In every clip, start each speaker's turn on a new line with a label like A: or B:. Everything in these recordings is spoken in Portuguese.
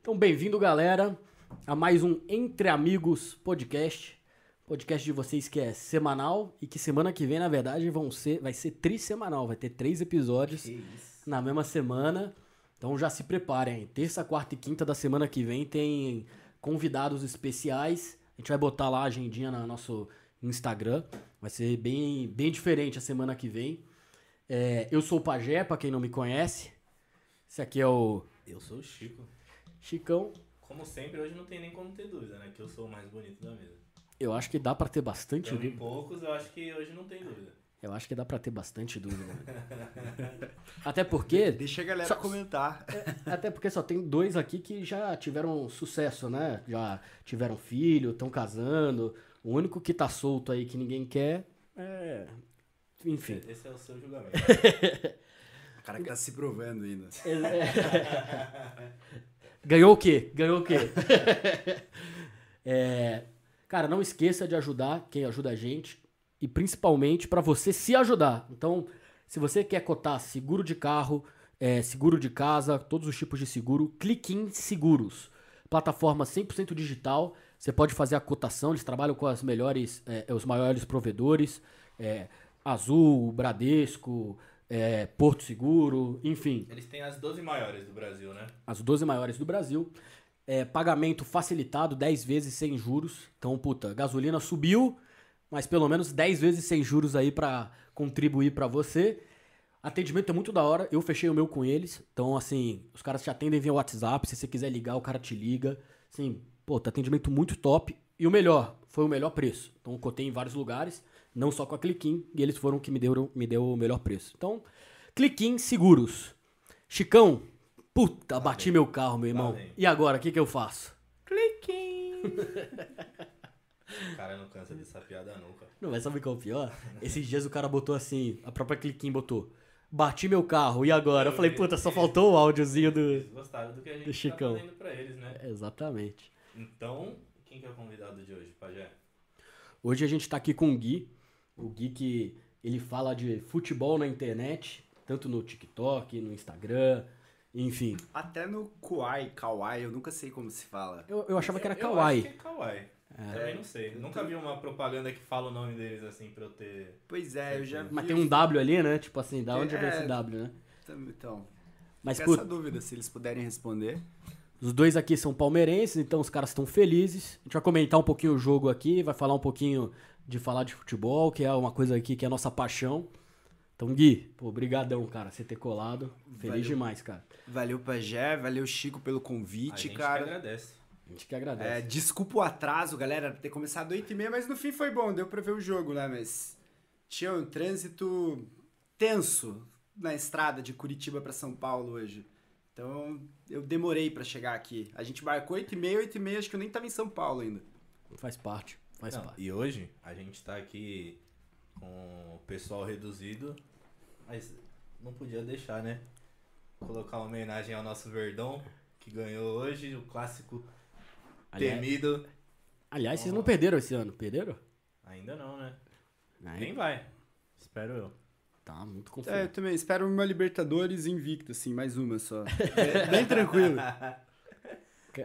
A: Então, bem-vindo, galera, a mais um Entre Amigos Podcast. Podcast de vocês que é semanal e que semana que vem, na verdade, vão ser, vai ser trissemanal. Vai ter três episódios na mesma semana. Então já se preparem. Terça, quarta e quinta da semana que vem tem convidados especiais. A gente vai botar lá a agendinha no nosso Instagram. Vai ser bem, bem diferente a semana que vem. É, eu sou o Pajé, pra quem não me conhece. Esse aqui é o
B: Eu sou o Chico.
A: Chicão.
B: Como sempre, hoje não tem nem como ter dúvida, né? Que eu sou o mais bonito da mesa.
A: Eu acho que dá pra ter bastante
B: Eu vi
A: dúvida.
B: poucos, eu acho que hoje não tem dúvida.
A: Eu acho que dá pra ter bastante dúvida. né? Até porque
C: Deixa a galera
A: Só-
C: comentar.
A: Até porque só tem dois aqui que já tiveram sucesso, né? Já tiveram filho, estão casando. O único que tá solto aí que ninguém quer é. Enfim.
B: Esse é o seu julgamento.
C: O cara que tá se provando ainda.
A: Ganhou o quê? Ganhou o quê? É, Cara, não esqueça de ajudar quem ajuda a gente e principalmente para você se ajudar. Então, se você quer cotar seguro de carro, é, seguro de casa, todos os tipos de seguro, clique em seguros. Plataforma 100% digital, você pode fazer a cotação, eles trabalham com as melhores, é, os maiores provedores, é, Azul, Bradesco, é, Porto Seguro, enfim
B: Eles têm as 12 maiores do Brasil, né?
A: as 12 maiores do Brasil. É, pagamento facilitado, 10 vezes sem juros. Então, puta, gasolina subiu, mas pelo menos 10 vezes sem juros aí pra contribuir pra você. Atendimento é muito da hora, eu fechei o meu com eles. Então, assim, os caras te atendem via WhatsApp, se você quiser ligar, o cara te liga. Assim, puta, atendimento muito top. E o melhor, foi o melhor preço. Então, eu cotei em vários lugares, não só com a Cliquim, e eles foram que me deram, me deu o melhor preço. Então, Cliquim Seguros. Chicão, puta, bati meu carro, meu irmão.
B: bem.
A: e agora, o que, que eu faço?
B: O cara não cansa dessa piada nunca.
A: Não, mas sabe qual é o pior? Esses dias o cara botou assim, a própria Cliquim botou, bati meu carro, e agora? Eu falei, puta, só faltou o áudiozinho do...
B: Eles gostaram do que a
A: Do
B: gente tá
A: Chicão.
B: fazendo pra eles, né?
A: Exatamente.
B: Então, quem que é o convidado de hoje, Pajé?
A: Hoje a gente tá aqui com o Gui, o Gui que ele fala de futebol na internet, tanto no TikTok, no Instagram, enfim.
C: Até no Kuai, Kawai, eu nunca sei como se fala.
A: Eu, eu achava que era
B: Eu-
A: kawaii.
B: Eu acho que é kawaii. Também não sei. Nunca vi uma propaganda que fala o nome deles assim pra eu ter...
C: Pois é, eu já.
A: Mas
C: vi
A: tem um W ali, né? Tipo assim, da onde vem
C: É.
A: esse W, né?
C: tam- Então.
A: Mas,
C: fica
A: puta,
C: essa dúvida, se eles puderem responder.
A: os dois aqui são palmeirenses, então os caras estão felizes. A gente vai comentar um pouquinho o jogo aqui, vai falar um pouquinho de falar de futebol, que é uma coisa aqui que é a nossa paixão. Então, Gui, pô, brigadão, cara, você ter colado. Feliz
C: Valeu.
A: demais, cara.
C: Valeu, Pajé. Valeu, Chico, pelo
B: A
C: convite,
B: gente que
C: cara.
B: agradece.
A: A gente que
C: É,
A: agradece.
C: desculpa o atraso, galera, por ter começado 8h30, mas no fim foi bom, deu pra ver o jogo, né? Mas tinha um trânsito tenso na estrada de Curitiba pra São Paulo hoje. Então eu demorei pra chegar aqui. A gente marcou 8h30, 8h30, acho que eu nem tava em São Paulo ainda.
A: Faz parte, faz
B: Não,
A: parte.
B: e hoje a gente tá aqui com o pessoal reduzido, mas não podia deixar, né? Colocar uma homenagem ao nosso Verdão, que ganhou hoje, o clássico
A: Aliás,
B: temido.
A: aliás, vocês não perderam esse ano, perderam?
B: Ainda não, né?
A: Aí,
B: Nem vai. Espero eu.
A: Tá muito
C: É, eu
A: confuso.
C: também espero uma Libertadores invicta, assim, mais uma só. Bem tranquilo.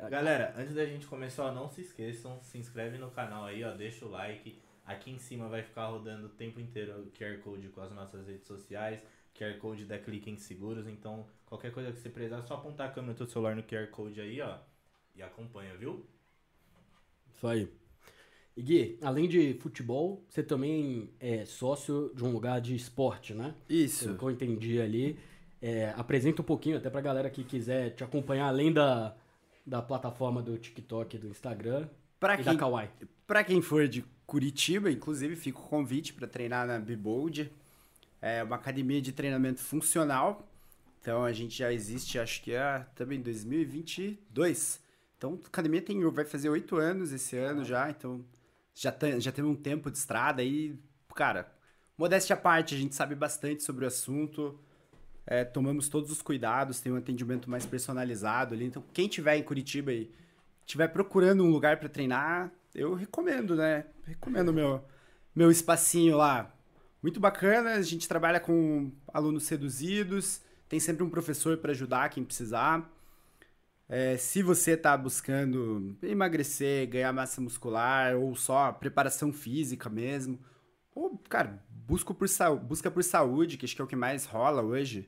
B: Galera, antes da gente começar, ó, não se esqueçam, se inscreve no canal aí, ó, deixa o like. Aqui em cima vai ficar rodando o tempo inteiro o QR Code com as nossas redes sociais, QR Code da Clique em Seguros, então qualquer coisa que você precisar, é só apontar a câmera do seu celular no QR Code aí, ó, e acompanha, viu?
A: Isso aí. E Gui, além de futebol, você também é sócio de um lugar de esporte, né? Pelo
C: Isso.
A: que eu entendi ali. É, apresenta um pouquinho, até pra galera que quiser te acompanhar, além da, da plataforma do TikTok e do Instagram.
C: Pra
A: e da
C: quem
A: Kawaii.
C: Pra quem for de Curitiba, inclusive, fica o convite pra treinar na Bibold. É uma academia de treinamento funcional. Então a gente já existe, acho que é também 2022. Então a academia tem, vai fazer oito anos esse ano já, então já, tem, já teve um tempo de estrada aí, cara, modéstia à parte, a gente sabe bastante sobre o assunto. É, tomamos todos os cuidados, tem um atendimento mais personalizado ali. Então, quem tiver em Curitiba e estiver procurando um lugar para treinar, eu recomendo, né? Recomendo meu meu espacinho lá. Muito bacana, a gente trabalha com alunos seduzidos, tem sempre um professor para ajudar quem precisar. É, se você está buscando emagrecer, ganhar massa muscular ou só preparação física mesmo, ou, cara, busca por, sau- busca por saúde, que acho que é o que mais rola hoje,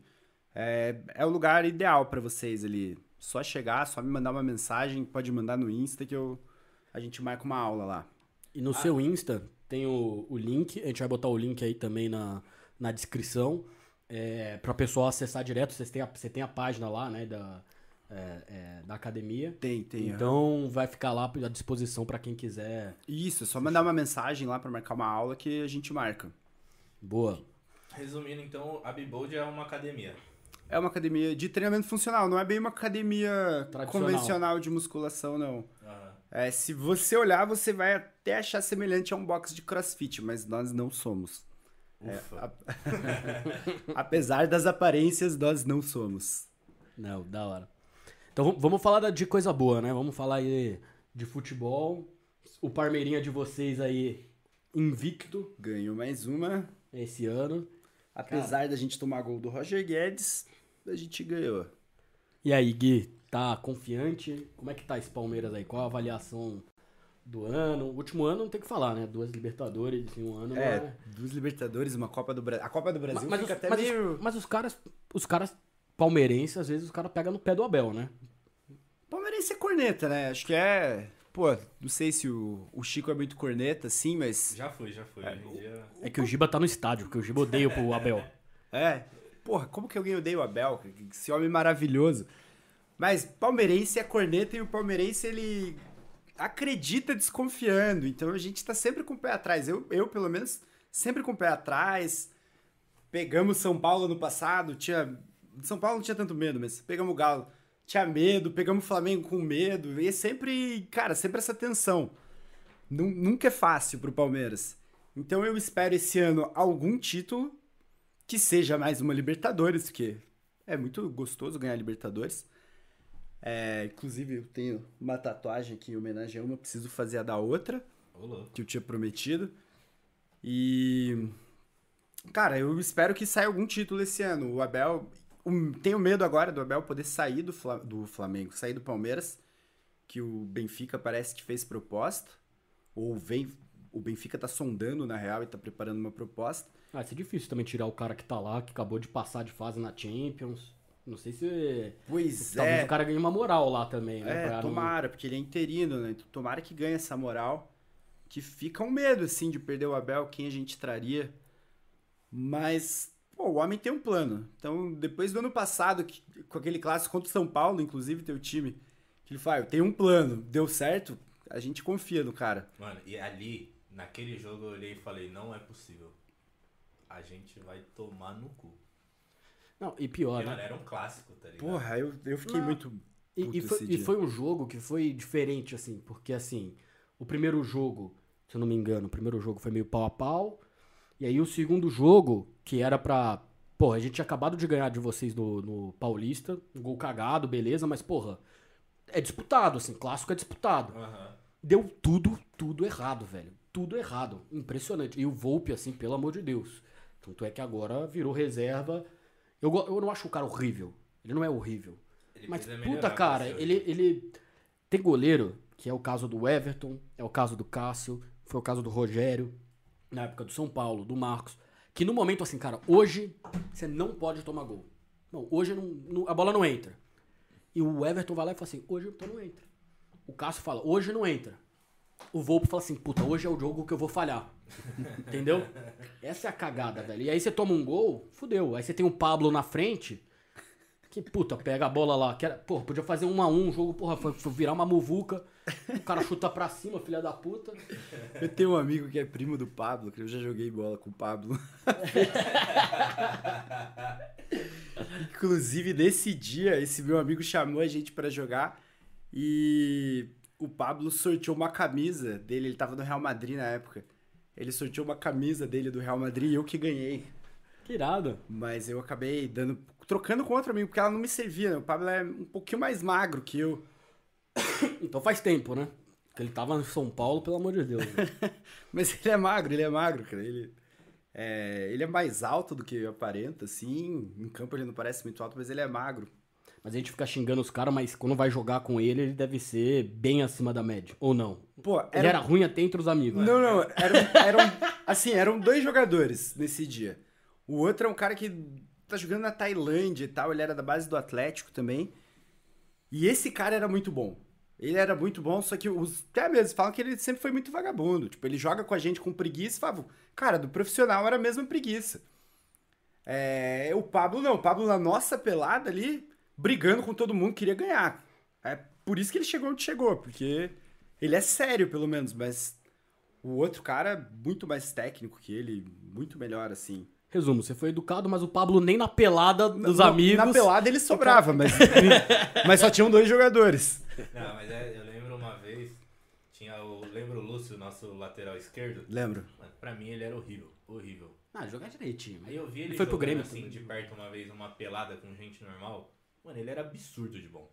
C: é, é o lugar ideal para vocês ali. Só chegar, só me mandar uma mensagem, pode mandar no Insta que eu, a gente marca uma aula lá.
A: E no seu Insta tem o, o link, a gente vai botar o link aí também na, na descrição, é, pra pessoal acessar direto, vocês têm a, você tem a página lá, né, da, é, é, da academia.
C: Tem, tem. ó.
A: Então vai ficar lá à disposição pra quem quiser.
C: Isso, é só mandar uma mensagem lá para marcar uma aula que a gente marca.
A: Boa.
B: Resumindo, então, a Bibold é uma academia.
C: É uma academia de treinamento funcional, não é bem uma academia
A: Tradicional.
C: convencional de musculação, não.
B: Aham.
C: É, se você olhar, você vai até achar semelhante a um box de crossfit, mas nós não somos.
A: É,
B: Ufa.
C: Apesar das aparências, nós não somos.
A: Não, Né, da hora. Então vamos- vamos falar da- de coisa boa, né? Vamos falar aí de futebol. O Parmeirinha de vocês aí invicto
C: Ganhou mais uma.
A: esse ano.
C: Apesar da gente tomar gol do Roger Guedes, a gente ganhou.
A: E aí, Gui, tá confiante? Como é que tá esse Palmeiras aí? Qual a avaliação do ano? O último ano não tem que falar, né? Duas Libertadores em um ano.
C: É,
A: mas-
C: dos Libertadores, uma Copa do Brasil. A Copa do Brasil
A: mas,
C: fica
A: os,
C: até
A: mas os-
C: meio.
A: mas os caras, os caras palmeirenses, às vezes os caras pegam no pé do Abel, né?
C: Palmeirense é corneta, né? Acho que é. Pô, não sei se o, o Chico é muito corneta, sim, mas.
B: Já fui, já fui. Hoje em dia.
A: É que o Giba tá no estádio, porque o Giba odeia o Abel.
C: É. Porra, como que alguém odeia o Abel? cara? Esse homem maravilhoso. Mas palmeirense é corneta e o palmeirense, ele acredita desconfiando. Então a gente tá sempre com o pé atrás. Eu, eu pelo menos, sempre com o pé atrás. Pegamos São Paulo no passado, tinha. São Paulo não tinha tanto medo, mas pegamos o Galo, tinha medo, pegamos o Flamengo com medo. E é sempre, cara, sempre essa tensão. Nu- Nunca é fácil pro Palmeiras. Então eu espero esse ano algum título que seja mais uma Libertadores, porque é muito gostoso ganhar Libertadores. É, inclusive, eu tenho uma tatuagem aqui em homenagem a uma, preciso fazer a da outra,
B: Ô, louco.
C: que eu tinha prometido. E. Cara, eu espero que saia algum título esse ano. O Abel. um- tenho medo agora do Abel poder sair do, Fla- do Flamengo, sair do Palmeiras, que o Benfica parece que fez proposta. Ou vem. O Benfica tá sondando, na real, e tá preparando uma proposta.
A: Ah, isso é difícil também tirar o cara que tá lá, que acabou de passar de fase na Champions. Não sei se.
C: Pois
A: Talvez
C: é.
A: o cara ganhe uma moral lá também, né?
C: É,
A: pra não-
C: tomara, porque ele é interino, né? Então, Tomara que ganhe essa moral. Que fica um medo, assim, de perder o Abel, quem a gente traria. Mas, pô, o homem tem um plano. Então, depois do ano passado, que- com aquele clássico contra o São Paulo, inclusive, teu time, que ele fala, eu tenho um plano, deu certo, a gente confia no cara.
B: Mano, e ali, naquele jogo, eu olhei e falei: não é possível. A gente vai tomar no cu.
A: Não, e
B: Porque,
A: pior, né?
B: mano, era um clássico, tá ligado?
C: Porra, eu, eu fiquei
A: Não.
C: muito
A: E,
C: puto
A: e foi,
C: esse
A: e
C: dia.
A: foi um jogo que foi diferente, assim, porque assim, o primeiro jogo, se eu não me engano, o primeiro jogo foi meio pau a pau. E aí o segundo jogo, que era pra. Porra, a gente tinha acabado de ganhar de vocês no, no Paulista. Um gol cagado, beleza, mas, porra, é disputado, assim, clássico é disputado.
B: Aham.
A: Deu tudo, tudo errado, velho. Tudo errado. Impressionante. E o Volpe, assim, pelo amor de Deus. Tanto é que agora virou reserva. Eu, go- eu não acho o cara horrível. Ele não é horrível.
B: Ele
A: Mas,
B: precisa
A: puta,
B: melhorar,
A: cara,
B: parceiro.
A: ele, ele. Tem goleiro, que é o caso do Everton, é o caso do Cássio, foi o caso do Rogério, na época do São Paulo, do Marcos. Que no momento, assim, cara, hoje você não pode tomar gol. Não, hoje não- não- a bola não entra. E o Everton vai lá e fala assim: hoje então não entra. O Cássio fala: hoje não entra. O Volpo fala assim: puta, hoje é o jogo que eu vou falhar. Entendeu? Essa é a cagada, velho. E aí você toma um gol, fudeu. Aí você tem o Pablo na frente, que puta, pega a bola lá. Que era, porra, podia fazer um a um, o jogo, porra, foi, foi virar uma muvuca. O cara chuta pra cima, filha da puta.
C: Eu tenho um amigo que é primo do Pablo, que eu já joguei bola com o Pablo. Inclusive, nesse dia, esse meu amigo chamou a gente pra jogar e o Pablo sorteou uma camisa dele. Ele tava no Real Madrid na época. Ele sorteou uma camisa dele do Real Madrid e eu que ganhei.
A: Que irado.
C: Mas eu acabei dando. trocando com outro amigo, porque ela não me servia, né? O Pablo é um pouquinho mais magro que eu.
A: Então faz tempo, né? Que ele tava em São Paulo, pelo amor de Deus. né?
C: Mas ele é magro, ele é magro, cara. Ele é, ele é mais alto do que aparenta, assim. Em campo ele não parece muito alto, mas ele é magro.
A: Mas a gente fica xingando os caras, mas quando vai jogar com ele, ele deve ser bem acima da média. Ou não.
C: Pô,
A: Ele era ruim até entre os amigos. né?
C: Não, não, eram, eram- assim, eram dois jogadores nesse dia. O outro é um cara que tá jogando na Tailândia e tal, ele era da base do Atlético também. E esse cara era muito bom. Ele era muito bom, só que os até mesmo falam que ele sempre foi muito vagabundo. Tipo, ele joga com a gente com preguiça e fala, cara, do profissional era a mesma preguiça. É, o Pablo não, o Pablo na nossa pelada ali, brigando com todo mundo, queria ganhar. É por isso que ele chegou onde chegou, porque ele é sério, pelo menos, mas o outro cara, muito mais técnico que ele, muito melhor, assim.
A: Resumo, você foi educado, mas o Pablo nem na pelada dos
C: Na- na-
A: amigos.
C: Na pelada ele sobrava, mas, mas só tinham dois jogadores.
B: Não, mas é, eu lembro uma vez, tinha o. Lembro o Lúcio, nosso lateral esquerdo.
C: Lembro.
B: Mano, pra mim ele era horrível, horrível.
A: Ah, jogar direitinho.
B: Aí eu vi ele,
A: Ele foi pro
B: jogando,
A: Grêmio
B: assim
A: também.
B: de perto uma vez, uma pelada com gente normal. Mano, ele era absurdo de bom.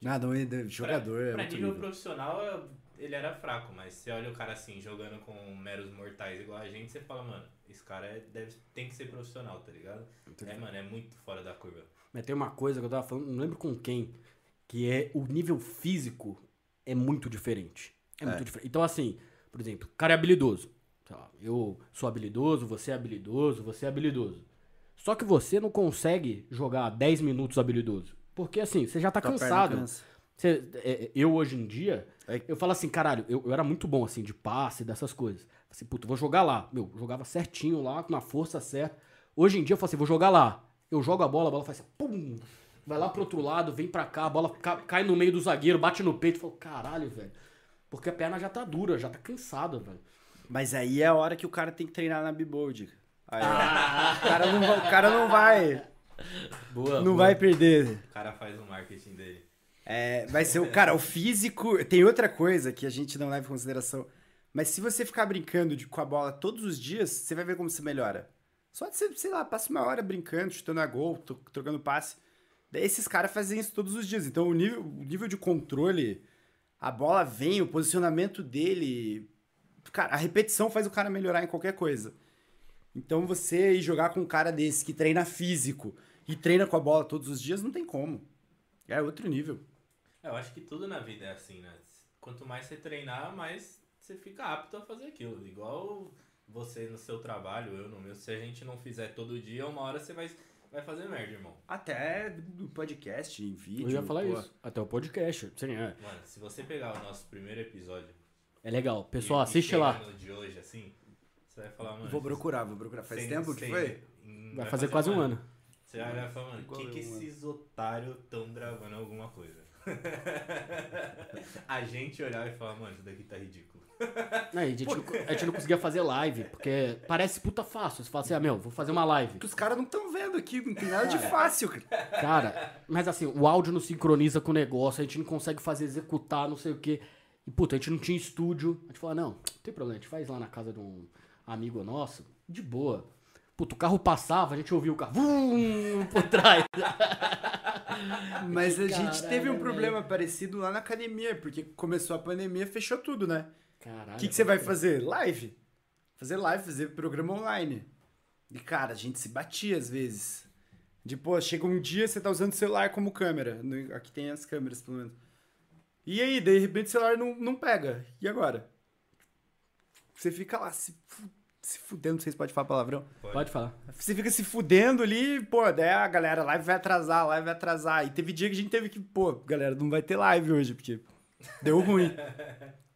C: Nada, jogador
B: pra,
C: é
B: pra
C: muito
B: nível
C: nível.
B: profissional, eu- ele era fraco, mas você olha o cara assim, jogando com meros mortais igual a gente, você fala, mano, esse cara é- deve, tem que ser profissional, tá ligado? É, mano, é muito fora da curva.
A: Mas tem uma coisa que eu tava falando, não lembro com quem, que é o nível físico é muito diferente. É, muito diferente. Então, assim, por exemplo, o cara é habilidoso. Sei lá, eu sou habilidoso, você é habilidoso, você é habilidoso. Só que você não consegue jogar 10 minutos habilidoso. Porque, assim, você já tá
C: Tua perna
A: cansado.
C: cansa.
A: Você- é, é, eu hoje em dia,
C: É-
A: eu falo assim, caralho, eu, eu era muito bom assim, de passe, dessas coisas. Assim, puta, vou jogar lá. Meu, jogava certinho lá, com a força certa. Hoje em dia eu falo assim, vou jogar lá. Eu jogo a bola, a bola faz assim, pum! Vai lá pro outro lado, vem pra cá, a bola ca- cai no meio do zagueiro, bate no peito, eu falo, caralho, velho. Porque a perna já tá dura, já tá cansada, velho.
C: Mas aí é a hora que o cara tem que treinar na Bibold. Aí, o, cara não, vai- o cara não vai.
A: Boa.
C: Não vai perder.
B: O cara faz o marketing dele.
C: É, vai ser o cara, o físico. Tem outra coisa que a gente não leva em consideração. Mas se você ficar brincando de- com a bola todos os dias, você vai ver como se melhora. Só de você, sei lá, passa uma hora brincando, chutando a gol, to- trocando passe. Daí esses caras fazem isso todos os dias. Então o nível, o nível de controle, a bola vem, o posicionamento dele. Cara, a repetição faz o cara melhorar em qualquer coisa. Então você ir jogar com um cara desse que treina físico e treina com a bola todos os dias, não tem como. É outro nível.
B: É, Eu acho que tudo na vida é assim, né? Quanto mais você treinar, mais você fica apto a fazer aquilo. Igual você no seu trabalho, eu no meu. Se a gente não fizer todo dia, uma hora você vai, vai fazer merda, irmão.
C: Até do podcast, em vídeo.
A: Eu ia falar
C: pô.
A: isso. Até o podcast. Sim, é.
B: Mano, se você pegar o nosso primeiro episódio.
A: é legal. Pessoal,
B: e- e
A: assiste
B: chega
A: lá.
B: no de hoje, assim, você vai falar, mano.
C: Vou procurar, vou procurar. Faz
B: sem-
C: tempo que
B: sem-
C: foi?
B: em-
A: Vai fazer quase um ano.
B: Você vai olhar e falar, mano, o
C: Igual
B: que,
C: eu,
B: que
C: mano.
B: esses otários estão gravando alguma coisa? a gente olhar e falar, mano, isso daqui tá ridículo.
A: Não, a, gente não, a gente não conseguia fazer live, porque parece puta fácil. Você fala assim, ah, meu, vou fazer uma live.
C: É Que os caras não estão vendo aqui, não tem nada de fácil. cara.
A: Cara, mas assim, o áudio não sincroniza com o negócio, a gente não consegue fazer executar, não sei o quê. E, puta, a gente não tinha estúdio. A gente falou, não, não tem problema, a gente faz lá na casa de um amigo nosso, de boa. Puta, o carro passava, a gente ouvia o carro vum, por trás.
C: Mas a gente
A: Caralho, né?
C: teve um
A: velho.
C: problema parecido lá na academia, porque começou a pandemia, fechou tudo, né?
A: Caralho.
C: O que, que você vai fazer? Live. Fazer live, fazer programa online. E, cara, a gente se batia às vezes. De, pô, chega um dia, você tá usando o celular como câmera. No- Aqui tem as câmeras, pelo menos. E aí, de repente, o celular não, não pega. E agora? Você fica lá se, fu- se fudendo, vocês podem falar palavrão.
A: Pode falar.
C: Você fica se fudendo ali, pô, daí a galera, a live vai atrasar, a live vai atrasar. E teve dia que a gente teve que, pô, galera, não vai ter live hoje, porque deu ruim.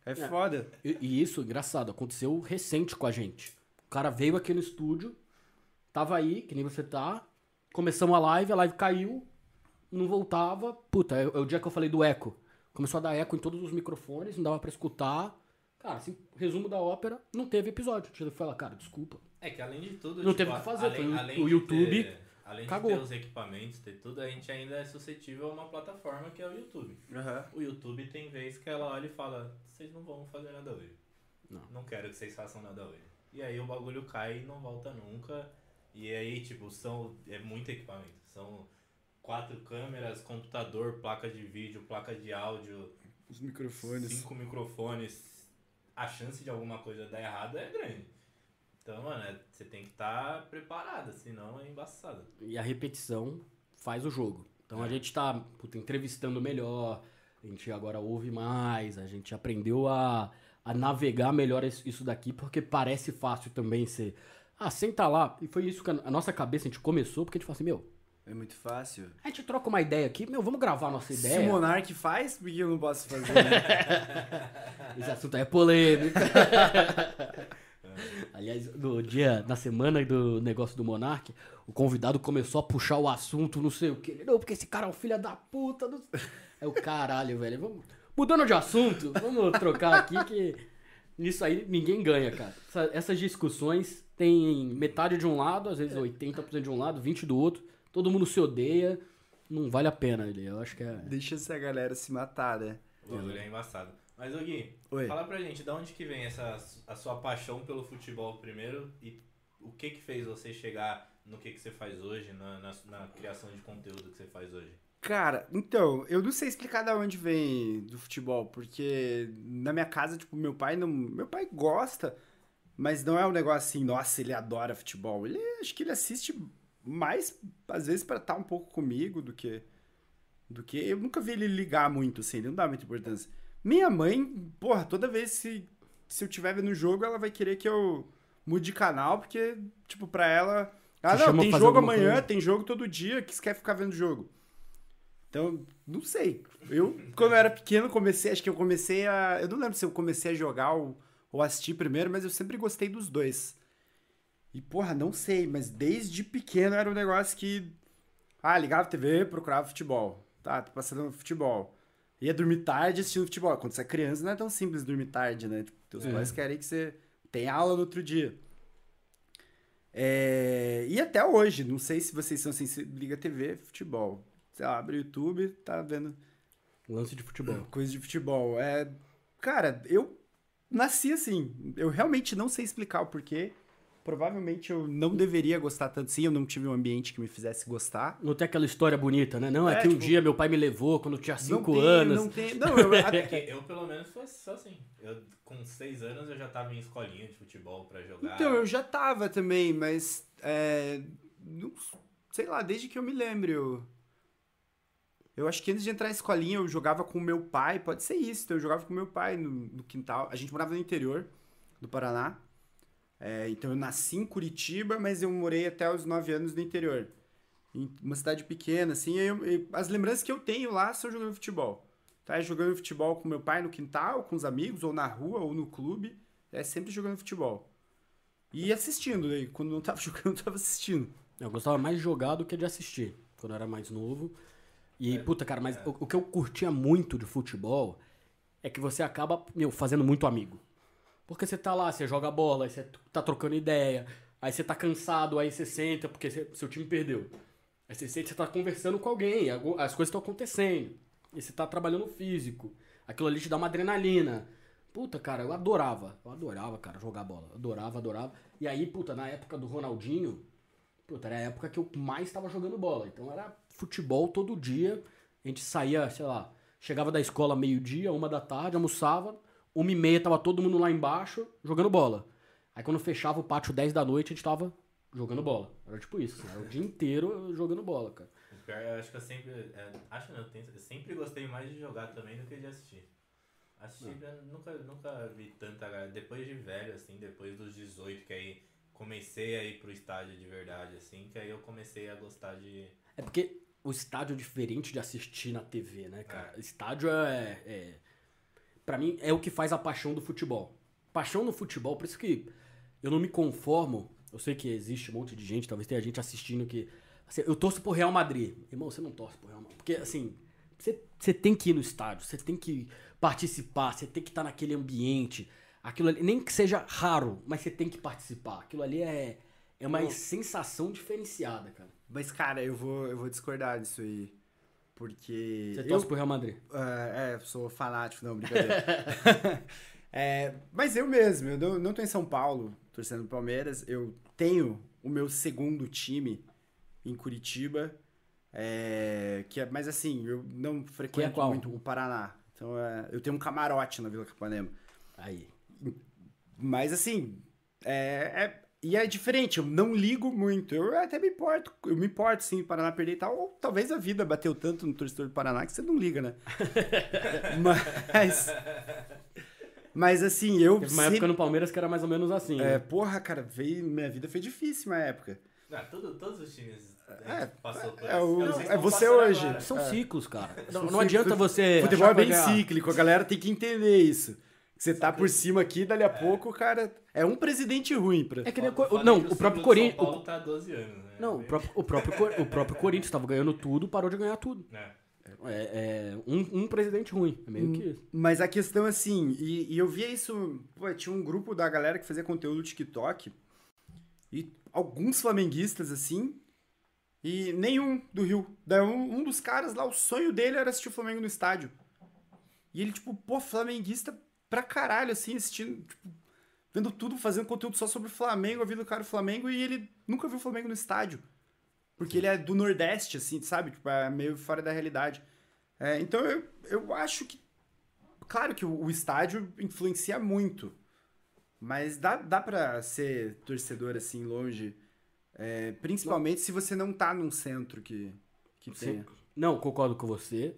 C: É foda.
A: E, e isso, engraçado, aconteceu recente com a gente. O cara veio aqui no estúdio, tava aí, que nem você tá, começamos a live, a live caiu, não voltava. Puta, é, é o dia que eu falei do eco. Começou a dar eco em todos os microfones, não dava pra escutar. Cara, assim, resumo da ópera, não teve episódio. Ele foi lá, cara, desculpa.
B: É que além de tudo.
A: Não
B: tipo,
A: teve o que
B: a-
A: fazer,
B: além-
A: foi o-
B: além
A: o
B: de
A: YouTube
B: ter- Além
A: cagou.
B: de ter os equipamentos, ter tudo, a gente ainda é suscetível a uma plataforma que é o YouTube. O YouTube tem vez que ela olha e fala: vocês não vão fazer nada hoje.
A: Não.
B: quero que vocês façam nada hoje. E aí o bagulho cai e não volta nunca. E aí, tipo, são. É muito equipamento. São quatro câmeras, computador, placa de vídeo, placa de áudio,
C: Os microfones.
B: cinco microfones. A chance de alguma coisa dar errado é grande. Então, mano, é- você tem que estar preparado, senão é embaçado.
A: E a repetição faz o jogo. Então a gente tá puta, entrevistando melhor, a gente agora ouve mais, a gente aprendeu a, a navegar melhor es- isso daqui, porque parece fácil também ser. Ah, senta lá. E foi isso que a a nossa cabeça, a gente começou, porque a gente falou assim, meu,
C: É muito fácil.
A: a gente troca uma ideia aqui, meu, vamos gravar a nossa
C: Se
A: ideia.
C: o Monark faz, por que eu não posso fazer? né?
A: Esse assunto aí é polêmico. Aliás, no dia, na semana do negócio do Monark, o convidado começou a puxar o assunto, não sei o que. Não, porque esse cara é um filho da puta. Não... sei." É o caralho, velho. Vamos... Mudando de assunto, vamos trocar aqui que nisso aí ninguém ganha, cara. Essa- essas discussões tem metade de um lado, às vezes 80% de um lado, 20% do outro. Todo mundo se odeia. Não vale a pena, ele. Eu acho que é.
C: Deixa essa galera se matar, né?
B: O bagulho é embaçado. Mas, ô Gui,
C: Oi.
B: fala pra gente, da onde que vem essa a sua paixão pelo futebol primeiro e o que que fez você chegar no que que você faz hoje, na, na, na criação de conteúdo que você faz hoje?
C: Cara, então, eu não sei explicar da onde vem do futebol, porque na minha casa, tipo, meu pai não. Meu pai gosta, mas não é um negócio assim, nossa, ele adora futebol. Ele acho que ele assiste mais, às vezes, pra estar um pouco comigo do que. Do que. Eu nunca vi ele ligar muito, assim, ele não dá muita importância. Minha mãe, porra, toda vez se, se eu tiver vendo jogo, ela vai querer que eu mude de canal, porque, tipo, pra ela. Ah,
A: Te
C: não,
A: chama
C: tem
A: pra fazer
C: jogo
A: alguma
C: amanhã,
A: coisa.
C: tem jogo todo dia, que você quer ficar vendo jogo. Então, não sei. Eu, quando eu era pequeno, comecei, acho que eu comecei a. Eu não lembro se eu comecei a jogar ou, ou assistir primeiro, mas eu sempre gostei dos dois. E, porra, não sei, mas desde pequeno era um negócio que. Ah, ligava a TV, procurava futebol. Tá, tô passando futebol. Ia dormir tarde assistindo futebol. Quando você é criança, não é tão simples dormir tarde, né? Tipo, teus
A: É.
C: pais querem que você tenha aula no outro dia. É, E até hoje, não sei se vocês são assim, você liga a TV, futebol. Sei lá, abre o YouTube, tá vendo
A: um Lance de futebol.
C: coisa de futebol. É, cara, eu nasci assim. Eu realmente não sei explicar o porquê. Provavelmente eu não deveria gostar tanto assim, eu não tive um ambiente que me fizesse gostar.
A: Não tem aquela história bonita, né? Não, é,
C: Tá. É,
A: que um
C: tipo,
A: dia meu pai me levou quando eu tinha cinco
C: não tem-
A: anos.
C: Não tem, não, eu,
B: É que eu, pelo menos, sou sou assim. Eu, com seis anos, eu já tava em escolinha de futebol pra jogar.
C: Então, eu já tava também, mas. é, não- sei lá, desde que eu me lembro. Eu, eu acho que antes de entrar na escolinha eu jogava com meu pai, pode ser isso. Então, eu jogava com meu pai no, no quintal. A gente morava no interior do Paraná. É, então, eu nasci em Curitiba, mas eu morei até os 9 anos no interior. Em uma cidade pequena, assim. aí eu- e as lembranças que eu tenho lá são jogando futebol. Tá? É Jogando futebol com meu pai no quintal, com os amigos, ou na rua, ou no clube. É sempre jogando futebol. E assistindo, né? quando não tava jogando, eu tava assistindo.
A: Eu gostava mais de jogar do que de assistir, quando eu era mais novo. E, puta, cara, mas o, o que eu curtia muito de futebol é que você acaba, meu, fazendo muito amigo. Porque você tá lá, você joga bola, aí você t- tá trocando ideia, aí você tá cansado, aí você senta, porque você- seu time perdeu. Aí você sente, você tá conversando com alguém, algu- as coisas estão acontecendo. E você tá trabalhando o físico. Aquilo ali te dá uma adrenalina. Puta, cara, eu adorava. Eu adorava, cara, jogar bola. Adorava, adorava. E aí, puta, na época do Ronaldinho, Puta, era a época que eu mais tava jogando bola. Então era futebol todo dia. A gente saía, sei lá, chegava da escola meio-dia, uma da tarde, almoçava, uma e meia tava todo mundo lá embaixo jogando bola. Aí quando fechava o pátio 10 da noite, a gente tava jogando bola. Era tipo isso, assim, era o dia inteiro jogando bola, cara.
B: O pior, eu acho que eu sempre. é, acho não, eu, tenho- eu sempre gostei mais de jogar também do que de assistir. Assistir,
C: Ah.
B: eu nunca, nunca vi tanta. gra- Depois de velho, assim, depois dos 18, que aí comecei a ir pro estádio de verdade, assim, que aí eu comecei a gostar de.
A: É porque o estádio é diferente de assistir na TV, né, cara? Estádio é, é. Pra mim, é o que faz a paixão do futebol. Paixão no futebol, por isso que eu não me conformo. Eu sei que existe um monte de gente, talvez tenha gente assistindo que. assim, eu torço pro Real Madrid. Irmão, você não torce pro Real Madrid. Porque, assim, você, você tem que ir no estádio, você tem que participar, você tem que estar naquele ambiente. Aquilo ali, nem que seja raro, mas você tem que participar. Aquilo ali é, é uma
C: Bom.
A: sensação diferenciada, cara.
C: Mas, cara, eu vou, eu vou discordar disso aí. Porque.
A: Você
C: eu-
A: torce pro Real Madrid.
C: É, é, sou fanático, não, brincadeira. É, mas eu mesmo, eu não, não tô em São Paulo, torcendo pro Palmeiras. Eu tenho o meu segundo time em Curitiba. é, que é, mas assim, eu não frequento
A: qual?
C: muito o Paraná. Então, é, eu tenho um camarote na Vila Capanema.
A: Aí.
C: Mas assim, é, é- E é diferente, eu não ligo muito. Eu até me importo, eu me importo sim, o Paraná perder e tal. Ou talvez a vida bateu tanto no torcedor do Paraná que você não liga, né? mas. Mas assim, eu.
A: Teve uma época no Palmeiras que era mais ou menos assim.
C: É,
A: né?
C: porra, cara, veio, minha vida foi difícil na época.
B: Ah, tudo- todos os times
C: É,
B: é, passou por
C: é
B: isso. Eu não
C: o-
B: sei se
C: é
B: estão
C: você
B: passando
C: hoje.
B: agora.
A: São ciclos, cara. Não, não
C: é ciclo-
A: adianta você.
C: Futebol
A: achar
C: é
A: que vai
C: bem
A: ganhar.
C: cíclico, a galera tem que entender isso. Que Você tá por cima aqui, dali a pouco, cara. É um presidente ruim pra.
A: É que nem.
B: Eu
A: co-
B: falei
A: Não,
B: que
A: o
B: símbolo
A: próprio
B: de
A: Corinthians.
B: São Paulo tá há 12 anos, né?
A: Não, o próprio, o, próprio, Cor- o próprio Corinthians tava ganhando tudo, parou de ganhar tudo.
B: É.
A: É, é um, um presidente ruim. É meio que
C: Hum.
A: isso.
C: Mas a questão, assim, e, e eu via isso. Pô, tinha um grupo da galera que fazia conteúdo no TikTok. E alguns flamenguistas, assim. E nenhum do Rio. Daí um, um dos caras lá, o sonho dele era assistir o Flamengo no estádio. E ele, tipo, pô, flamenguista pra caralho, assim, assistindo. Tipo, vendo tudo, fazendo conteúdo só sobre o Flamengo, a vida do cara do Flamengo. E ele nunca viu o Flamengo no estádio. Porque ele é do Nordeste, assim, sabe? Tipo, é meio fora da realidade. É, então eu, eu acho que Claro que o o estádio influencia muito. Mas dá, dá pra ser torcedor assim, longe. é, principalmente se você não tá num centro que, que
A: Sim.
C: tenha.
A: Não, concordo com você.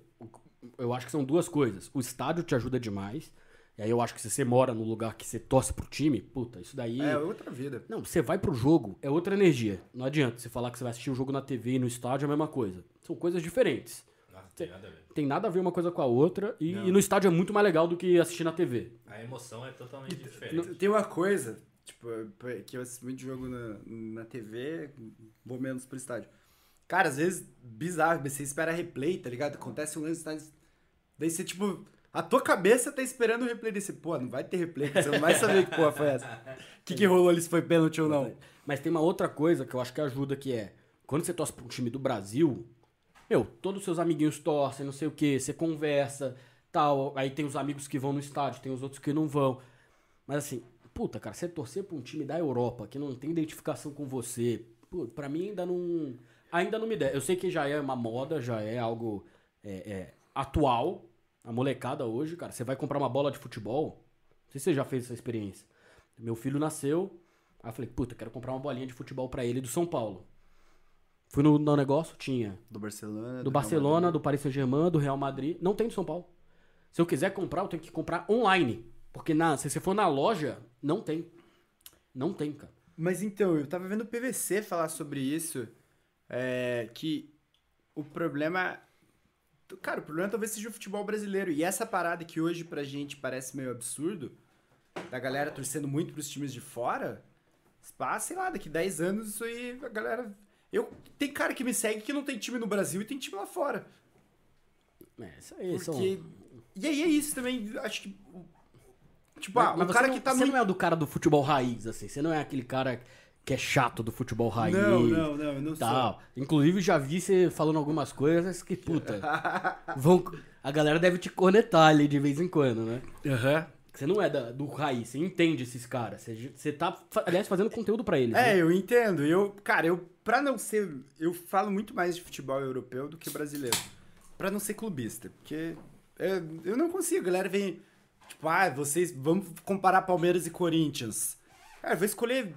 A: Eu acho que são duas coisas. O estádio te ajuda demais. E aí eu acho que se você mora num lugar que você torce pro time, puta, isso daí.
C: É outra vida.
A: Não, você vai pro jogo, é outra energia. Não adianta você falar que você vai assistir o jogo na TV e no estádio é a mesma coisa. São coisas diferentes.
B: Nossa, tem nada a ver.
A: Tem nada a ver uma coisa com a outra. E, e no estádio é muito mais legal do que assistir na TV.
B: A emoção é totalmente diferente.
C: Tem- Tem uma coisa, tipo, é, que eu assisto muito jogo na, na TV, vou menos pro estádio. Cara, às vezes, bizarro, mas você espera replay, tá ligado? Acontece um lance, tá? daí você, tipo, a tua cabeça tá esperando o replay desse. Pô, não vai ter replay, você não vai saber que porra foi essa. O que, que rolou ali, se foi pênalti ou não.
A: Mas tem uma outra coisa que eu acho que ajuda, que é quando você torce pra um time do Brasil, meu, todos os seus amiguinhos torcem, não sei o que, você conversa, tal. Aí tem os amigos que vão no estádio, tem os outros que não vão. Mas assim, puta, cara, você torcer pra um time da Europa que não tem identificação com você, pô, pra mim ainda não. Ainda não me der. Eu sei que já é uma moda, já é algo é, é, atual. A molecada hoje, cara, você vai comprar uma bola de futebol. Não sei se você já fez essa experiência. Meu filho nasceu, Aí eu falei, puta, quero comprar uma bolinha de futebol pra ele do São Paulo. Fui no, no negócio, tinha
C: Do Barcelona.
A: É do Barcelona, do Paris Saint-Germain, do Real Madrid. Não tem do São Paulo. Se eu quiser comprar, eu tenho que comprar online. Porque na, se você for na loja, não tem. Não tem, cara.
C: Mas então, eu tava vendo o PVC falar sobre isso, é, que o problema... Cara, o problema talvez seja o futebol brasileiro. E essa parada que hoje pra gente parece meio absurdo, da galera torcendo muito pros times de fora, pá, sei lá, daqui 10 anos isso aí a galera... Eu, tem cara que me segue que não tem time no Brasil e tem time lá fora.
A: É, isso aí. são-
C: Porque... E aí é isso também, acho que... Tipo, ah,
A: Mas
C: o
A: você
C: cara
A: não-
C: que tá
A: Você
C: no
A: não é do cara do futebol raiz, assim. Você não é aquele cara que é chato do futebol é raiz.
C: Não, não, não, eu não
A: tal. Inclusive, já vi você falando algumas coisas que, puta, vão, a galera deve te cornetar ali de vez em quando, né?
C: sou. Aham.
A: Você não é da- do raiz, você entende esses caras. Você, você tá, fa- aliás, fazendo conteúdo pra eles. né?
C: É, eu entendo. Eu, cara, eu pra não ser, eu falo muito mais de futebol europeu do que brasileiro. Pra não ser clubista, porque é, eu não consigo. A galera vem tipo, ah, vocês vamos comparar Palmeiras e Corinthians. Cara, eu vou escolher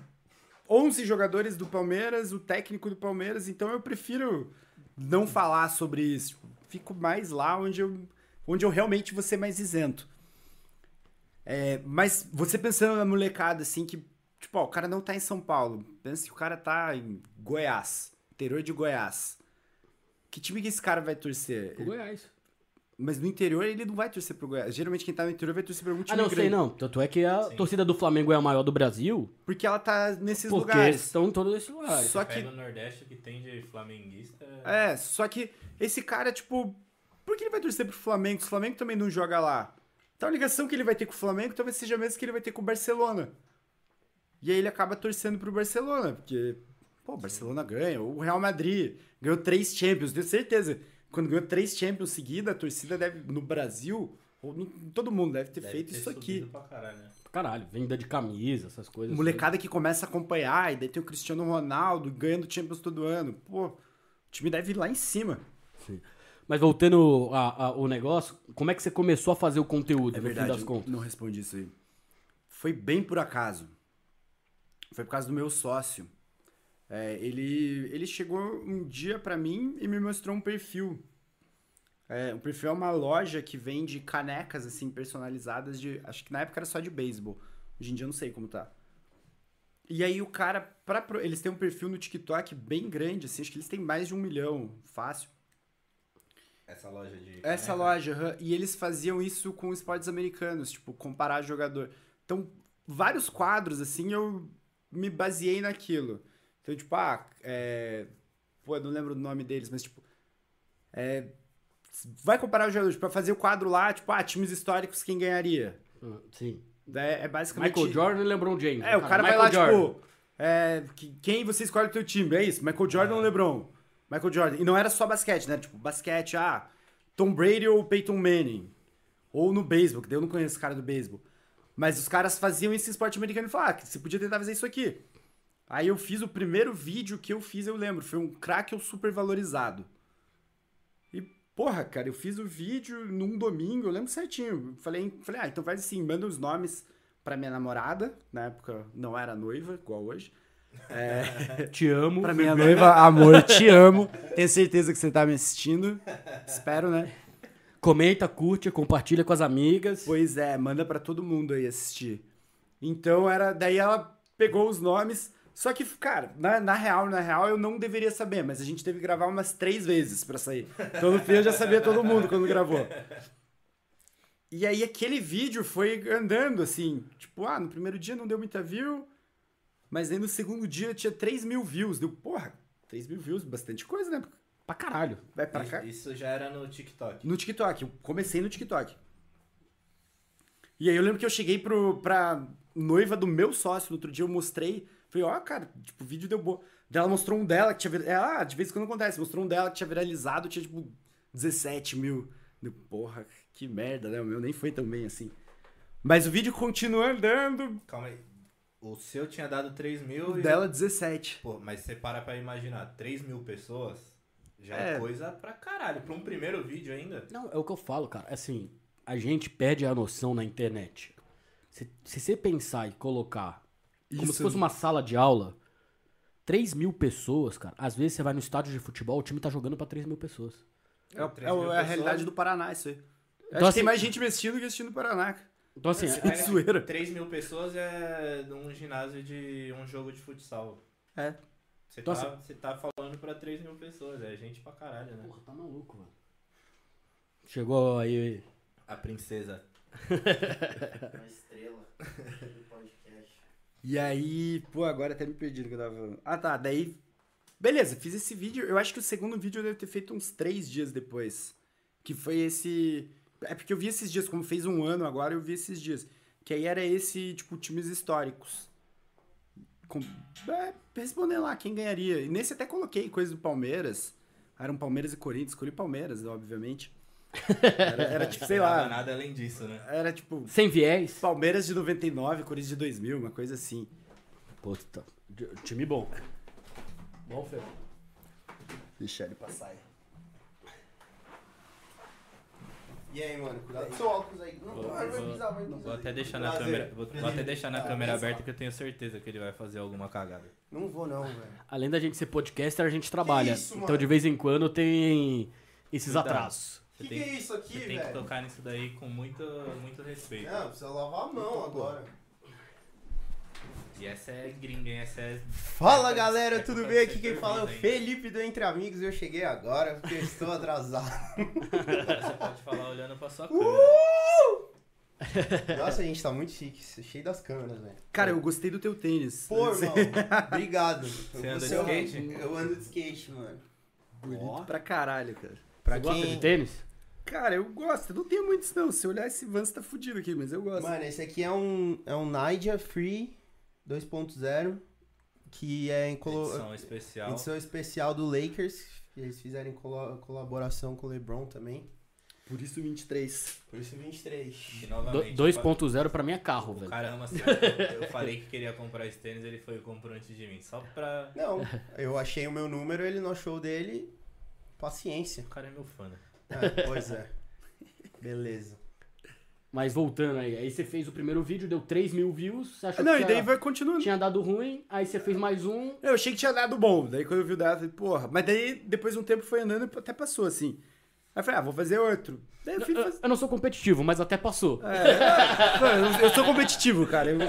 C: 11 jogadores do Palmeiras, o técnico do Palmeiras, então eu prefiro não falar sobre isso. Tipo, Fico mais lá onde eu, onde eu realmente vou ser mais isento. É, mas você pensando na molecada, assim, que, tipo, ó, o cara não tá em São Paulo. Pensa que o cara tá em Goiás, interior de Goiás. Que time que esse cara vai torcer?
A: O
C: Ele-
A: Goiás.
C: mas no interior ele não vai torcer pro Goiás. Geralmente quem tá no interior vai torcer pra algum time
A: Ah, não,
C: grande.
A: sei não. Tanto é que a torcida do Flamengo é a maior do Brasil,
C: Porque ela tá nesses
A: porque tá eles
C: lugares.
A: estão em todos esses lugares.
C: Só
B: Pega
C: que.
B: o Nordeste o que tem de flamenguista.
C: É, só que esse cara, tipo, por que ele vai torcer pro Flamengo? O Flamengo também não joga lá. Então a ligação que ele vai ter com o Flamengo talvez seja a mesma que ele vai ter com o Barcelona. E aí ele acaba torcendo pro Barcelona, porque, pô, o Barcelona ganha, ou o Real Madrid ganhou três Champions, tenho certeza. Quando ganhou três Champions seguida, a torcida deve, no Brasil, ou no- todo mundo deve ter
B: deve
C: feito
B: ter
C: isso aqui.
B: subido Pra caralho, né?
A: Caralho, venda de camisa, essas coisas.
C: Molecada que começa a acompanhar, e daí tem o Cristiano Ronaldo ganhando Champions todo ano. Pô, o time deve ir lá em cima.
A: Sim. Mas voltando a- a- ao negócio, como é que você começou a fazer o conteúdo, no fim das
C: É eu
A: contas?
C: Não respondi isso aí. Foi bem por acaso. Foi por causa do meu sócio. É, ele, ele chegou um dia pra mim e me mostrou um perfil. É, o perfil é uma loja que vende canecas assim personalizadas de, acho que na época era só de beisebol. Hoje em dia eu não sei como tá. E aí o cara, pra, pro- eles têm um perfil no TikTok bem grande, assim, acho que eles têm mais de um milhão, fácil.
B: Essa loja de. é
C: Essa
B: caneca.
C: loja, aham, e eles faziam isso com esportes americanos, tipo, comparar jogador. Então, vários quadros, assim, eu me baseei naquilo. Então, tipo, ah, é... Pô, eu não lembro o nome deles, mas, tipo... é, Vai comparar o jogador, tipo, pra fazer o quadro lá, tipo, ah, times históricos, quem ganharia?
A: Hum, Sim.
C: Daí É basicamente...
A: Michael Jordan e LeBron James.
C: É, o cara, vai
A: Michael
C: lá,
A: Jordan.
C: tipo... é, que- quem você escolhe o teu time? É isso, Michael Jordan ou LeBron? Michael Jordan. E não era só basquete, né? Tipo, basquete, ah, Tom Brady ou Peyton Manning. Ou no beisebol, que daí eu não conheço o cara do beisebol. Mas os caras faziam esse esporte americano e falaram, ah, você podia tentar fazer isso aqui. Aí eu fiz o primeiro vídeo que eu fiz, eu lembro, foi um crack super valorizado. E, porra, cara, eu fiz o vídeo num domingo, eu lembro certinho. Falei, falei ah, então faz assim, manda os nomes pra minha namorada, na época não era noiva, igual hoje.
A: Te amo.
C: Pra é minha noiva, amor, te amo. Tenho certeza que você tá me assistindo. Espero, né?
A: Comenta, curte, compartilha com as amigas.
C: Pois é, manda pra todo mundo aí assistir. Então era. Daí ela pegou os nomes. Só que, cara, na, na real, na real, eu não deveria saber, mas a gente teve que gravar umas três vezes pra sair. Então no fim eu já sabia todo mundo quando gravou. E aí aquele vídeo foi andando, assim. Tipo, ah, no primeiro dia não deu muita view, mas aí no segundo dia tinha 3 mil views. Deu, porra, 3 mil views, bastante coisa, né?
A: Pra caralho.
C: Vai pra cá.
B: é? Isso já era no TikTok.
C: No TikTok, eu comecei no TikTok. E aí eu lembro que eu cheguei pro, pra noiva do meu sócio, no outro dia eu mostrei, falei, ó, cara, tipo, o vídeo deu boa. Daí ela mostrou um dela que tinha vir- Ela, ah, de vez em quando acontece, mostrou um dela que tinha viralizado, tinha tipo 17 mil. Eu, Porra, que merda, né? O meu nem foi tão bem assim. Mas o vídeo continua andando,
B: Calma aí. O seu tinha dado 3 mil
C: o
B: e.
C: dela 17.
B: Pô, mas você para pra imaginar, 3 mil pessoas já
C: É.
B: é coisa pra caralho. Pra um primeiro vídeo ainda.
A: Não, é o que eu falo, cara. Assim, a gente perde a noção na internet. Se, se você pensar e colocar como
C: Isso.
A: se fosse uma sala de aula, 3 mil pessoas, cara. Às vezes você vai no estádio de futebol, o time tá jogando pra 3 mil pessoas.
C: É, o- Então,
B: 3
C: é, o-
B: mil
C: é a
B: pessoas.
C: realidade do Paraná, isso aí. Acho que
A: assim-
C: tem mais gente me assistindo que assistindo o Paraná. cara.
A: Então, assim,
B: Você
A: é-
B: pega
C: zoeira.
B: 3 mil pessoas é num ginásio de um jogo de futsal.
C: É.
B: Você
A: Então,
C: assim-
B: tá, você tá falando pra 3 mil pessoas, é gente pra caralho, né?
A: Porra, tá maluco, mano. Chegou aí.
B: A princesa.
D: É Uma estrela do podcast.
C: E aí, pô, agora até me perdi do que eu tava falando. Ah, tá, daí. Beleza, fiz esse vídeo. Eu acho que o segundo vídeo eu devo ter feito uns três dias depois. Que foi esse. É porque eu vi esses dias, como fez um ano agora, eu vi esses dias. Que aí era esse, tipo, times históricos. Com... É, responder lá quem ganharia. E nesse até coloquei coisa do Palmeiras. Eram Palmeiras e Corinthians, escolhi Palmeiras, obviamente. Era, era tipo, sei
B: Nada,
C: lá.
B: nada além disso, né?
C: Era tipo.
A: Sem viés.
C: Palmeiras de 99, Corinthians de 2000, uma coisa assim.
A: Puta. d- Time bom. Bom, Fê.
C: Deixa ele
D: Passai. E aí, mano, cuidado com seu óculos aí. Não,
B: Vou-
D: vai pisar, vai
B: Vou
D: pisar.
B: até deixar na
D: Prazer.
B: câmera, vou, vou até deixar na
D: Ah,
B: câmera
D: pensa.
B: aberta que eu tenho certeza que ele vai fazer alguma cagada.
D: Não vou não, velho.
A: Além da gente ser podcaster, a gente trabalha.
D: isso,
A: então,
D: mano?
A: de vez em quando, tem esses
B: Cuidado.
A: atrasos.
B: Você
D: Que que
B: tem,
D: é isso aqui,
B: você tem que
D: velho?
B: tocar nisso daí com muito, muito respeito.
D: Não, precisa lavar a mão agora.
B: E essa é gringa, hein? Essa é.
D: Fala
B: essa-
D: galera,
B: essa
D: tudo
B: tá
D: bem? Aqui quem
B: dormindo
D: fala é o
B: ainda.
D: Felipe do Entre Amigos e eu cheguei agora porque eu estou atrasado.
B: Você pode falar olhando pra
D: Uh!
B: sua câmera.
D: Nossa, a gente tá muito chique, cheio das câmeras, velho.
C: Cara, eu gostei do teu tênis.
D: Pô,
C: Você- é
D: irmão, obrigado.
B: Você anda de
D: Eu- um-
B: skate?
D: Eu ando de skate, mano.
C: Bonito pra caralho, cara.
D: Pra
A: Você gosta de tênis?
C: Cara, eu gosto. Eu Não tenho muitos, não. Se olhar esse Vans, tá fudido aqui, mas eu gosto.
D: Mano, esse aqui é um, é um Nidia Free 2.0, que é em colo- edição.
B: Edição especial.
D: é especial do Lakers, que eles fizeram em colo- colaboração com o LeBron também.
C: Por isso 23.
D: Por isso 23.
B: E
A: Do-
B: novamente, eu falo-
A: 2.0 pra mim é carro,
B: O
A: velho.
B: cara ama assim, eu eu falei que queria comprar esse tênis, ele foi e comprou antes de mim. Só pra.
D: Não, eu achei o meu número, ele não achou o dele. Paciência.
B: O cara é meu fã, né?
D: Ah, pois é. Beleza.
A: Mas voltando aí, aí você fez o primeiro vídeo, deu 3 mil views, você achou
C: Ah, Não,
A: que
C: e daí
A: tinha,
C: vai continuando.
A: tinha dado ruim, aí você fez mais um.
C: Eu achei que tinha dado bom. Daí quando eu vi o dado, eu falei, porra. Mas daí, depois de um tempo, foi andando e até passou, assim. Aí eu falei, ah, vou fazer outro. Daí eu fui fazer...
A: Eu, eu não sou competitivo, mas até passou.
C: Mano, eu- eu sou competitivo, cara. Eu,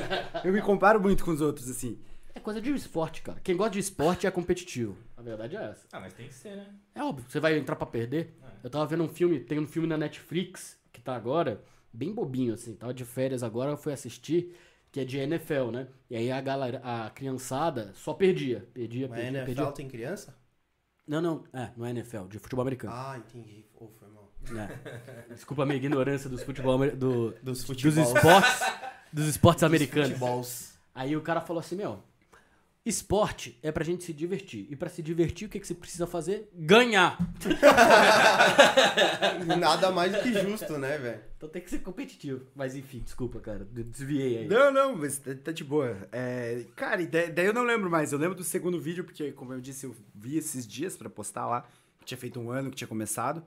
C: eu me comparo muito com os outros, assim.
A: É coisa de esporte, cara. Quem gosta de esporte é competitivo. A verdade é essa.
B: Ah, mas tem que ser, né?
A: É óbvio, você vai entrar pra perder. Eu tava vendo um filme, tem um filme na Netflix que tá agora, bem bobinho assim, tava de férias agora, eu fui assistir, que é de NFL, né? E aí a galera, a criançada só perdia, perdia,
D: Mas
A: perdia,
D: NFL
A: perdia.
D: tem criança?
A: Não, não, é, não é NFL, de futebol americano.
D: Ah, entendi. Ô, foi mal.
A: É. Desculpa a minha ignorância dos futebol amer- do,
D: Tipo, Dos
A: dos
D: futebol.
A: esportes, dos esportes americanos.
D: Futebols.
A: Aí o cara falou assim, meu, esporte é pra gente se divertir. E pra se divertir, o que, que você precisa fazer? Ganhar!
D: Nada mais do que justo, né, velho?
A: Então tem que ser competitivo. Mas enfim, desculpa, cara, desviei aí.
C: Não, não, mas tá, tá de boa. É, cara, e daí, daí eu não lembro mais. Eu lembro do segundo vídeo, porque, como eu disse, eu vi esses dias pra postar lá. Que tinha feito um ano que tinha começado.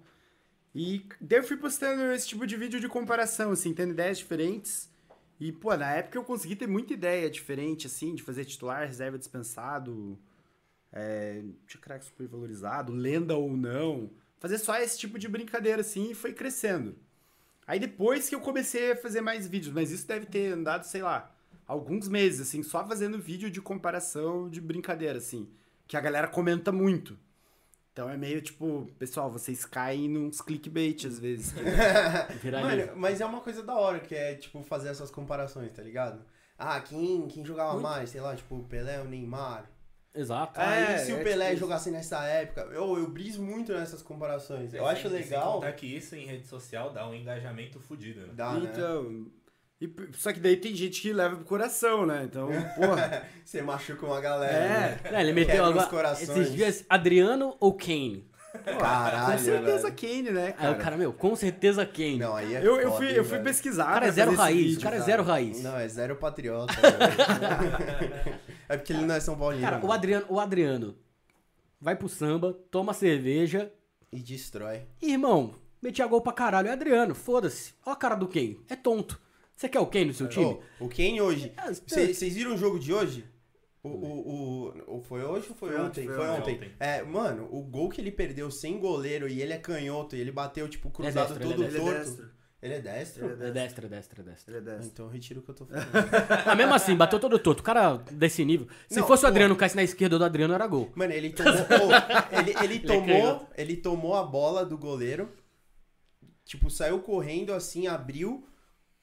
C: E daí eu fui postando esse tipo de vídeo de comparação, assim, tendo ideias diferentes. E, pô, na época eu consegui ter muita ideia diferente, assim, de fazer titular, reserva dispensado, é, de craque super valorizado, lenda ou não. Fazer só esse tipo de brincadeira, assim, e foi crescendo. Aí depois que eu comecei a fazer mais vídeos, mas isso deve ter andado, sei lá, alguns meses, assim, só fazendo vídeo de comparação de brincadeira, assim, que a galera comenta muito. Então é meio tipo, pessoal, vocês caem nos clickbait às vezes.
A: Virar
D: Mano, mas é uma coisa da hora, que é, tipo, fazer essas comparações, tá ligado? Ah, quem, quem jogava mais, sei lá, tipo, o Pelé ou o Neymar.
A: Exato.
D: Aí,
C: É,
D: se o
C: é
D: Pelé
C: tipo isso.
D: jogasse nessa época, eu, eu briso muito nessas comparações. Eu
B: É, Sem-
D: acho
B: Sem
D: legal.
B: contar que isso em rede social dá um engajamento fudido, né?
D: Dá, né?
C: então. e p- só que daí tem gente que leva pro coração, né? Então, porra.
D: Você machuca uma galera.
C: É.
D: né?
A: É, ele
D: Quebra
A: meteu
D: os
A: agora.
D: corações.
A: Esses dias, Adriano ou Kane?
D: Caralho,
C: com certeza
D: velho.
C: Kane, né,
A: Aí
C: cara?
A: o cara, meu, com certeza Kane.
D: Não, aí é
C: eu, eu
D: foda,
C: fui,
D: hein,
C: eu fui
D: velho.
C: pesquisar.
A: o cara é
C: pra
A: zero
C: fazer esse
A: raiz,
C: vídeo,
A: o cara é
C: cara.
A: zero raiz.
D: Não, é zero patriota. velho. é porque ele não é São Paulino.
A: Cara, o
D: mano.
A: Adriano, o Adriano vai pro samba, toma cerveja,
D: E destrói.
A: e, irmão, metia gol pra caralho. É Adriano, foda-se. Ó a cara do Kane, é tonto. Você quer o Kane no seu
D: É,
A: time?
D: Ô, o Kane hoje.
A: Ah,
D: Vocês viram o jogo de hoje? O, o, o- o- foi hoje ou foi,
C: Foi
D: ontem?
C: ontem,
D: Foi
C: foi
D: ontem.
B: ontem.
D: É, mano, o gol que ele perdeu sem goleiro e ele é canhoto e ele bateu, tipo, cruzado
A: destro, ele é
D: todo
C: Ele é
D: torto.
C: destro.
D: Ele é destro?
A: É destra, é destra, é destra.
C: Ele é destro.
D: Então eu retiro o que eu tô falando.
A: Mas mesmo assim, bateu todo torto. O cara desse nível. Se
D: Não,
A: fosse o
D: pô.
A: Adriano caísse na esquerda do Adriano, era gol.
D: Mano, ele tomou. ô, ele, ele tomou.
A: canhoto.
D: Ele tomou a bola do goleiro. Tipo, saiu correndo assim, abriu.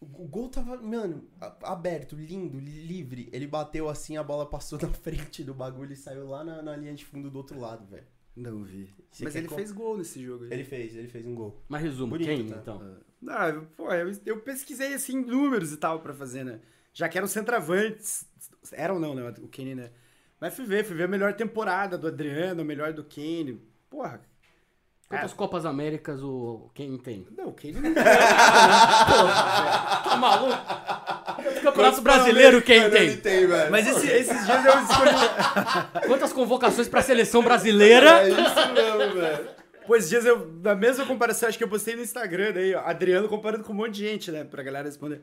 D: O o gol tava, mano, a- aberto, lindo, li- livre. Ele bateu assim, a bola passou na frente do bagulho e saiu lá na, na linha de fundo do outro lado, velho.
C: Não vi.
D: Você
C: Mas
D: quer
C: ele
D: com-
C: fez gol nesse jogo. aí.
D: Ele fez, ele fez um gol.
A: Mas resumo,
D: Bonito,
A: Kane,
D: tá?
A: então.
C: Ah, eu- pô, eu, eu pesquisei assim números e tal pra fazer, né? Já que eram centravantes. Eram não, né? O Kane, né? Mas fui ver, fui ver a melhor temporada do Adriano, a melhor do Kane. Porra,
A: Quantas Copas Américas o Kane tem?
C: não, o Kane não.
A: Tá maluco? Campeonato brasileiro, Kane
D: Mano,
A: tem.
D: Ele tem, velho.
C: Mas esse- esses dias eu escolhi.
A: Quantas convocações pra seleção brasileira?
D: É isso mesmo, velho.
C: Pô, esses dias eu. Na mesma comparação, acho que eu postei no Instagram daí, ó. Adriano comparando com um monte de gente, né? Pra galera responder.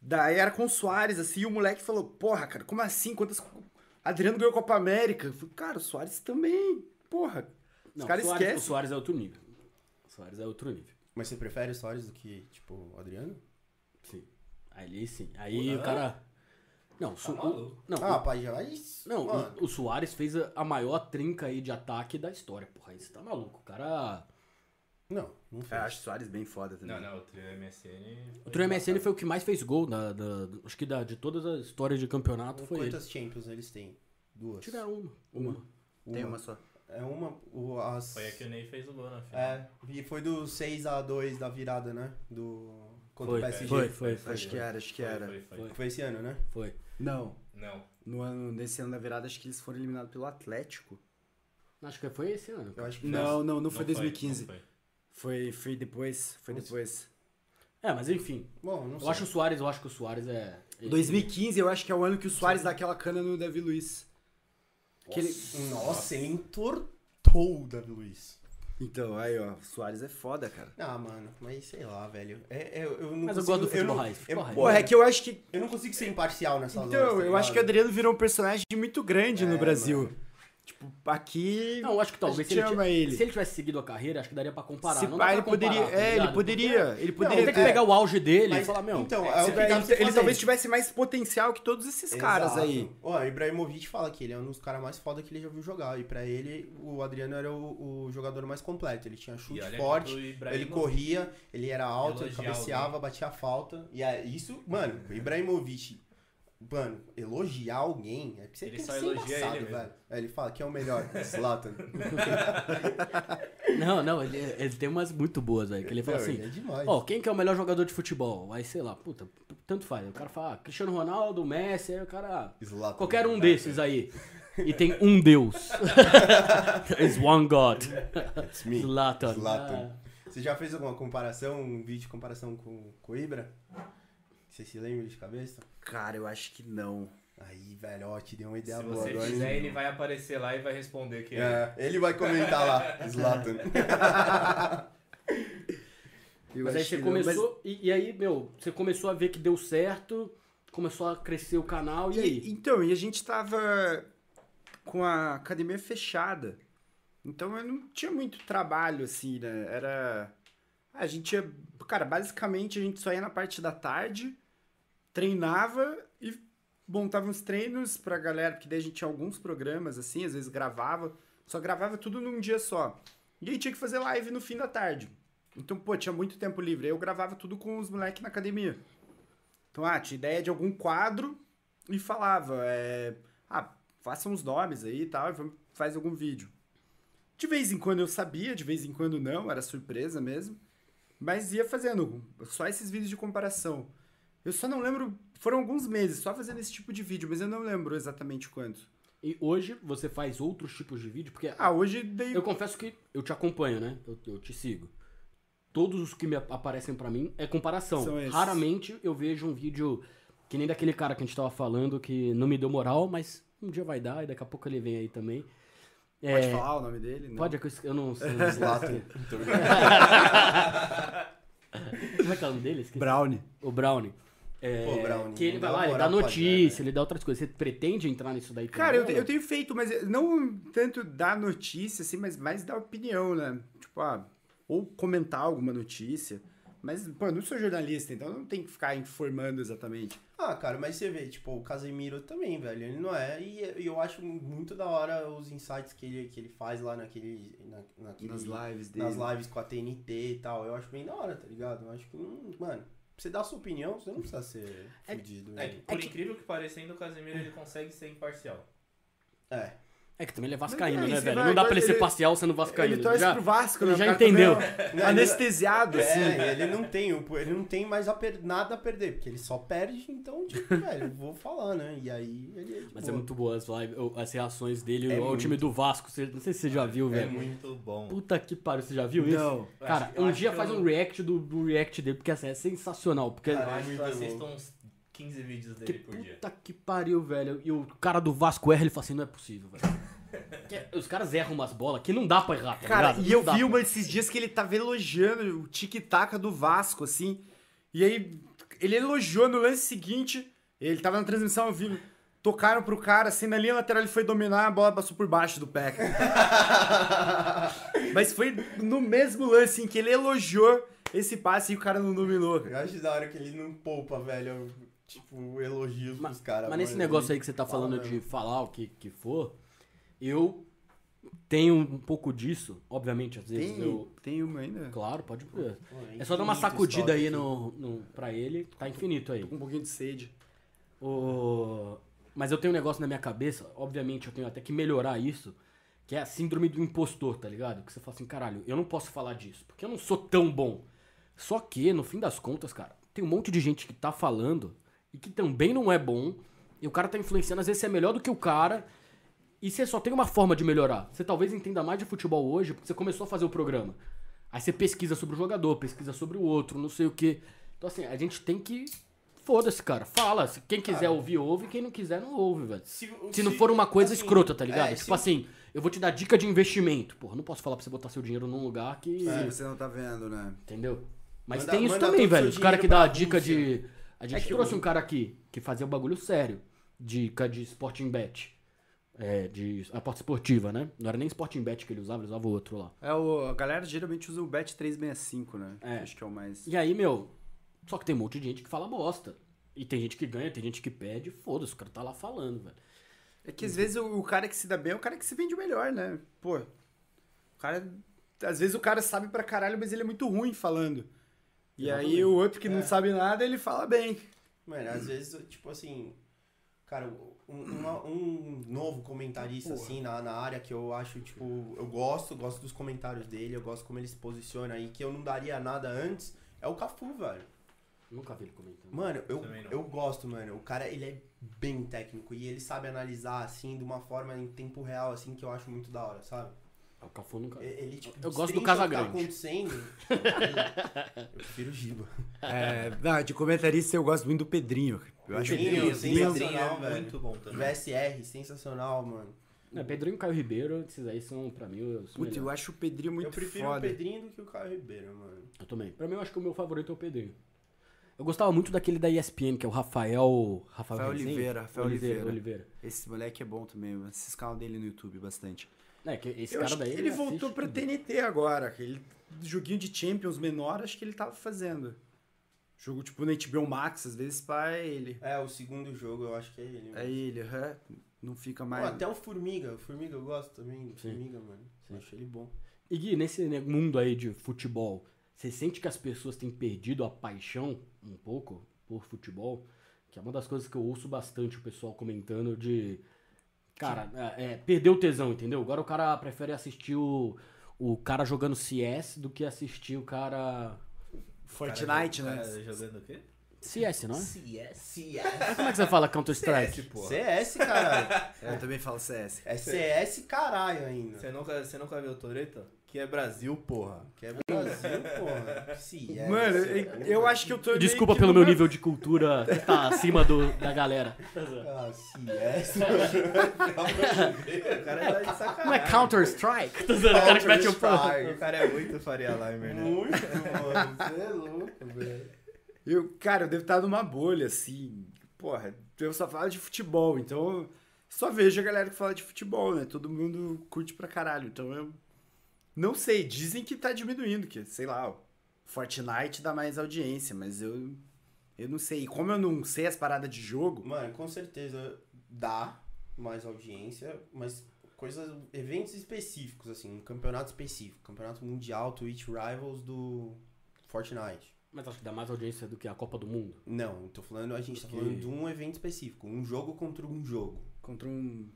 C: Daí era com o Soares, assim, e o moleque falou: Porra, cara, como assim? Quantas. Adriano ganhou Copa América. Eu falei, cara, o Soares também. Porra. Os
A: Não,
C: caras
A: Suárez-
C: esquecem.
A: O Soares é outro nível. O Soares é outro nível.
D: Mas você prefere o Soares do que, tipo, o Adriano?
A: Sim. Ali sim. Aí o cara. Não, o Su-
B: Tá maluco.
A: o... não,
D: Ah,
A: o-
D: pai, já isso.
A: não
D: mano.
A: o, o Soares fez a, a maior trinca aí de ataque da história. Porra, isso tá maluco. O cara.
D: Não, não fez.
C: Cara, É, acho o Soares bem foda também.
B: Não, não, o trio MSN.
A: O Trio MSN foi o que mais fez gol. Da, da- acho que da- de todas as histórias de campeonato foi ele.
D: Um Quantas Champions eles têm? Duas.
A: Tiraram um. uma. Uma.
C: Tem uma só.
D: É uma. O, as...
B: Foi a que o Ney fez o gol né, na final.
D: É, e foi do 6x2 da virada, né? Do. Contra
A: Foi,
D: o PSG.
A: foi, foi, foi.
C: Acho que era, acho que
B: Foi,
C: era.
B: Foi, foi,
A: Foi.
D: Foi esse ano, né?
A: Foi.
C: Não.
B: Não.
C: No ano, nesse ano da virada, acho que eles foram eliminados pelo Atlético.
A: Acho que foi esse ano.
D: Eu acho que
C: Não, não, não, foi
B: não
C: 2015.
B: não foi.
C: Foi, foi, depois, foi depois.
A: É, mas enfim.
D: foi. Bom, não sei.
A: Eu acho o Soares, eu acho que o Soares é.
C: 2015 eu acho que é o ano que o Soares dá aquela cana no Davi Luiz. Que ele-
D: Nossa, ele entortou o Davi Luiz.
C: Então, aí, ó, o Soares é foda, cara.
D: Ah, mano, mas sei lá, velho. É- é- eu, não
A: Mas eu
D: consigo-
A: gosto do futebol
D: não-
A: raiz, futebol
D: eu-
A: raiz.
D: Porra, é que
C: que eu acho que
D: eu não consigo ser imparcial tá nessa hora.
C: Então,
A: tá
C: eu
A: é
C: acho que o Adriano virou um personagem muito grande
D: É,
C: no Brasil. Tipo, aqui.
A: Não, eu acho que talvez
C: A
A: se ele,
C: gente ama
A: ti-
C: ele.
A: se ele tivesse seguido a carreira, acho que daria pra comparar.
C: se
A: não dá
C: pá,
A: pra
C: ele
A: comparar,
C: poderia.
A: tá
C: é, ele
A: ligado?
C: poderia. Ele
A: Não,
C: poderia.
A: tem que
C: é,
A: pegar o auge dele e
D: Mas,
A: falar, meu,
D: então,
A: é,
D: é o
A: você
D: que
A: pega-
D: dá-
C: ele, ele
D: Flamengo.
C: talvez tivesse mais potencial que todos esses caras
D: Exato.
C: aí.
D: Ó, o Ibrahimovic fala que ele é um dos caras mais foda que ele já viu jogar. E pra ele, o Adriano era o, o jogador mais completo. Ele tinha chute
B: olha que
D: forte,
B: pro
D: ele
B: Ibrahimovic-
D: corria, ele era alto, ele
B: Elogiar
D: cabeceava,
B: alguém.
D: batia falta. E é isso, mano, o Ibrahimovic. Mano, elogiar alguém é que você
B: Ele
D: tem que
B: só
D: ser
B: elogia
D: embaçado,
B: ele né? mesmo.
D: velho. Aí Ele fala que é o melhor, Zlatan.
A: Não, não, ele, ele tem umas muito boas aí, que ele fala
D: então- Não,
A: assim,
D: ele é demais.
A: ó, quem que é o melhor jogador de futebol? Aí, sei lá, puta, t- tanto faz. Aí O cara fala, ah, Cristiano Ronaldo, Messi, aí o cara...
D: Zlatan.
A: Qualquer um desses aí. E tem um Deus. There is one God.
D: It's me,
A: Zlatan. Ah.
D: Zlatan. Você já fez alguma comparação, um vídeo de comparação com, com o Ibra? Você se lembra de cabeça?
C: Cara, eu acho que não.
D: Aí, velho, ó, te dei uma ideia
B: Se
D: boa.
B: você
D: é agora
B: fizer, ele vai aparecer lá e vai responder que é.
D: É, ele vai comentar lá, Zlatan.
C: Eu
A: Mas aí
C: acho
A: você
C: que não, mas-
A: começou, e, e aí, meu, você começou a ver que deu certo, começou a crescer o canal, e,
C: E-
A: aí?
C: então, e a gente tava com a academia fechada. Então eu não tinha muito trabalho, assim, né? Era. A gente ia. Cara, basicamente a gente só ia na parte da tarde, treinava e montava uns treinos pra galera, porque daí a gente tinha alguns programas, assim, às vezes gravava. Só gravava tudo num dia só. E aí tinha que fazer live no fim da tarde. Então, pô, tinha muito tempo livre. Aí eu gravava tudo com os moleques na academia. Então, ah, tinha ideia de algum quadro e falava, é, ah, faça uns nomes aí e tal, e vamos- faz algum vídeo. De vez em quando eu sabia, de vez em quando não, era surpresa mesmo. Mas ia fazendo só esses vídeos de comparação. Eu só não lembro, foram alguns meses só fazendo esse tipo de vídeo, mas eu não lembro exatamente quanto.
A: E hoje você faz outros tipos de vídeo, porque
C: Ah, hoje dei.
A: eu confesso que eu te acompanho, né? Eu, eu te sigo. Todos os que me ap- aparecem pra mim é comparação.
C: São esses.
A: Raramente eu vejo um vídeo que nem daquele cara que a gente tava falando que não me deu moral, mas um dia vai dar e daqui a pouco ele vem aí também.
C: Pode falar o nome dele? né? Não.
A: Pode, é que eu esque- eu não sei. Eu não sei
D: Zlatan.
A: Como é que é o nome dele? Esqueci.
C: Brownie.
A: O Brownie. É,
D: Pô, Brownie,
A: Que ele
D: não
A: vai
D: dá
A: lá, ele dá
D: moral pra
A: notícia,
D: galera.
A: ele dá outras coisas. Você pretende entrar nisso daí?
C: Cara, eu,
A: também,
C: eu tenho feito, mas eh, não tanto dar notícia, assim, mas mais dar opinião, né? Tipo, ah, ou comentar alguma notícia. Mas, pô, eu não sou jornalista, então eu não tenho que ficar informando exatamente.
D: ah, cara, mas você vê, tipo, o Casemiro também, velho, ele não é. E, e eu acho muito da hora os insights que ele, que ele faz lá naquele, na, naquele-
C: Nas lives dele.
D: nas lives com a TNT e tal. Eu acho bem da hora, tá ligado? Eu acho que, hum, mano, pra você dar sua opinião, você não precisa ser
A: É-
D: fudido. né?
B: É que,
D: velho.
B: por incrível que pareça, ainda o Casemiro ele consegue ser imparcial.
D: É.
A: É que também ele é vascaíno,
C: Mas é
A: né,
C: isso,
A: velho?
C: vai,
A: Não dá pra
C: vai,
A: ele ser
C: ele-
A: parcial sendo vascaíno.
C: Ele torce
A: já,
C: pro Vasco, né?
A: ele
C: O
A: já
C: cara
A: entendeu.
C: tá meio
D: Ele-
C: Anestesiado, assim.
D: É, ele não tem, o- ele não tem mais a per- nada a perder, porque ele só perde, então, tipo, velho, eu vou falar, né? E aí ele é de
A: Mas é
D: boa.
A: muito boa as, live- as reações dele
D: É
A: ao
D: muito.
A: time do Vasco. Você- Não sei se você já viu,
B: É
A: velho.
B: muito bom.
A: Puta que pariu,
C: é,
A: você já viu isso?
C: Não.
B: Eu
A: Cara,
B: acho- eu
A: um
B: acho
A: dia
B: que
A: faz
B: eu-
A: um react do, do react dele, porque assim, é sensacional. Porque
B: Eu
D: Cara,
B: acho que eu
D: muito
B: assisto
D: bom.
B: uns 15 vídeos
A: é Que
B: dele por dia.
A: puta que pariu, velho. E o cara do Vasco erra, ele fala assim, não é possível, velho. Que- é, Os caras erram umas bolas que não dá pra errar, tá
C: Cara,
A: ligado?
C: e
A: Não
C: eu
A: dá
C: vi
A: pra-
C: uma esses dias que ele tava elogiando o tic-tac do Vasco, assim. E aí, ele elogiou no lance seguinte. Ele tava na transmissão ao vivo. Tocaram pro cara, assim, na linha lateral ele foi dominar, a bola passou por baixo do pé. Mas foi no mesmo lance em que ele elogiou esse passe e o cara não dominou. cara.
D: Eu acho da hora que ele não poupa, velho, tipo, elogios
A: Ma-
D: pros caras.
A: Mas nesse
D: mano.
A: negócio aí que você tá
D: fala
A: falando
D: mesmo.
A: de falar o que, que for, eu tenho um pouco disso, obviamente, às vezes eu.
C: tem uma ainda?
A: Claro, pode.
D: Pô,
A: É só dar uma
D: infinito
A: sacudida aí
D: estoque aqui.
A: no, no, pra ele, tá infinito aí.
C: Com um pouquinho de sede.
A: O- Mas eu tenho um negócio na minha cabeça, obviamente eu tenho até que melhorar isso, que é a síndrome do impostor, tá ligado? Que você fala assim, caralho, eu não posso falar disso, porque eu não sou tão bom. Só que, no fim das contas, cara, tem um monte de gente que tá falando e que também não é bom, e o cara tá influenciando, às vezes você é melhor do que o cara, e você só tem uma forma de melhorar. Você talvez entenda mais de futebol hoje porque você começou a fazer o programa. Aí você pesquisa sobre o jogador, pesquisa sobre o outro, não sei o quê. Então, assim, a gente tem que. Foda-se, cara. Fala. Se Quem quiser ouvir, ouve. Quem não quiser, não ouve, velho.
D: Se,
A: Se não for uma coisa
D: assim,
A: escrota, tá ligado?
D: é,
A: tipo
D: se-
A: assim, Eu vou te dar dica de investimento. Porra, não posso falar pra você botar seu dinheiro num lugar que.
C: Se você não tá vendo, né?
A: Entendeu? Mas
D: É. Manda-
A: tem isso
D: manda
A: também,
D: todo o seu
A: velho. Os caras que
D: dinheiro
A: dá a
D: pra
A: dica
D: Rússia.
A: de. A gente
D: É que
A: trouxe
D: o-
A: um cara aqui que fazia um bagulho sério. Dica de Sporting Bet. É, de aposta esportiva, né? Não era nem Sporting Bet que ele usava, ele usava o outro lá.
C: É, o, a galera geralmente usa o Bet365, né?
A: É.
C: Acho que é o mais.
A: E aí, meu, só que tem um monte de gente que fala bosta. E tem gente que ganha, tem gente que perde, foda-se, o cara tá lá falando, velho.
C: É que às vezes o, o cara que se dá bem é o cara que se vende melhor, né? Pô, o cara. Às vezes o cara sabe pra caralho, mas ele é muito ruim falando. E aí o outro que
A: É.
C: não sabe nada, ele fala bem.
D: Mano, às vezes, tipo assim. Cara, um, uma- um novo comentarista, assim, na, na área que eu acho, tipo, eu gosto, gosto dos comentários dele, eu gosto como ele se posiciona e que eu não daria nada antes, é o Cafu, velho.
A: Nunca vi ele comentando.
D: Mano, eu,
B: Também não.
D: eu gosto, mano. O cara, ele é bem técnico e ele sabe analisar, assim, de uma forma em tempo real, assim, que eu acho muito da hora, sabe?
A: É, O Cafu nunca.
D: E- Ele, tipo,
A: Eu gosto do
D: destrincha o
A: Casagrande.
D: Que tá acontecendo. eu prefiro o Giba.
C: É, não, de comentarista eu gosto muito do Pedrinho. Eu acho
D: Pedrinho,
C: que o
D: sensacional,
B: Pedrinho é
D: velho.
B: muito bom também.
D: VSR, sensacional, mano.
A: É, Pedrinho e Caio Ribeiro, esses aí são, pra mim, os
C: Puta,
A: melhores.
C: eu acho o Pedrinho muito
D: eu prefiro
C: foda.
D: o Pedrinho do que o Caio Ribeiro, mano.
A: Eu também. Pra mim, eu acho que o meu favorito é o Pedrinho. Eu gostava muito daquele da ESPN, que é o Rafael. Rafael
C: Rafael
A: Rezende?
C: Oliveira, Rafael Oliveira.
A: Oliveira.
C: Esse moleque é bom também, mano. Esses canal dele no YouTube bastante.
A: É, que esse
C: Eu
A: cara
C: acho que
A: daí.
C: ele voltou
A: assiste
C: pra
A: tudo.
C: TNT agora. Aquele joguinho de Champions menor, acho que ele tava fazendo. Jogo tipo no HBO Max, às vezes pá, é ele.
D: É, o segundo jogo eu acho que é ele. mano.
C: É ele, aham. Não fica
D: Pô,
C: mais.
D: até o Formiga. O Formiga eu gosto também do
A: Sim.
D: Formiga, mano.
A: Sim.
D: Acho ele bom.
A: E Gui, nesse né, mundo aí de futebol, você sente que as pessoas têm perdido a paixão um pouco por futebol? Que é uma das coisas que eu ouço bastante o pessoal comentando de. Cara, é, é, perdeu o tesão, entendeu? Agora o cara prefere assistir o, o cara jogando CS do que assistir o cara.
C: um Fortnite,
B: o cara,
C: né?
B: O cara jogando o quê?
A: CS, não é?
B: CS.
A: Mas como é que você fala Counter-Strike?
B: CS, pô.
D: CS, caralho.
C: Eu também falo CS.
D: é CS, caralho, ainda.
B: Você nunca, você nunca viu o Toreto? Que é Brasil, porra.
D: Que é Brasil, porra. CS.
C: Mano,
D: é
C: eu, eu acho que eu tô. meio
A: Desculpa
C: que
A: pelo
C: numa-
A: meu nível de cultura que tá acima do, da galera.
D: Ah, CS, mano.
B: O cara tá de sacanagem.
A: Não é Counter-Strike? Tô zoando, o cara que mete o pau.
B: O cara é muito Faria Limer, né?
D: Muito, mano. Você é louco, velho.
C: Eu, cara, eu devo estar numa bolha, assim. Porra, eu só falo de futebol, então. Só vejo a galera que fala de futebol, né? Todo mundo curte pra caralho. Então eu. Não sei, dizem que tá diminuindo, que, sei lá, o Fortnite dá mais audiência, mas eu. Eu não sei. E como eu não sei as paradas de jogo.
D: Tipo, Mano, com certeza dá mais audiência, mas coisas, eventos específicos, assim, um campeonato específico, campeonato mundial, Twitch Rivals do Fortnite.
A: Mas acho que dá mais audiência do que a Copa do Mundo.
D: Não, tô falando, a gente tá
A: Ok.
D: falando de um evento específico, um jogo contra um jogo.
C: Contra um. um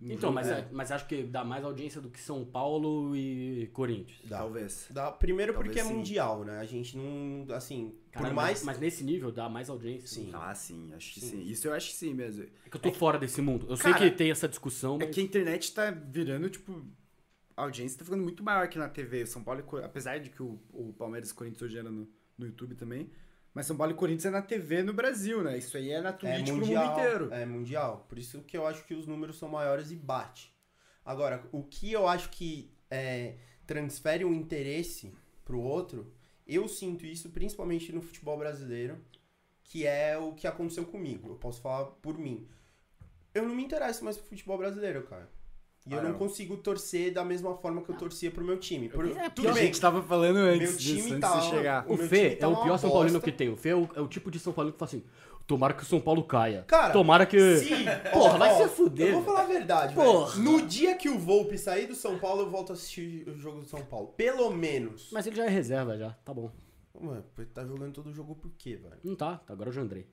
A: Então,
C: jogo-
A: mas,
C: é,
A: é- mas acho que dá mais audiência do que São Paulo e Corinthians.
D: Dá.
C: Talvez.
D: Dá, primeiro
C: Talvez
D: porque é
C: sim.
D: mundial, né? A gente não, assim,
A: Caralho,
D: por
A: mas-
D: mais...
A: Mas nesse nível dá mais audiência.
D: Sim.
C: Ah, sim, acho que
D: Sim.
C: sim. Isso eu acho que sim mesmo.
A: É que eu tô fora desse mundo. Eu
C: Cara,
A: sei que tem essa discussão,
C: É
A: mas.
C: que a internet tá virando, tipo. A audiência tá ficando muito maior que na TV. O São Paulo, e Cor- apesar de que o, o Palmeiras e o Corinthians hoje era no, no YouTube também. Mas São Paulo e Corinthians é na TV no Brasil, né? Isso aí é Tá na
D: É
C: Twitch pro mundo
D: mundial,
C: inteiro.
D: é mundial. Por isso que eu acho que os números são maiores e bate. Agora, o que eu acho que é, transfere um interesse pro outro, eu sinto isso principalmente no futebol brasileiro, que é o que aconteceu comigo. Eu posso falar por mim. Eu não me interesso mais pro futebol brasileiro, cara. E
C: Ah,
D: eu não
C: eu-
D: consigo torcer da mesma forma que eu torcia pro meu time. Por-
A: É,
C: Que
D: tudo bem.
C: a gente tava falando antes
D: Meu
C: disso,
D: time
C: antes
D: tá-
C: de chegar.
D: o
A: O
D: meu
A: Fê
D: time tá
A: é o
D: uma
A: pior São Paulino
D: bosta.
A: que tem. O Fê é o, é o tipo de São Paulino que fala assim: tomara que o São Paulo caia.
D: Cara,
A: tomara que.
D: Se,
A: Porra, vai se
D: Eu
A: fuder,
D: vou falar a verdade,
A: Porra.
D: velho. No dia que o Volpe sair do São Paulo, eu volto a assistir o jogo do São Paulo. Pelo menos.
A: Mas ele já é reserva já. Tá bom.
D: Mano, ele tá jogando todo jogo por quê, velho?
A: Não tá. Agora eu já andrei.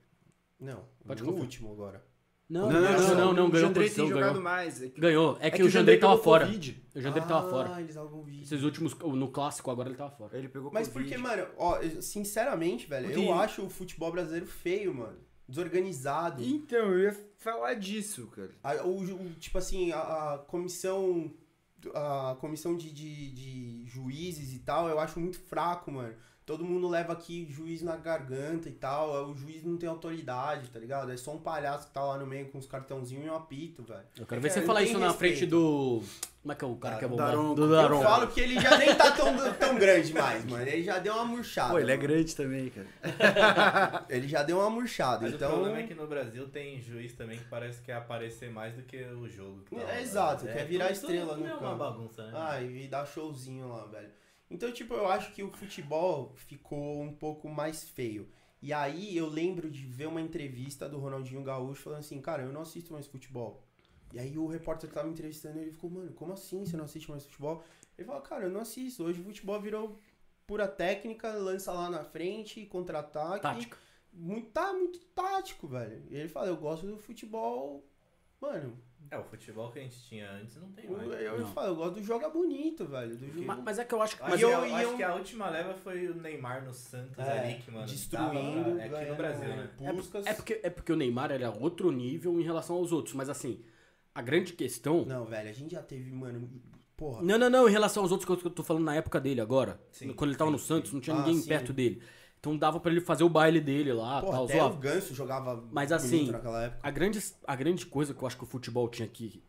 D: Não,
A: Pode
D: no
A: confiar.
D: último agora.
A: Não, não, não, não, não, ganhou
C: O Jandrei tem
A: posição,
C: jogado
A: ganhou.
C: mais. É que,
A: Ganhou. É que,
C: que
A: o Jandrei tava
C: pegou
A: fora.
C: Covid.
A: O Jandrei tava
D: Ah,
A: fora.
D: eles alugam vídeo.
A: Esses últimos. No clássico agora ele tava fora.
C: Ele pegou
D: Mas
C: Covid.
D: porque, mano, ó, eu- sinceramente, velho,
C: Porque-
D: eu acho o futebol brasileiro feio, mano. Desorganizado.
C: Então, eu ia falar disso, cara.
D: A- o, o- tipo assim, a, a comissão. A comissão de, de, de juízes e tal, eu acho muito fraco, mano. Todo mundo leva aqui juiz na garganta e tal. é, O juiz não tem autoridade, tá ligado? É só um palhaço que tá lá no meio com os cartãozinhos e um apito, velho.
A: Eu quero ver você
D: Ele
A: falar
D: tem
A: isso na
D: respeito.
A: frente do. Como é que é o cara que é bombado?
C: Daronco.
A: Do
D: Eu
A: Daronco.
D: falo que ele já nem tá tão, tão grande mais, mano. Ele já deu uma murchada.
C: Pô, ele é
D: mano.
C: grande também, cara.
D: Ele já deu uma murchada.
B: Mas
D: então.
B: o problema é que no Brasil tem juiz também que parece que é aparecer mais do que o jogo. que tá
D: É,
B: rolando.
D: exato, quer virar
B: tudo-
D: estrela
B: tudo
D: no
B: é uma
D: campo.
B: bagunça, né?
D: Ah, e dá showzinho lá, velho. Então, tipo, eu acho que o futebol ficou um pouco mais feio. E aí eu lembro de ver uma entrevista do Ronaldinho Gaúcho falando assim, cara, eu não assisto mais futebol. E aí o repórter que tava me entrevistando, ele ficou, mano, como assim você não assiste mais futebol? Ele falou, cara, eu não assisto. Hoje o futebol virou pura técnica, lança lá na frente, contra-ataque.
A: Tática.
D: Muito, tá muito tático, velho. E ele fala, eu gosto do futebol, mano,
B: É, o futebol que a gente tinha antes não tem
D: eu,
B: mais.
D: eu,
A: Não.
D: falo, eu gosto do jogo é bonito, velho. Do jogo
A: Ma- Mas é que eu acho que.
B: Acho,
A: mas
B: que,
A: eu-
D: eu-
B: eu,
D: e
B: acho
D: eu-
B: que a última leva foi o Neymar no Santos ali, que, mano,
D: É,
B: dava
D: destruindo.
B: pra- é aqui no
D: ganhando um.
B: Brasil, né?
D: Puskas.
A: É porque, é porque o Neymar era outro nível em relação aos outros, mas assim, a grande questão.
D: Não, velho, a gente já teve, mano. Porra.
A: Não, não, não, em relação aos outros que eu tô falando na época dele agora.
B: Sim,
A: quando ele tava
B: sim,
A: no Santos, não tinha
D: Ah,
A: ninguém
D: sim.
A: perto dele. Então dava pra ele fazer o baile dele lá,
D: porra,
A: tal,
D: até
A: zoava.
D: o Ganso jogava
A: tá, Mas
D: bonito
A: assim,
D: naquela época.
A: A grande, a grande coisa que eu acho que o futebol tinha que.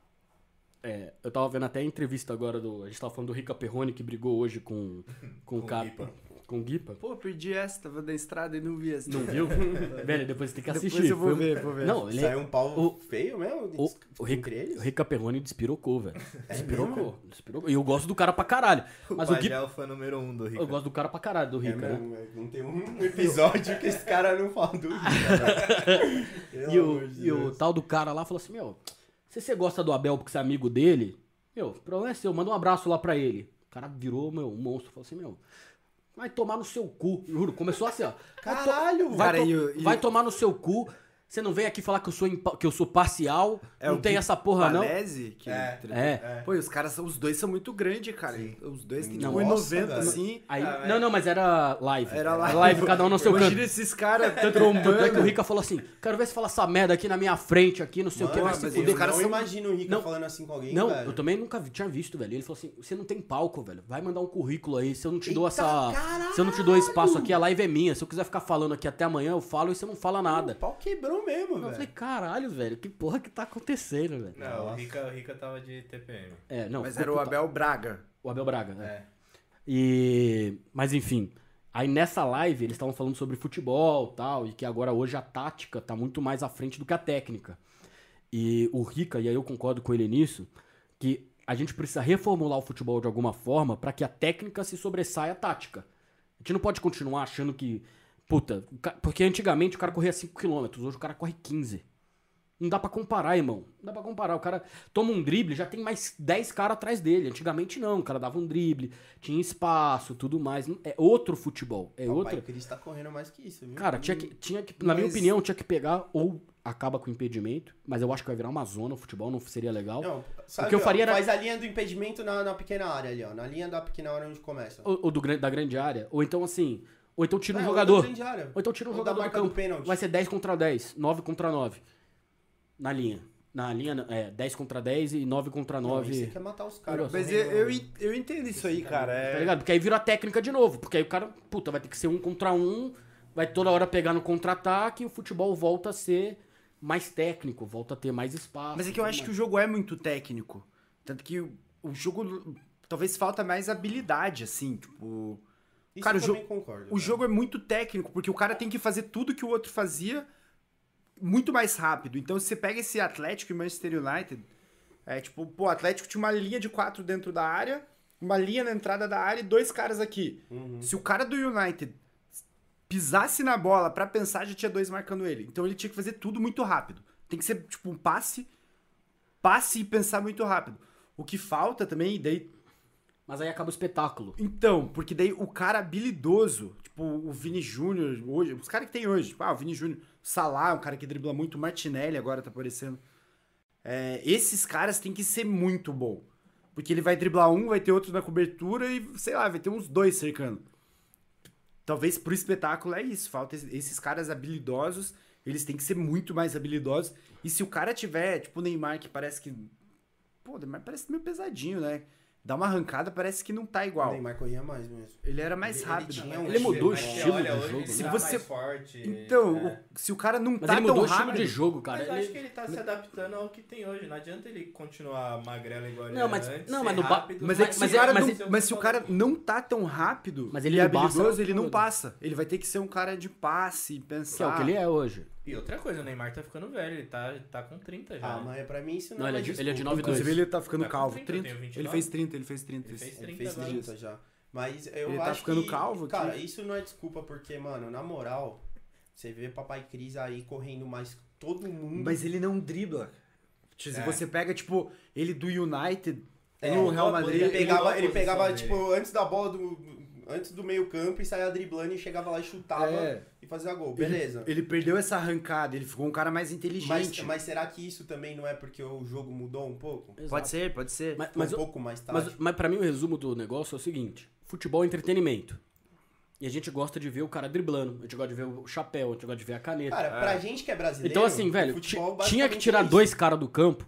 A: é, eu tava vendo até a entrevista agora do. A gente tava falando do Rica Perrone que brigou hoje com, com, o
B: Com o
A: cara.
B: Guipa.
A: Com o Guipa.
C: Pô, perdi essa, tava na estrada e não vi essa.
A: Não viu? Velho, depois você tem que
C: Depois
A: assistir.
C: eu
A: Foi-
C: vou
A: um
C: ver, vou ver.
A: Não, ele é
D: Saiu um pau
A: o-
D: feio mesmo
A: O,
D: entre
A: o, Rica,
D: eles.
A: o Rica Perrone despirocou, velho.
C: É
A: Despirocou, despirocou. E eu gosto do cara pra caralho. Mas o,
B: Pajé
A: Gui-
B: é o fã número um do Rica.
A: Eu gosto do cara pra caralho, do
D: É
A: Rica, né?
D: mesmo, velho, não tem um episódio que esse cara não fala do Rica, velho.
A: E
D: Pelo
A: o,
D: amor de
A: e o
D: Deus.
A: tal do cara lá falou assim, meu, se você gosta do Abel porque você é amigo dele, meu, o problema é seu, manda um abraço lá pra ele. O cara virou, meu, um monstro. Falou assim, meu, vai tomar no seu cu. Juro, começou assim, ó. Vai to-
D: Caralho,
A: vai,
C: Cara,
A: to-
C: e o- e
A: vai
C: o-
A: tomar no seu cu. Você não vem aqui falar que eu sou, impa- que eu sou parcial,
C: É,
A: não
C: o
A: tem
C: Gui
A: essa porra, não.
C: Palese, que ele
D: É.
C: tretou.
A: É.
D: É.
C: Pô, e os caras são, os dois são muito grandes, cara.
D: Sim.
C: Os dois têm
D: Nossa,
C: 1,90
D: velho.
C: assim.
A: Aí,
B: Ah, mas-
A: não, não, mas era live.
C: Era live.
A: cada um no seu
C: Imagina
A: canto.
C: esses caras
A: Tanto é que o
C: trombando.
A: Rica falou assim, quero ver se fala essa merda aqui na minha frente, aqui, não sei o que,
D: Mano,
A: vai se
C: mas
A: fuder.
D: eu
C: cara
D: não
C: são-
D: imagino o Rica
A: Não.
D: falando assim com alguém,
A: Não,
D: velho.
A: eu também nunca vi- tinha visto, velho. Ele falou assim: você não tem palco, velho. Vai mandar um currículo aí. Se eu não te dou
D: Eita,
A: essa. Se eu não te dou espaço aqui, a live é minha. Se eu quiser ficar falando aqui até amanhã, eu falo e você não fala
D: O
A: nada.
D: pau quebrou mesmo,
A: Eu falei,
D: velho.
A: caralho, velho, que porra que tá acontecendo, velho?
B: Não, o
D: Nossa.
B: Rica, o Rica tava de TPM.
A: É, não.
C: Mas
A: ficou
C: era o
A: puta-
C: Abel Braga.
A: O Abel Braga, né?
B: É.
A: E. Mas enfim. Aí nessa live eles estavam falando sobre futebol tal, e que agora hoje a tática tá muito mais à frente do que a técnica. E o Rica, e aí eu concordo com ele nisso, que a gente precisa reformular o futebol de alguma forma pra que a técnica se sobressaia à tática. A gente não pode continuar achando que. Puta, o ca- porque antigamente o cara corria 5km, hoje o cara corre 15. Não dá pra comparar, irmão. Não dá pra comparar. O cara toma um drible, já tem mais 10 caras atrás dele. Antigamente não, o cara dava um drible, tinha espaço, tudo mais. Não- É outro futebol, é
D: Papai
A: outro.
D: Cris tá correndo mais que isso, viu?
A: Cara, tinha que, tinha que na minha
C: Mas-
A: opinião, tinha que pegar ou acaba com o impedimento, mas eu acho que vai virar uma zona, o futebol não seria legal.
D: Não, sabe,
A: O que eu faria era-
D: Faz a linha do impedimento na, na pequena área ali, ó. Na linha da pequena área é onde começa.
A: Ou, ou do, gran- da grande área, ou então assim, ou então tira um
D: É, ou da
A: jogador.
D: grande área.
A: Ou então tira um
D: Ou da
A: jogador do
D: marca do
A: campo.
D: pênalti.
A: Vai ser 10 contra 10, 9 contra 9. Na linha. Na linha, não, é, 10 contra 10 e 9 contra Tá
D: Não, isso é
A: 9.
D: aí quer matar os caras.
A: Nossa,
C: Mas eu, eu, en- eu entendo isso aí,
A: Tá
C: cara. É...
A: ligado? Porque aí vira a técnica de novo. Porque aí o cara, puta, vai ter que ser um contra um, vai toda hora pegar no contra-ataque e o futebol volta a ser mais técnico, volta a ter mais espaço.
C: Mas é que eu acho que o jogo é muito técnico. Tanto que o o jogo. Talvez falta mais habilidade, assim, tipo.
D: Isso
C: Cara,
D: eu
C: o jogo-
D: também concordo.
C: O jogo é muito técnico, porque o cara tem que fazer tudo que o outro fazia muito mais rápido. Então, se você pega esse Atlético e Manchester United, é tipo, pô, o Atlético tinha uma linha de quatro dentro da área, uma linha na entrada da área e dois caras aqui.
D: Uhum.
C: Se o cara do United pisasse na bola pra pensar, já tinha dois marcando ele. Então, ele tinha que fazer tudo muito rápido. Tem que ser, tipo, um passe, passe e pensar muito rápido. O que falta também, e daí
A: Mas aí acaba o espetáculo.
C: então, porque daí o cara habilidoso, tipo o Vini Júnior, hoje, os caras que tem hoje, tipo, ah, o Vini Júnior, Salah, um cara que dribla muito, o Martinelli agora tá aparecendo. É, esses caras têm que ser muito bom. Porque ele vai driblar um, vai ter outro na cobertura e, sei lá, vai ter uns dois cercando. Talvez pro espetáculo é isso, falta es- esses caras habilidosos, eles têm que ser muito mais habilidosos. E se o cara tiver, tipo o Neymar, que parece que. Pô, o Neymar parece meio pesadinho, né? dá uma arrancada, parece que não tá igual.
D: O Neymar corria mais mesmo.
C: Ele era mais
B: Ele- ele
C: rápido.
B: tinha um
C: Ele mudou o
B: mas você
A: estilo
B: olha
A: do
B: hoje,
A: jogo,
B: Ele
A: né?
B: se
C: Se
B: você...
C: você-
B: mais forte.
C: Então,
B: é.
C: o- se o cara não
A: Mas
C: tá
A: ele mudou
C: tão
A: o estilo
C: rápido,
A: de jogo, cara.
B: Mas eu
A: Ele-
B: acho que ele tá se adaptando ao que tem hoje. Não adianta ele continuar magrelo igual ele
A: Não,
B: era
A: mas-
B: antes,
A: não,
B: ser
A: mas no ba-
B: rápido,
C: Mas,
A: Mas-
C: é que
A: mas
C: se o
A: é-
C: cara
A: mas-
C: não, mas se o cara não tá tão rápido
A: Mas ele
C: e é
A: não passa
C: habilidoso, ele não
A: tudo.
C: passa. Ele vai ter que ser um cara de passe, pensar.
A: Que é o que ele é hoje.
B: E outra coisa, o Neymar tá ficando velho. Ele tá, tá com 30 já.
D: Ah,
B: né?
D: mas é pra mim isso não,
A: Não, ele é
D: mais
A: de- ele é de
D: desculpa.
A: 9'2".
C: Inclusive, ele tá ficando
B: Tá com
C: calvo.
B: 30,
C: 30,
B: eu tenho 29.
C: Ele fez 30, ele fez 30.
B: Ele fez
D: Ele
B: 30
D: fez
B: agora.
D: 30 já. Mas eu
C: Ele
D: acho
C: tá ficando
D: que,
C: calvo aqui.
D: Cara, isso não é desculpa porque, mano, na moral, você vê Papai Cris aí correndo mais que todo mundo.
C: Mas ele não dribla. Hum. Se
B: É.
C: você pega, tipo, ele do United
D: É,
C: no Real
B: boa,
C: Madrid.
D: ele
B: ele mudou
D: pegava,
B: a
D: ele
B: posição
D: pegava
B: dele.
D: tipo, antes da bola do antes do meio-campo e saía driblando e chegava lá e chutava
C: É.
D: e fazia gol. Beleza.
C: Ele perdeu essa arrancada, ele ficou um cara mais inteligente.
D: mas, mas será que isso também não é porque o jogo mudou um pouco?
A: Exato.
C: Pode ser, pode ser.
A: Mas,
D: Ficou
A: mas,
D: um pouco mais tarde.
A: mas, mas pra mim o resumo do negócio é o seguinte: futebol é entretenimento. E a gente gosta de ver o cara driblando, a gente gosta de ver o chapéu, a gente gosta de ver a caneta.
D: Cara, pra gente que é brasileiro.
A: então, assim,
D: o
A: velho,
D: futebol
A: ti- tinha que
D: basicamente
A: tirar
D: é isso.
A: dois caras do campo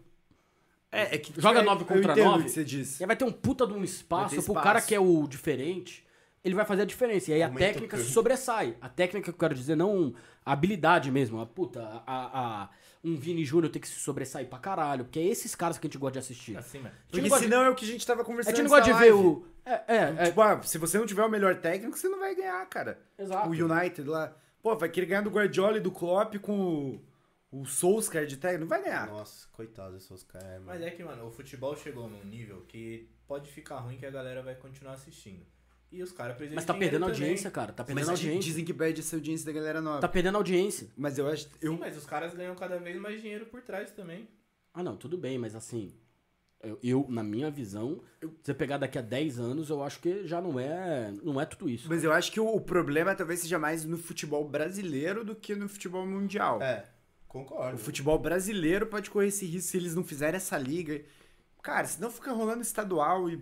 C: é, é que
A: Joga
C: é,
A: nove
C: eu
A: contra
C: entendo
A: nove.
C: o que você disse.
A: E aí vai ter um puta de um espaço,
C: Vai ter
A: pro
C: espaço.
A: cara que é o diferente, ele vai fazer a diferença. E aí a
D: Aumenta o
A: técnica
D: campo.
A: se sobressai. A técnica que eu quero dizer, não um, a habilidade mesmo. A puta, a, a- a- um Vini Júnior tem que se sobressair pra caralho, porque é esses caras que a gente gosta de assistir.
B: Assim, mano.
A: A gente não
C: Porque
A: gosta de-
C: senão é o que a gente tava
A: a
C: conversando.
A: gente não
C: nessa
A: gosta de ver
C: live.
A: o. É, é,
C: Tipo, ah, se você não tiver o melhor técnico, você não vai ganhar, cara.
A: é. Exato.
C: O United lá. Pô, vai querer ganhar do Guardiola e do Klopp com o, o Solskjaer de técnico? Não vai ganhar.
D: Nossa, coitado desses caras,
B: Mas
D: mano.
B: é que, mano, o futebol chegou num nível que pode ficar ruim que a galera vai continuar assistindo. E os caras precisam
A: Mas
B: de
A: tá
B: dinheiro
A: perdendo
B: também.
A: audiência, cara. Tá
C: Mas é
A: perdendo audiência.
C: dizem que perde essa audiência da galera nova.
A: Tá perdendo audiência.
C: Mas eu acho.
B: Sim,
C: Eu,
B: mas os caras ganham cada vez mais dinheiro por trás também.
A: Ah, não, tudo bem, mas assim. Eu, eu, na minha visão, você pegar daqui a 10 anos, eu acho que já não é. Não é tudo isso.
C: Mas eu acho que o, o problema talvez seja mais no futebol brasileiro do que no futebol mundial.
D: É, concordo.
C: O futebol brasileiro pode correr esse risco se eles não fizerem essa liga. Cara, senão fica rolando estadual e.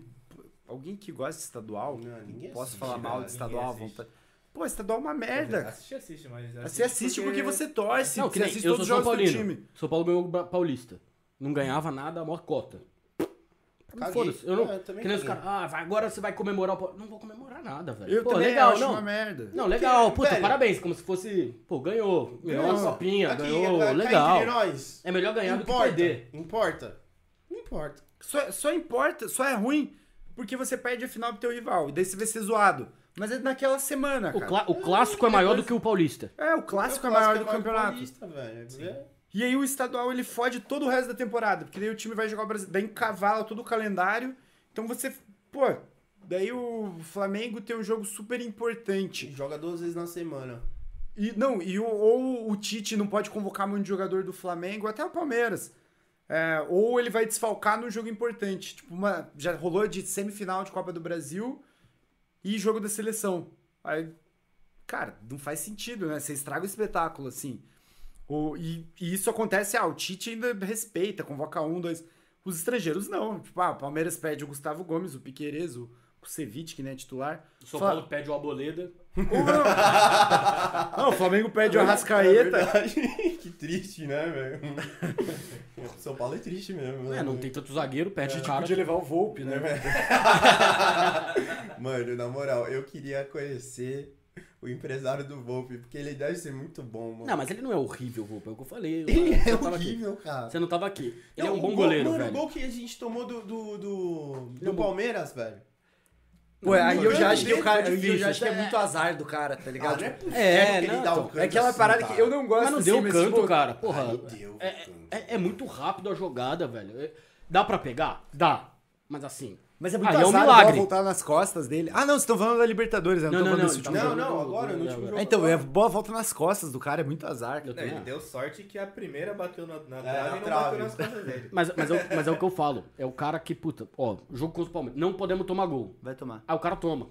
C: Alguém que gosta de estadual.
D: Não, ninguém
C: posso
D: assiste,
C: falar
D: cara,
C: mal de
B: ninguém
C: estadual à
B: assiste.
C: vontade. Pô, estadual é uma merda.
B: Assiste, assiste, mas.
C: Você assiste porque você torce.
A: Não, que
C: você
A: nem,
C: assiste
A: eu
C: todos
A: sou
C: os
A: São
C: jogos
A: Paulino.
C: do time.
A: São Paulo ganhou o Ba- Paulista. Não ganhava nada, a maior cota.
D: Caguei.
A: Foda-se.
C: É,
A: Eu não.
D: Ah, eu também
A: que nem os
D: caguei.
A: caras. Ah, vai- agora você vai comemorar o. Paul-". Não vou comemorar nada, velho.
C: Eu
A: Pô,
C: também
A: legal,
C: acho
A: não.
C: uma merda.
A: Não, legal. Puta,
D: velho.
A: parabéns. Como se fosse. Pô, ganhou. Ganhou uma
D: Ganhou.
A: copinha,
D: Aqui,
A: ganhou.
D: cá
A: legal.
D: Entre nós.
A: É melhor ganhar
D: importa,
A: do que perder.
D: Importa. Não importa.
C: Só, só importa, só é ruim porque você perde a final pro teu rival. E daí você vai ser zoado. Mas é naquela semana,
A: O,
C: cara.
A: clá- o clássico é maior do que o paulista.
C: É, o clássico é maior do campeonato.
D: Paulista, velho. É,
C: E aí o estadual ele fode todo o resto da temporada, porque daí o time vai jogar o Brasil, daí encavala todo o calendário. Então você, pô, daí o Flamengo tem um jogo super importante.
D: Joga duas vezes na semana.
C: E não, e o, ou o Tite não pode convocar muito jogador do Flamengo, até o Palmeiras. É, ou ele vai desfalcar num jogo importante. Tipo, uma, já rolou de semifinal de Copa do Brasil e jogo da seleção. Aí, cara, não faz sentido, né? Você estraga o espetáculo, assim. O, e, e isso acontece, ah, o Tite ainda respeita, convoca um, dois. Os estrangeiros não. Tipo, ah, o Palmeiras pede o Gustavo Gomes, o Piqueires, o, o Cevic, que nem é titular.
A: São
C: Fala-
A: Paulo pede o Aboleda.
C: Não, o Flamengo pede o Arrascaeta.
D: É que triste, né, velho? São Paulo é triste mesmo.
A: É, não
D: mano.
A: tem tanto zagueiro, perde
D: É,
C: A
A: o
C: gente
D: tipo
A: cara. tipo,
C: podia levar o Volpe, né?
D: Mano, na moral, eu queria conhecer o empresário do Volpe, porque ele deve ser muito bom, mano.
A: Não, mas ele não é horrível, Roupa. É o que eu falei.
D: ele
A: eu-
D: é
A: eu tava aqui.
D: horrível, cara.
A: Você não tava aqui. Ele
D: Não,
A: é um
D: o
A: bom
D: gol-
A: goleiro,
D: mano,
A: velho.
D: o gol que a gente tomou do, do, do,
A: Ele é
D: do
A: um bom-
D: Palmeiras, velho.
C: Pô, aí eu já acho que o cara.
A: Foi
C: aí Eu
A: difícil.
C: já acho que é muito azar do cara, tá
D: Ah,
C: ligado?
D: não é
C: Tipo,
D: possível
A: É,
D: que ele
A: não,
D: dá um
A: então,
D: canto
C: É aquela
D: assim,
C: parada
D: cara.
C: que eu não gosto
A: Mas não
C: assim,
A: deu canto,
C: tipo,
A: cara. Porra.
D: Ai, deu,
A: é,
D: Vitão.
A: é- é muito rápido a jogada, velho. É- Dá pra pegar? Dá. Mas assim.
C: Mas é muito
A: Aí é um
C: azar
A: milagre.
C: igual voltar nas costas dele. Ah, não, vocês estão falando da Libertadores, né?
A: Não,
C: tão
A: não,
C: falando
A: não,
C: desse
A: então-
C: último
D: Não,
C: jogo.
D: não, agora, no último jogo.
C: É, então, é a boa volta nas costas do cara, é muito azar.
A: Eu
B: Não,
A: também
B: ele
A: acho.
B: deu sorte que a primeira bateu na, na
D: É,
B: trave
D: na
B: e não
D: trave.
B: bateu nas costas dele.
A: Mas, mas, é, o- mas é o que eu falo. É o cara que, puta, ó, jogo contra o Palmeiras. Não podemos tomar gol.
C: Vai tomar.
A: Aí Ah, o cara toma.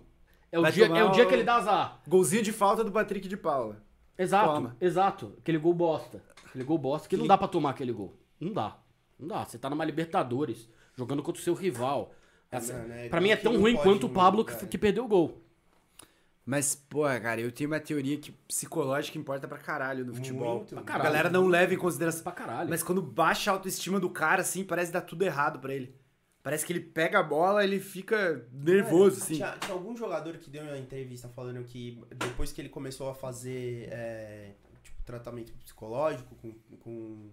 A: É o,
C: Vai
A: dia,
C: tomar
A: é o dia
C: o-
A: que ele dá azar.
C: Golzinho de falta do Patrick de Paula.
A: Exato,
C: Toma.
A: exato. Aquele gol bosta. Aquele gol bosta que não dá pra tomar aquele gol. Não dá. Não dá. Você tá numa Libertadores, jogando contra o seu rival. Essa,
D: mano, é
A: pra mim é tão
D: que não
A: ruim
D: pode
A: quanto o
D: não,
A: Pablo que,
D: cara.
A: que perdeu o gol.
C: Mas, pô, cara, eu tenho uma teoria que psicológica importa pra caralho no futebol.
D: Muito.
C: A galera não leva em consideração.
A: Pra caralho.
C: Mas quando baixa a autoestima do cara, assim, parece dar tudo errado pra ele. Parece que ele pega a bola, ele fica nervoso, assim.
D: Tinha, tinha algum jogador que deu uma entrevista falando que depois que ele começou a fazer é, tipo, tratamento psicológico com, com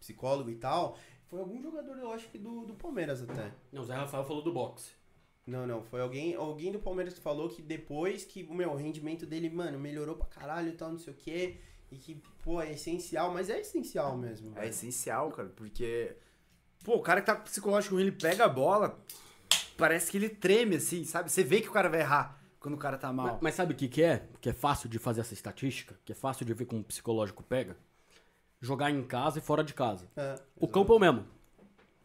D: psicólogo e tal, foi algum jogador, eu acho que do, do Palmeiras até.
A: Não, o Zé Rafael falou do boxe.
D: Não, não, foi alguém, alguém do Palmeiras que falou que depois que meu, o rendimento dele, mano, melhorou pra caralho e tal, não sei o quê, e que, pô, é essencial, mas é essencial mesmo.
C: É
D: velho.
C: essencial, cara, porque. Pô, o cara que tá com psicológico ruim, ele pega a bola, parece que ele treme, assim, sabe? Você vê que o cara vai errar quando o cara tá mal.
A: Mas, mas sabe o que, que é? Que é fácil de fazer essa estatística, que é fácil de ver como o psicológico pega? Jogar em casa e fora de casa.
D: É.
A: O campo é o mesmo.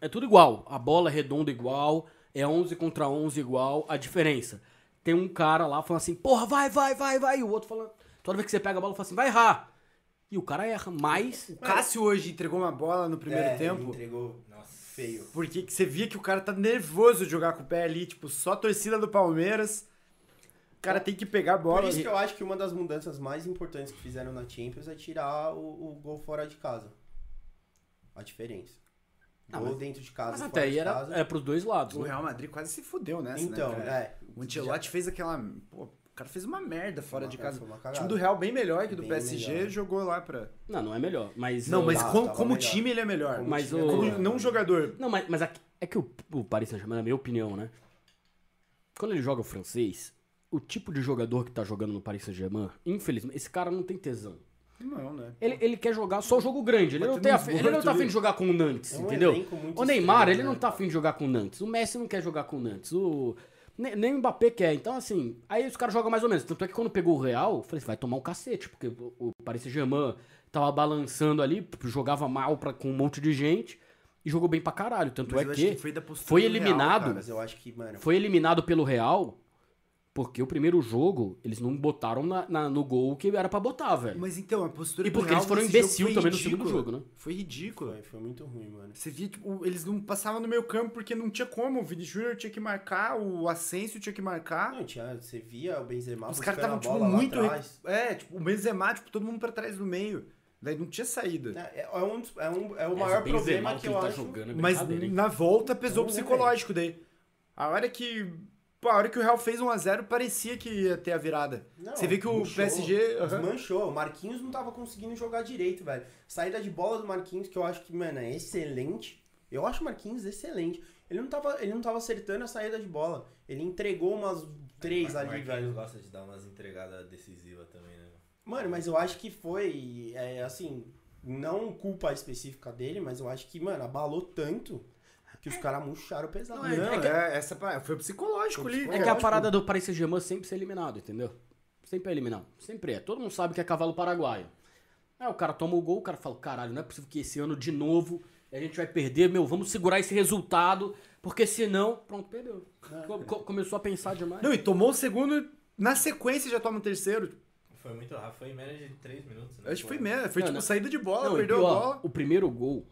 A: É tudo igual. A bola é redonda igual, é 11 contra 11 igual. A diferença, tem um cara lá falando assim, porra, vai, vai, vai, vai. E o outro falando, toda vez que você pega a bola, fala assim, vai errar. E o cara erra mais.
C: O Cássio hoje entregou uma bola no primeiro
D: É, ele
C: tempo.
D: Entregou
B: Nossa.
D: feio.
C: Porque que você via que o cara tá nervoso de jogar com o pé ali, tipo, só a torcida do Palmeiras. O cara tem que pegar a bola.
D: Por isso que eu acho que uma das mudanças mais importantes que fizeram na Champions é tirar o, o gol fora de casa. A diferença.
A: Ah,
D: gol
A: mas-
D: dentro de casa,
A: Mas
D: fora
A: até aí
D: de
A: era,
D: casa.
A: era pros dois lados.
C: O
A: Né?
C: Real Madrid quase se fudeu nessa,
D: então,
C: né, cara?
D: é.
C: O Ancelotti fez aquela... Pô, o cara fez uma merda fora
D: Uma-
C: de casa.
D: foi uma
C: O
D: cagada.
C: time do Real bem melhor que o do
D: Bem
C: PSG
D: melhor.
C: jogou lá pra...
A: Não, não é melhor. Mas,
C: Não,
A: eu-
C: mas
D: Tava-
C: como,
D: tava
C: como
D: melhor.
C: time ele é melhor.
D: Como
A: Mas
D: time,
A: o-
C: Como
D: né?
C: não jogador.
A: Não, mas, mas aqui- é que o, o Paris Saint-Germain, na minha opinião, né? Quando ele joga o francês, o tipo de jogador que tá jogando no Paris Saint-Germain, infelizmente, esse cara não tem tesão.
C: Não, né?
A: Ele, ele quer jogar só o jogo grande. Ele
C: Mas
A: não,
C: tu
A: tem
C: não
A: a, ele não
C: esgota,
A: tá afim
C: né?
A: de jogar com o Nantes,
D: É um
A: entendeu?
D: elenco muito
A: O Neymar,
D: estranho,
A: ele
D: né?
A: não tá afim de jogar com o Nantes. O Messi não quer jogar com o Nantes. O... Nem, nem o Mbappé quer. Então, assim, aí os caras jogam mais ou menos. Tanto é que quando pegou o Real, eu falei, vai tomar um cacete, porque o, o Paris Saint-Germain tava balançando ali, jogava mal pra, com um monte de gente e jogou bem pra caralho. Tanto
C: Mas
A: é
C: eu acho
A: que,
C: que foi da postura
A: foi
C: do Real,
A: eliminado
C: cara.
D: Mas eu acho que, mano.
A: foi eliminado pelo Real porque o primeiro jogo eles não botaram na- na- no gol que era pra botar, velho.
C: Mas então, a postura
A: E
C: do
A: porque
C: Real
A: eles foram
C: nesse jogo
A: imbecil
C: foi
A: também no segundo
C: ridícula.
A: jogo, né?
C: Foi ridículo.
D: Foi, foi muito ruim, mano.
C: Você via, tipo, eles não passavam no meio campo porque não tinha como. O Vini Júnior tinha que marcar, o Asensio tinha que marcar.
D: Ah, Não, tinha, você via o Benzema
C: Os
D: buscando
C: caras estavam,
D: a
C: tipo,
D: bola lá
C: muito.
D: atrás.
C: É, tipo, o Benzema, tipo, todo mundo pra trás do meio. Daí não tinha saída.
D: É, é um, dos- é, um, é o
A: Mas
D: maior
A: Benzema,
D: problema
A: o
D: que, eu
A: ele tá
D: acho.
A: jogando é
C: Mas
A: brincadeira, hein?
C: na volta pesou o
D: Não, né,
C: psicológico daí. A hora que. Pô, a hora que o Real fez 1x0, parecia que ia ter a virada.
D: Não,
C: Você vê que o
D: manchou,
C: PSG. aham.
D: Desmanchou. O Marquinhos não tava conseguindo jogar direito, velho. Saída de bola do Marquinhos, que eu acho que, mano, é excelente. Eu acho o Marquinhos excelente. Ele não tava, ele não tava acertando a saída de bola. Ele entregou umas três
B: Mar-
D: ali,
B: Marquinhos
D: velho.
B: gosta de dar umas entregadas decisivas também, né?
D: Mano, mas eu acho que foi, é, assim, não culpa específica dele, mas eu acho que, mano, abalou tanto que
A: É.
D: os caras murcharam pesado.
C: Não, é,
D: Não,
C: é- essa pa- foi o psicológico ali.
A: É
C: cara.
A: que a parada
C: tipo,
A: do Paris Saint-Germain é sempre ser eliminado, entendeu? Sempre é eliminado. Sempre é. Todo mundo sabe que é cavalo paraguaio. Aí o cara toma o gol, o cara fala, caralho, não é possível que esse ano de novo a gente vai perder, meu, vamos segurar esse resultado, porque senão, pronto, perdeu. Co- co- começou a pensar demais.
C: É. Não, e tomou o segundo, na sequência já toma o terceiro.
B: Foi muito rápido, foi em média de 3 minutos, né?
C: Eu Acho que foi mesmo. Foi
A: Não,
C: tipo
A: não.
C: saída de bola,
A: Não, e
C: perdeu a
A: pior,
C: bola.
A: O primeiro gol,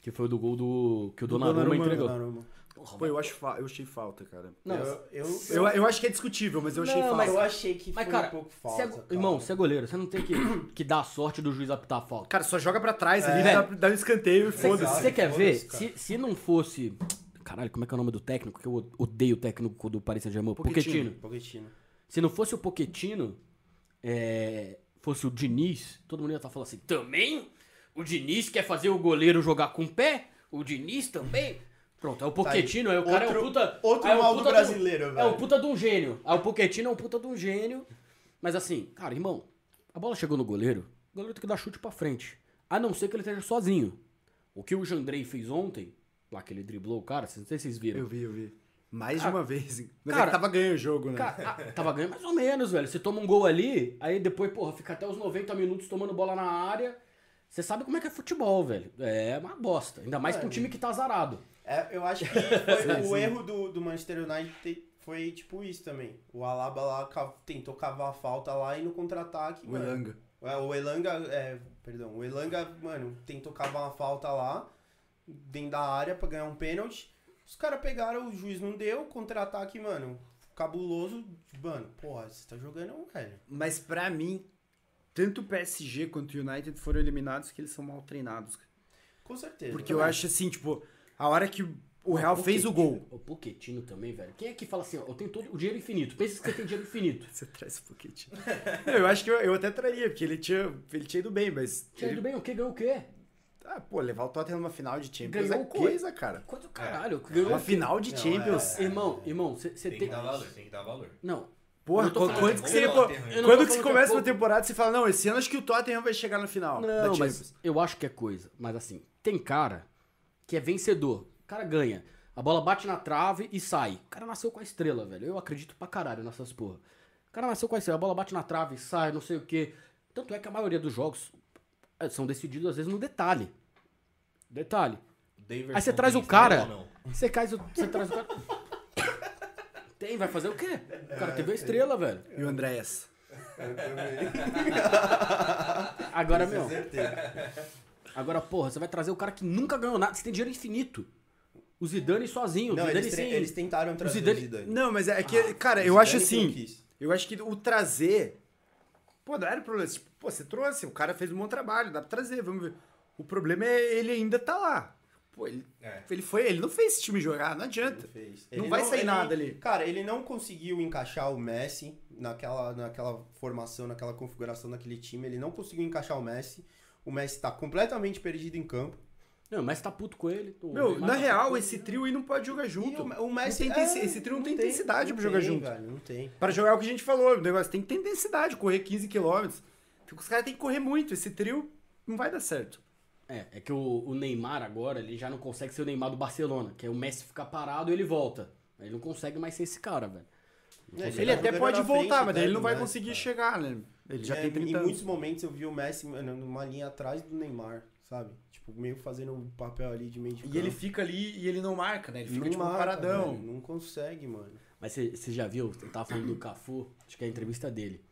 A: que foi o do gol do que o Donnarumma,
C: Donnarumma, né?
A: entregou.
D: Donnarumma.
C: Pô, eu, acho fa- eu achei falta, cara.
A: Não,
D: eu, eu,
C: Eu, eu acho que é discutível, mas eu achei
A: Não,
C: falta.
A: mas-
D: eu achei que foi
A: mas, cara,
D: um pouco
A: você
D: falta.
A: é go-
D: cara.
A: irmão, você é goleiro, você não tem que, que dar a sorte do juiz apitar a falta.
C: Cara, só joga pra trás ali,
A: Velho.
C: dá, dá um escanteio e foda-se.
A: Você quer
D: foda-se,
A: ver?
D: cara.
A: Se, se não fosse. Caralho, como é que é o nome do técnico? Que eu odeio o técnico do Paris Saint-Germain. Pochettino.
C: Pochettino.
D: Pochettino.
A: Se não fosse o Pochettino, é, fosse o Diniz, todo mundo ia estar falando assim: também? O Diniz quer fazer o goleiro jogar com o pé? O Diniz também? Pronto, é o Pochettino, aí o cara é
D: Tá Outro-
A: um puta.
D: outro
A: aí é um
D: mal do
A: puta de um-
D: brasileiro,
A: É
D: velho.
A: um puta de um gênio. Aí o Pochettino é um puta de um gênio. Mas assim, cara, irmão, a bola chegou no goleiro, o goleiro tem que dar chute pra frente. A não ser que ele esteja sozinho. O que o Jandrei fez ontem, lá que ele driblou o cara, não sei se vocês viram.
C: Eu vi, eu vi. Mais
A: Cara,
C: de uma vez. hein? Mas é
A: cara,
C: que tava ganhando o jogo, né?
A: Cara, ah, tava ganhando mais ou menos, velho. Você toma um gol ali, aí depois, porra, fica até os 90 minutos tomando bola na área. Você sabe como é que é futebol, velho. É uma bosta. Ainda mais pra um time que tá azarado.
D: É, eu acho que foi o erro do, do Manchester United te- foi tipo isso também. O Alaba lá ca- tentou cavar a falta lá e no contra-ataque.
C: o
D: mano,
C: Elanga.
D: é, O Elanga, é, perdão, o Elanga, mano, tentou cavar uma falta lá dentro da área pra ganhar um pênalti. Os caras pegaram, o juiz não deu, contra-ataque, mano, cabuloso. Mano, porra, você tá jogando, velho.
C: Mas pra mim, tanto o PSG quanto o United foram eliminados que eles são mal treinados.
D: Com certeza.
C: Porque eu acho assim, tipo, a hora que O Real fez o gol.
A: O Poquetino também, velho. Quem é que fala assim, ó, eu tenho todo o dinheiro infinito. Pensa que você tem dinheiro infinito.
C: Você traz o Pochettino. Não, eu acho que eu, eu até traria, porque ele tinha, ele tinha ido bem, mas...
A: Tinha ido bem, o que ganhou o quê?
C: Ah, pô, levar o Tottenham numa final de Champions
A: Ganhou
C: é
A: o quê?
C: coisa, cara.
A: Coisa do caralho. Ganhou
C: Uma
A: o quê?
C: final de
B: Não,
C: Champions.
B: é-
A: Irmão, irmão, você tem...
B: Tem que dar valor, tem que dar valor.
A: Não.
C: Porra,
A: Eu tô
C: quando,
A: falando
C: quando
B: de
C: que
B: bom
C: você,
B: do
C: pô,
B: Tottenham.
A: Eu não
C: quando
A: tô
C: que
A: falando que
C: você começa
A: é
C: uma
A: pouco.
C: temporada, você fala, não, esse ano acho que o Tottenham vai chegar na final da
A: Não,
C: Champions.
A: mas eu acho que é coisa. Mas assim, tem cara que é vencedor. O cara ganha. A bola bate na trave e sai. O cara nasceu com a estrela, velho. Eu acredito pra caralho nessas porra. O cara nasceu com a estrela. A bola bate na trave, sai, não sei o quê. Tanto é que a maioria dos jogos eh, são decididos, às vezes, no detalhe. Detalhe.
B: Daverson
A: Aí você traz o
B: tem que dar
A: cara.
B: ou não?
A: Você traz o, você traz o cara. Tem, vai fazer o quê? O cara teve a estrela, velho.
C: E o Andréas.
A: Agora, meu.
D: certeza.
A: Agora, porra, você vai trazer o cara que nunca ganhou nada. Você tem dinheiro infinito. O Zidane sozinho.
D: Não,
A: o Zidane
D: eles, tre-
A: sem...
D: eles tentaram trazer
A: Zidane-
D: o Zidane.
C: Não, mas é que, cara, eu
D: Zidane
C: acho
D: que não
C: assim,
D: quis.
C: eu acho que o trazer, pô, não era problema, tipo, pô, você trouxe, o cara fez um bom trabalho, dá pra trazer, vamos ver. O problema é ele ainda tá lá. Pô, ele,
B: É.
C: ele foi, ele não fez esse time jogar, não adianta.
D: fez.
C: Não vai sair nada ali.
D: Cara, ele não conseguiu encaixar o Messi naquela, naquela formação, naquela configuração daquele time. Ele não conseguiu encaixar o Messi. O Messi tá completamente perdido em campo.
A: Não, mas tá puto com ele. O
C: Meu,
A: Neymar
C: na
A: tá
C: real,
A: puto.
C: esse trio aí não pode jogar junto.
D: E o, o Messi
C: Não tem intensi- esse trio é, não tem intensidade
D: não
C: pra jogar
D: tem,
C: junto.
D: Velho, não tem.
C: Pra jogar o que a gente falou, o negócio tem que ter intensidade, correr 15 km. Os caras têm que correr muito, esse trio não vai dar certo.
A: É, é que o, o Neymar agora, ele já não consegue ser o Neymar do Barcelona. Que é o Messi ficar parado e ele volta. Ele não consegue mais ser esse cara, velho.
C: É, Ele
D: tá
C: até
D: jogando
C: pode
D: na frente,
C: voltar, mas daí
D: né,
C: ele não
D: do
C: vai
D: Messi,
C: conseguir
D: cara.
C: chegar, né? Ele já
D: É,
C: tem 30
D: Em
C: anos.
D: muitos momentos eu vi o Messi mano, numa linha atrás do Neymar, sabe? Tipo, meio fazendo um papel ali de meio de
C: E ele fica ali e ele não marca, né? Ele fica tipo
D: marca,
C: paradão.
D: velho, não consegue, mano.
A: Mas você você já viu, eu tava falando do Cafu, acho que é a entrevista dele.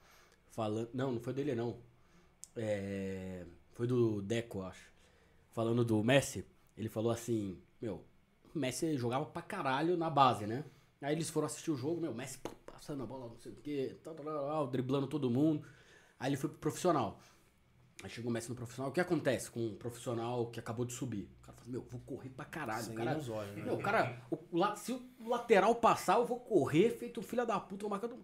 A: Falando. Não, não foi dele, não. É, foi do Deco, acho. Falando do Messi, ele falou assim, meu, o Messi jogava pra caralho na base, né? Aí eles foram assistir o jogo, meu, o Messi pá, passando a bola, não sei o quê, tal, tal, tal, tal, driblando todo mundo. Aí ele foi pro profissional. Aí chegou o Messi no profissional. O que acontece com um profissional que acabou de subir? O cara fala, meu, vou correr pra caralho.
D: Sangue
A: o cara,
D: nos olhos, né?
A: meu, o cara, o, la- se o lateral passar, eu vou correr, feito um filho da puta, eu marcando.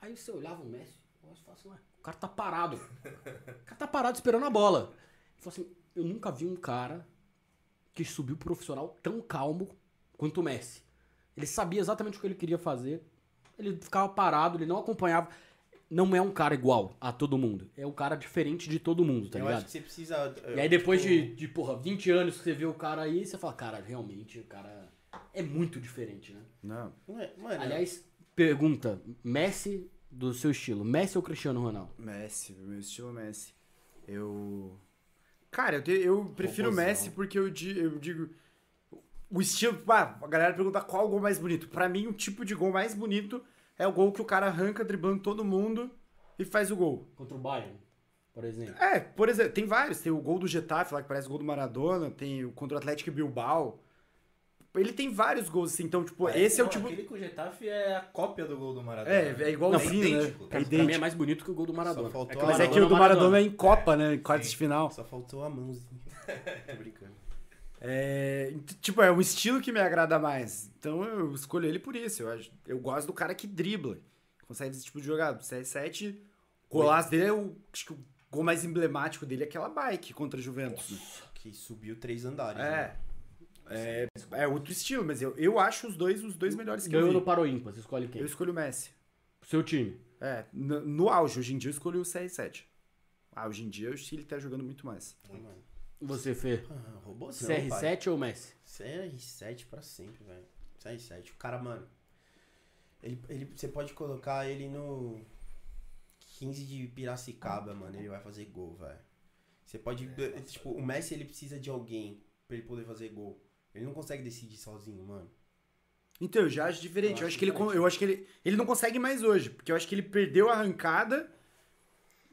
A: Aí você olhava o Messi, eu falava assim, ué, o cara tá parado. O cara tá parado esperando a bola. Ele falou assim, eu nunca vi um cara que subiu pro profissional tão calmo quanto o Messi. Ele sabia exatamente o que ele queria fazer, ele ficava parado, ele não acompanhava. Não é um cara igual a todo mundo. É um cara diferente de todo mundo, tá
D: eu
A: ligado?
D: acho que você precisa. é, tipo,
A: E aí depois de, de, porra, 20 anos que você vê o cara aí, você fala, cara, realmente, o cara é muito diferente, né?
C: Não.
D: Ué, Mano,
A: Aliás, pergunta, Messi do seu estilo, Messi ou Cristiano Ronaldo?
C: Messi, meu estilo é Messi. Eu. Cara, eu, te- eu prefiro o
D: Robozão.
C: Messi porque eu, di- eu digo. O estilo. Ah, a galera pergunta qual o gol mais bonito. Pra mim, o tipo de gol mais bonito é o gol que o cara arranca driblando todo mundo e faz o gol.
A: Contra o Bayern, por exemplo.
C: É, por exemplo, tem vários. Tem o gol do Getafe lá, que parece o gol do Maradona. Tem o contra o Atlético Bilbao. Ele tem vários gols, assim. Então, tipo, esse é o
B: Não,
C: tipo.
B: Aquele com o Getafe é a cópia do gol do Maradona.
C: É, é igualzinho,
B: é
C: né?
B: idêntico, cara.
C: É
A: Pra mim é
C: idêntico.
A: mais bonito que o gol do Maradona.
D: Só faltou
A: que
C: Mas é que
D: Maradona,
C: o do Maradona é em Copa, né? Em quartas de final.
D: só faltou a mãozinha. Tô brincando.
C: É, ent- tipo, é um estilo que me agrada mais. Então eu escolho ele por isso. Eu, acho- eu gosto do cara que dribla. Consegue esse tipo de jogada. O CR7, o golaço dele é o. Acho que o gol mais emblemático dele é aquela bike contra a Juventus. né?
D: Que subiu três andares. né?
C: É. É, é outro estilo, mas eu, eu acho os dois os dois melhores que eu,
A: Ganhou
C: vi.
A: no Paroímpa, você escolhe quem?
C: Eu escolho o Messi.
A: Seu time.
C: É, no, no auge, hoje em dia eu escolho o CR7. Ah, hoje em dia eu acho que ele tá jogando muito mais.
A: Você, Fê.
D: Ah, robôzão, pai.
A: CR7 ou Messi?
D: CR7 pra sempre, velho. CR7. O cara, mano. Ele, ele, você pode colocar ele no 15 de Piracicaba, mano. Ele vai fazer gol, velho. Você pode.
C: É,
D: tipo, o Messi ele precisa de alguém pra ele poder fazer gol. Ele não consegue decidir sozinho, mano.
C: Então, eu já acho diferente.
D: Eu
C: Eu
D: acho
C: acho que ele, con- eu acho que ele, ele não consegue mais hoje, porque eu acho que ele perdeu a arrancada.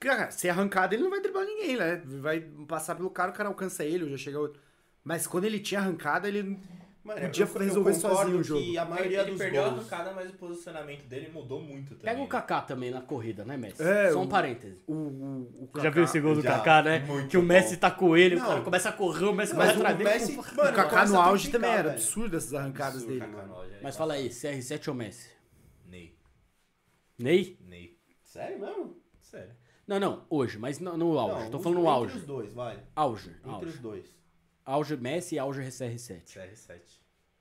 C: Cara, se é arrancada, ele não vai driblar ninguém, né? Vai passar pelo cara, o cara alcança ele, ou já chega outro. Mas quando ele tinha arrancada, ele
B: Mano,
C: Podia
B: eu,
C: resolver
D: eu concordo
C: sozinho o jogo.
D: que a maioria
B: ele
D: dos
B: perdeu
D: gols-
B: a arrancada, mas o posicionamento dele mudou muito também.
A: Pega o Kaká também na corrida, né, Messi?
C: É,
A: Só um
C: o-
A: parêntese.
C: O, o, o
A: Você
C: Kaká,
A: já viu esse gol do
B: já,
A: Kaká, né?
B: muito
A: Que o
B: bom.
A: Messi tá com ele, o
D: Não.
A: cara começa a correr, o Messi vai
D: Mas o
A: atrás dele.
D: Messi,
A: pum,
D: mano,
C: O Kaká
D: começa
C: no
D: a
C: auge
D: triplicar,
C: também era
D: velho.
C: absurdo essas arrancadas dele, mano.
A: Mas fala aí, CR7 ou Messi?
B: né? Ney,
A: Ney?
B: Ney.
D: Sério mesmo?
B: Sério.
A: Não, não, hoje, mas no, no auge.
D: Não,
A: Tô
D: os-
A: falando no
D: Entre
A: auge.
D: os dois, vai.
A: Auge,
D: Entre os
A: auge.
D: dois.
A: Auge Messi e auge CR7.
B: CR7.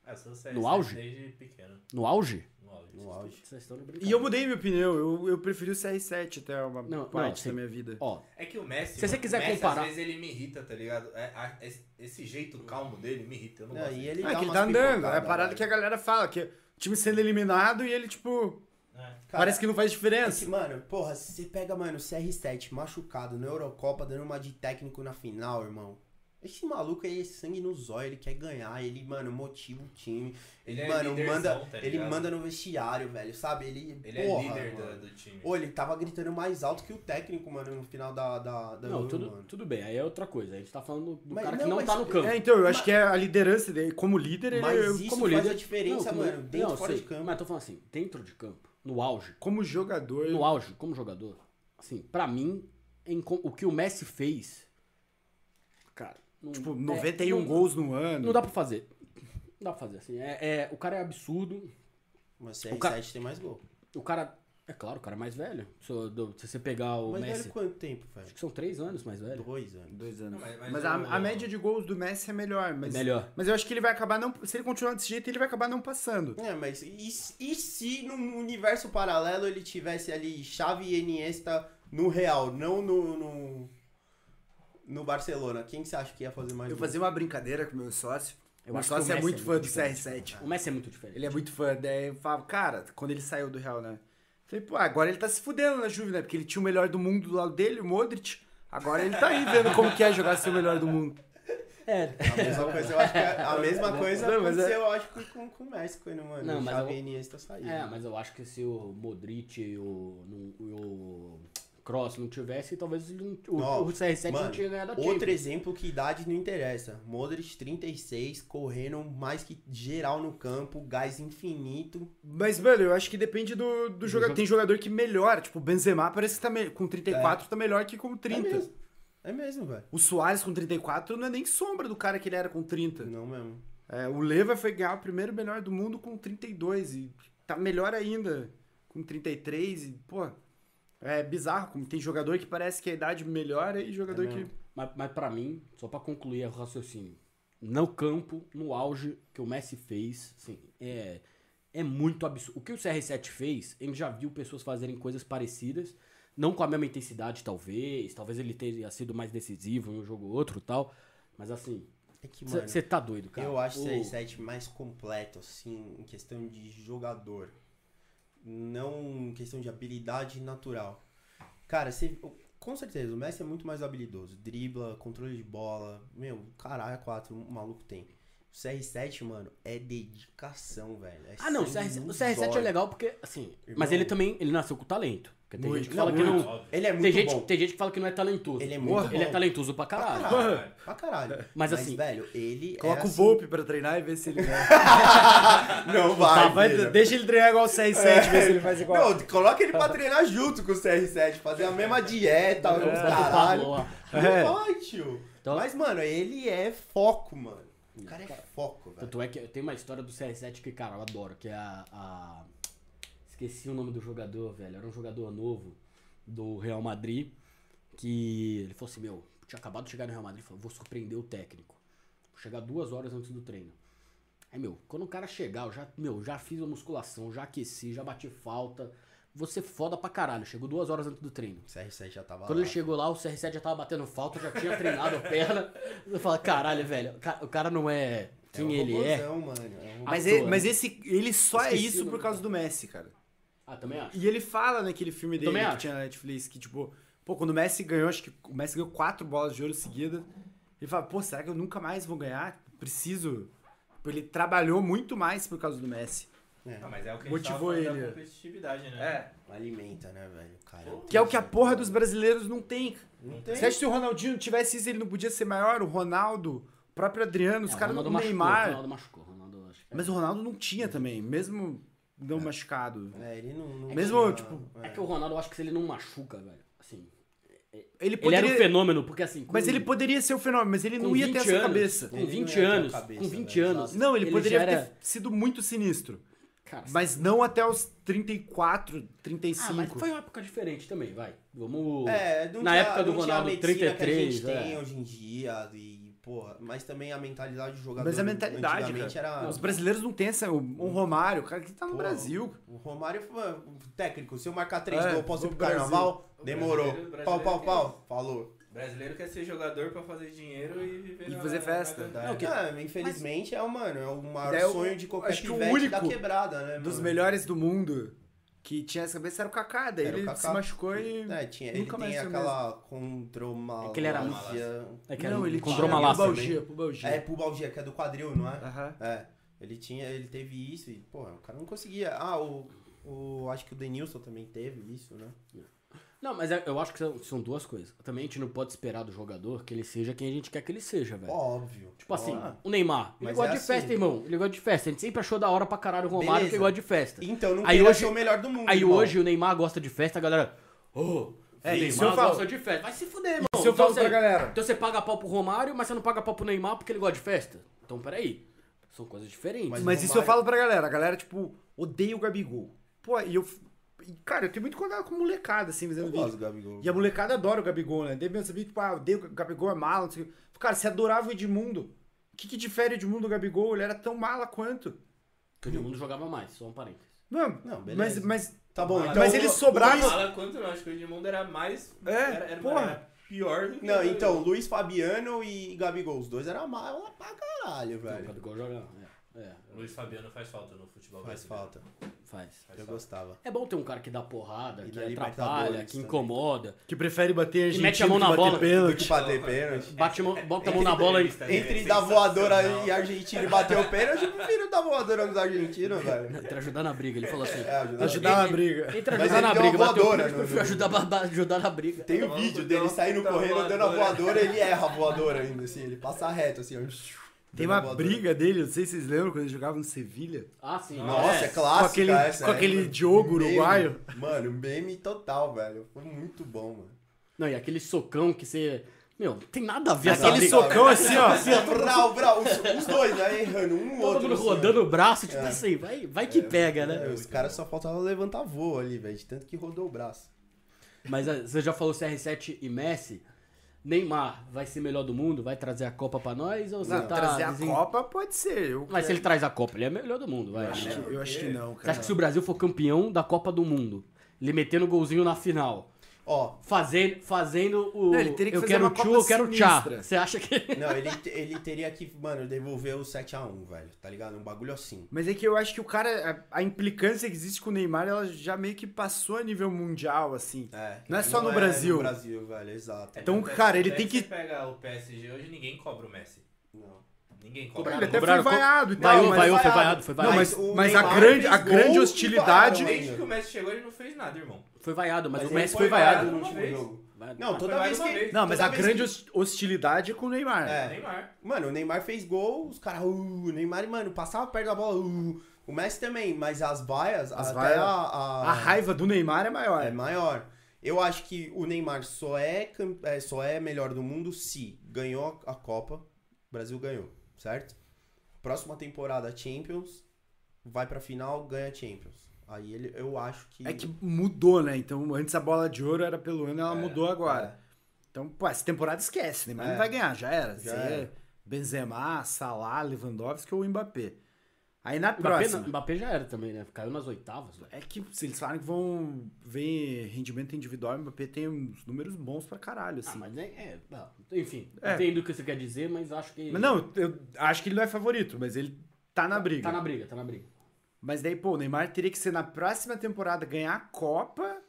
B: Ah, eu sou CR7
A: No auge?
B: desde pequeno.
A: No auge?
B: No auge.
D: No auge.
A: Vocês estão
C: E eu mudei minha opinião, eu, eu preferi o CR7 até uma
A: Não, não,
C: parte
A: sim.
C: da minha vida.
A: Ó,
B: É que o Messi.
A: Se você
B: mano,
A: quiser
B: o Messi,
A: comparar-
B: Às vezes ele me irrita, tá ligado? É, a- esse, esse jeito calmo dele me irrita. Eu não,
D: Não,
B: gosto.
D: e
B: dele.
D: ele
C: é
D: dá
C: que ele
D: umas
C: tá andando, é a
D: picotadas,
C: parada
D: velho.
C: que a galera fala, que é o time sendo eliminado e ele, tipo,
B: É.
D: Cara,
C: parece que não faz
D: Esse,
C: diferença.
D: mano, porra, se você pega, mano, o CR7 machucado na Eurocopa, dando uma de técnico na final, irmão. Esse maluco aí é sangue no zóio, ele quer ganhar, ele, mano, motiva o time.
B: Ele
D: Ele,
B: é
D: mano,
B: líderzão,
D: manda,
B: tá
D: ele
B: ligado?
D: manda no vestiário, velho, sabe? Ele,
B: Ele
D: porra,
B: é líder do,
D: mano.
B: do time.
D: Pô, ele tava gritando mais alto que o técnico, mano, no final da, da, da
A: não,
D: Euro,
A: tudo,
D: Tá mano.
A: tudo bem, aí é outra coisa. A gente tá falando do
D: Mas
A: cara que
D: não,
A: não
D: mas-
A: tá no campo.
C: É, então, eu acho que é a liderança dele, como líder, ele, é
D: Mas
C: eu-
D: isso
A: Como
D: faz
A: líder-
D: a diferença,
A: Não, tudo-
D: mano, dentro
A: não,
D: e fora
A: sei,
D: de campo.
A: Mas eu tô falando assim, dentro de campo, no auge,
C: como jogador,
A: no auge, como jogador, assim, pra mim, em co- o que o Messi fez, cara, não,
C: tipo,
A: é,
C: 91
A: não-
C: gols no ano.
A: Não dá pra fazer. Não dá pra fazer, assim. É, é- o cara é absurdo,
D: Mas
A: O
D: CR7
A: cara-
D: tem mais gol.
A: o cara. É claro, o cara é mais velho. Se, eu- do- se você pegar o
D: Mas
A: Messi,
D: velho, quanto tempo, velho?
A: acho que são três anos mais velho.
D: Dois anos.
C: Dois anos.
B: Não, mas-
C: mas é
B: mas
C: a,
B: o-
C: a média de gols do Messi é melhor. Mas,
A: É melhor.
C: Mas eu acho que ele vai acabar não. Se ele continuar desse jeito, ele vai acabar não passando.
D: É, mas e, se- e se num universo paralelo ele tivesse ali Xavi e Iniesta no Real, não no, no, no Barcelona? Quem que você acha que ia fazer mais
C: Eu
D: gol?
C: fazia uma brincadeira com o meu sócio.
A: Eu
C: meu
A: acho que o
C: sócio é
A: Messi
C: muito
A: é
C: fã
A: muito
C: do
A: diferente.
C: CR7.
A: O Messi é muito diferente.
C: Ele é muito fã. Daí eu falava, cara, quando ele saiu do Real, né? Falei, pô, agora ele tá se fudendo na Juve, né? Porque ele tinha o melhor do mundo do lado dele, o Modric. Agora ele tá aí vendo como que é jogar ser o melhor do mundo.
A: É.
D: A mesma coisa, eu acho que a, a mesma coisa
C: Não, mas é-
D: aconteceu, eu acho, que com, com o Messi, quando, mano,
A: Não,
D: o
A: mas
D: Xavi
A: eu-
D: e Iniesta saíram.
A: É, mas eu acho que se o Modric e o, não- e o Cross não tivesse, talvez ele não- o,
D: Ó,
A: o CR7 não
D: mano,
A: tinha ganhado a
D: Outro
A: Champions.
D: exemplo que idade não interessa. Modric 36, correndo mais que geral no campo, gás infinito.
C: Mas, mano, eu acho que depende do, do jogador.
A: jogo.
C: Tem jogador que melhora. Tipo, o Benzema parece que tá me... com 34 tá melhor que com 30.
D: É mesmo, é mesmo velho.
C: O Soares com 34 não é nem sombra do cara que ele era com 30.
D: Não mesmo.
C: É, o Leva foi ganhar o primeiro melhor do mundo com 32 e tá melhor ainda com 33 e, pô, é bizarro como tem jogador que parece que a idade melhora e jogador
D: É
C: que...
D: mesmo.
A: Mas, mas pra mim, só pra concluir o raciocínio, no campo, no auge que o Messi fez, assim, é, é muito absurdo. O que o CR7 fez, ele já viu pessoas fazerem coisas parecidas, não com a mesma intensidade, talvez, talvez ele tenha sido mais decisivo em um jogo ou outro e tal, mas assim,
D: É que, mano,
A: você tá doido, cara.
D: eu acho é o
A: O-
D: CR7 mais completo, assim, em questão de jogador. Não em questão de habilidade natural. Cara, você. Com certeza, o Messi é muito mais habilidoso. Dribla, controle de bola. Meu, caralho, quatro, o maluco tem. O CR7, mano, é dedicação, velho. É
A: Ah, não, o
D: sangue
A: CR7,
D: no
A: o CR7 é
D: zóio.
A: legal porque, assim.
D: Irmão.
A: Mas ele também ele nasceu com talento. Porque tem
C: Muito,
A: gente que fala que
B: Óbvio,
A: não.
B: óbvio.
D: Ele é muito
A: Tem gente,
D: bom.
A: tem gente que fala que não é talentoso.
D: Ele é muito
A: Ele é
D: bom.
A: talentoso pra
D: Pra
A: caralho.
D: caralho. Pra caralho.
A: Mas assim-
D: velho, ele.
C: Coloca
D: era
C: o
D: assim-
C: Volpe pra treinar e vê se ele ganha.
D: Não vai.
C: Tá, vai,
D: filho.
C: deixa ele treinar igual o CR7, vê se ele faz igual.
D: Não, coloca ele pra treinar junto com o CR7, fazer a mesma dieta, os
A: Bota o
D: caralho.
A: Pablo lá.
C: É.
D: Não vai, tio.
A: É. Tá Então-
D: Mas, mano, ele é foco, mano. O cara é foco, velho.
A: Tanto é que tem uma história do CR7 que, cara, eu adoro, que é a, a- Esqueci o nome do jogador, velho. Era um jogador novo do Real Madrid. Que ele falou assim, meu, tinha acabado de chegar no Real Madrid, falou, vou surpreender o técnico. Vou chegar duas horas antes do treino. Aí, meu, quando o cara chegar, eu já, meu, já fiz a musculação, já aqueci, já bati falta. Você foda pra caralho. Chegou duas horas antes do treino.
D: O CR7 já tava
A: Quando
D: lá.
A: ele chegou lá, o CR7 já tava batendo falta, já tinha treinado a perna. Eu falo, caralho, velho, o ca- o cara não é quem
D: um
A: ele é.
D: robôzão, Mano. É um
A: Ah,
C: Mas,
A: à
C: ele,
A: toa,
C: mas esse, ele só é
A: Esqueci o
C: isso
A: nome
C: por causa do Messi, cara.
A: Ah, também acho.
C: E ele fala naquele filme dele
A: Também
C: que
A: acho.
C: tinha na Netflix que, tipo, pô, quando o Messi ganhou, acho que o Messi ganhou quatro bolas de ouro seguida. Ele fala, pô, será que eu nunca mais vou ganhar? Preciso. Pô, Ele trabalhou muito mais por causa do Messi.
B: Ah, mas é o que a gente tava
C: Motivou
B: falando
C: ele.
B: da competitividade, né?
C: É.
A: Ah.
D: Alimenta, né, velho? Cara,
C: Que é o que a porra dos brasileiros não tem.
D: Não tem.
C: Você acha que se o Ronaldinho não tivesse isso, ele não podia ser maior? O Ronaldo, o próprio Adriano, os
A: É,
C: caras
A: Ronaldo
C: do
A: machucou,
C: Neymar.
A: Ronaldo machucou, Ronaldo
B: Ronaldo, acho que
C: Mas o Ronaldo não tinha também, mesmo não machucado.
D: É, ele não. não
C: Mesmo,
D: tinha-
C: tipo,
A: É que o Ronaldo, eu acho que se ele não machuca, velho, assim...
C: Ele
A: Ele
C: poderia.
A: era um fenômeno, porque assim... com-
C: Mas ele poderia ser o fenômeno, mas ele
A: com
C: não ia ter
A: 20
C: essa
A: anos,
C: cabeça.
A: Com
D: Ele não
A: 20
D: ia ter a
A: anos,
D: cabeça,
A: com 20
D: velho,
A: anos.
D: exato.
C: Não, ele, poderia
A: já era-
C: ter sido muito sinistro.
A: Cara,
C: Mas não até os 34, 35.
A: Ah, mas foi uma época diferente também, vai. Vamos.
D: É, não
A: Na
D: tinha-
A: época do
D: não tinha a
A: Ronaldo,
D: medicina
A: 33,
D: que a gente tem
A: é.
D: hoje em dia e, porra, mas também a mentalidade do jogador
C: Mas a mentalidade,
D: antigamente era...
C: Os brasileiros não têm essa. o- Um Romário, o cara que tá no
D: Hum. Pô, Hum.
C: Brasil.
D: O Romário foi um técnico, se eu marcar três
C: É,
D: gols, eu posso
C: o
D: ir pro carnaval?
B: Brasil.
D: Demorou.
B: O brasileiro- o
D: Pau, pau,
B: brasileiro
D: pau.
C: é.
D: Falou.
B: Brasileiro quer ser jogador pra fazer dinheiro e viver
C: E
B: na-
C: fazer
B: na
C: festa.
B: cantada.
D: Não,
A: que-
D: ah, infelizmente é, o mano, é o maior
C: É o-
D: sonho de qualquer
C: acho que o
D: pivete da
C: único
D: quebrada, né,
C: dos
D: mano?
C: melhores do mundo que tinha essa cabeça era o Kaká, daí
D: Era o
C: ele
D: Kaká.
C: se machucou e
D: É, tinha, ele
C: Nunca mais
D: tem
C: foi
D: aquela contromalásia.
A: É que ele era muito- É que era um- com
C: tinha
A: Dromalácia
C: pubalgia, pubalgia.
D: É, pubalgia, que é do quadril, não é?
C: Aham.
D: É, ele tinha, ele teve isso e, porra, o cara não conseguia. Ah, o, o acho que o Denilson também teve isso, né?
A: Não, mas é- eu acho que são- são duas coisas. Também a gente não pode esperar do jogador que ele seja quem a gente quer que ele seja,
C: É.
A: velho.
D: Óbvio.
A: Tipo assim,
D: Ah,
A: o Neymar, ele
D: mas
A: gosta
D: é
A: de festa,
D: assim.
A: irmão. Ele gosta de festa. A gente sempre achou da hora pra caralho o Romário
D: Beleza.
A: que ele gosta de festa.
D: Então não
A: Aí
D: queira
A: hoje-
D: ser o melhor do mundo.
A: Aí
D: irmão.
A: hoje o Neymar gosta de festa, a galera. Ô,
C: É,
A: o
C: isso
A: Neymar
C: eu falo.
A: gosta de festa. Vai se fuder, irmão.
C: Isso eu falo
A: você,
C: pra galera.
A: Então você paga pau pro Romário, mas você não paga pau pro Neymar porque ele gosta de festa. Então peraí. São coisas diferentes.
D: Mas-
C: Mas
D: o
C: isso eu
D: Romário-
C: falo pra galera, a galera, tipo, odeia o Gabigol. Pô, e eu. e, cara, eu tenho muito cuidado com molecada, assim, fazendo
D: eu
C: vídeo.
D: gosto do Gabigol.
C: E a molecada adora o Gabigol, né? Deve saber, tipo, ah, odeio o Gabigol é mala, não sei o quê. Cara, você adorava o Edmundo. O que, que difere o Edmundo do Gabigol? Ele era tão mala quanto.
A: Todo mundo jogava mais, só um parênteses.
C: Não,
D: Não,
C: mas,
D: beleza.
C: mas
D: Tá bom,
B: né? Mas
D: então.
C: ele
D: Lu-
C: sobrava-
D: Luiz-
B: Fala quanto não, acho que o Edmundo era mais.
C: É,
B: era, era,
C: porra.
B: era pior do que
D: Não,
B: o
D: então, Luiz Fabiano e Gabigol, os dois eram mala pra caralho,
A: O
D: velho.
A: Gabigol jogava. É, é,
B: Luiz Fabiano faz falta no futebol
D: Faz
B: brasileiro.
D: falta.
A: faz.
D: Eu
B: falta.
D: gostava.
A: É bom ter um cara que dá porrada,
D: E
A: que
D: na
A: atrapalha,
D: Libertadores
A: que
D: também.
A: incomoda.
C: que prefere bater
A: E mete a mão na bola.
D: Que bater pênalti.
A: Bate a mão- bota a mão na bola e.
B: É
D: Entre dar voadora e argentino e bater o pênalti, eu prefiro dar voadora nos argentinos, velho.
A: Entre ajudar na briga, ele falou assim.
D: É, ajudar-
C: Ajudar na briga.
A: Entre
D: Mas
A: ajudar
D: ele
A: na
D: deu
A: briga,
D: uma
A: bater o
D: voadora né?
A: pênalti,
D: no-
A: foi ajudar, ba- ajudar na briga.
D: Tem o
B: Tomando
D: vídeo
B: deu
D: dele
B: uma
D: saindo
B: puta
D: correndo, dando a
B: voadora.
D: voadora, ele erra a voadora ainda, assim, ele passa reto, assim, ó.
C: Tem
D: Dando a
C: uma
D: voadora.
C: briga dele, não sei se vocês lembram, quando ele jogava no Sevilha.
A: Ah, sim.
D: Nossa, é
A: é.
D: clássica
C: com aquele-
D: essa.
C: com
D: é.
C: aquele Diogo
D: Meme.
C: uruguaio.
D: Mano, meme total, velho. Foi muito bom, mano.
A: Não, e aquele socão que você. Meu, não tem nada a ver essa
C: Aquele
A: briga.
C: socão assim, ó.
D: Tá Brau, brau, os, os dois, né, errando um no
A: Todo
D: outro.
A: mundo
D: assim, ó.
A: rodando o braço, tipo
C: É.
A: assim, vai, vai que pega, né?
D: É, os caras só faltavam levantar voo ali, velho, de tanto que rodou o braço.
A: Mas ah, você já falou CR7 e Messi. Neymar vai ser melhor do mundo? Vai trazer a Copa pra nós? Ou você
C: Não,
A: tá
C: trazer a
A: desen-
C: Copa pode ser. Eu,
A: Mas se ele traz a Copa, ele é melhor do mundo, vai.
C: eu acho que, eu acho que não,
A: Você
C: cara.
A: acha que se o Brasil for campeão da Copa do Mundo, ele metendo golzinho na final,
D: Ó,
A: fazendo, fazendo o.
C: Não, ele teria que
A: eu
C: fazer
A: quero
C: uma
A: o
C: Copa
A: tchu, eu quero o tchá.
C: sinistra.
A: Você acha que.
D: não, ele, ele teria que, mano, devolver o 7x1, velho, tá ligado? Um bagulho assim.
C: Mas é que eu acho que o cara, a, a implicância que existe com o Neymar, ela já meio que passou a nível mundial, assim.
D: É,
C: Não é só no Brasil.
D: No Brasil, velho, exato.
C: Então, cara, ele
B: Até
C: tem
B: que
C: que-
B: você pega o PSG hoje, ninguém cobra o Messi.
D: Não.
B: Ninguém
A: Cobraram,
B: cobra.
C: ele até
A: cobraram,
C: foi vaiado e tal.
A: vaiou,
C: mas-
A: vaiou, foi
D: vaiado.
A: vaiado, foi
C: Não,
A: vaiado.
C: mas,
D: Mas o
C: mas a
D: Neymar
C: grande, a
D: fez
C: grande
D: gol e
C: hostilidade.
D: vaiaram ele.
B: Desde que o Messi chegou, ele não fez nada, irmão.
A: Foi vaiado, mas,
D: Mas
A: o
D: ele
A: Messi
D: foi
A: foi vaiado.
D: vaiado. no
B: Uma
D: último
B: vez.
D: jogo.
A: Vai-
D: Não,
A: Ah,
D: toda
B: Foi mais
D: vez
B: uma
D: que...
B: vez.
C: Não, mas
D: toda
C: a
D: vez
C: grande
D: que-
C: hos- hostilidade é com o Neymar. né?
D: É.
B: Neymar.
D: Mano, o Neymar fez gol, os caras... Uh, o Neymar, mano, passava perto da bola. uh. o Messi também, mas as vaias...
C: As
D: até
C: vaias-
D: a, a-
C: A raiva do Neymar é maior.
D: Ah. É maior. Eu acho que o Neymar só é, cam- é, só é melhor do mundo se ganhou a Copa, o Brasil ganhou, certo? Próxima temporada, Champions, vai pra final, ganha Champions. Aí ele, eu acho que...
C: É que mudou, né? Então, antes a bola de ouro era pelo ano, ela mudou agora. Então, pô, essa temporada esquece, né? Mas
D: É.
C: não vai ganhar, já era. Você
D: Já era.
C: Benzema, Salah, Lewandowski ou Mbappé. Aí na
A: Mbappé,
C: próxima.
A: não, Mbappé já era também, né? Caiu nas oitavas, velho.
C: É que se eles falam que vão ver rendimento individual, o Mbappé tem uns números bons pra caralho,
A: Ah,
C: assim.
A: mas é. é, ah, enfim,
C: É.
A: entendo o que você quer dizer, mas acho que.
C: Mas não, eu acho que ele não é favorito, mas ele tá na briga.
A: Tá na briga, tá na briga.
C: Mas daí, pô, o Neymar teria que ser na próxima temporada ganhar a Copa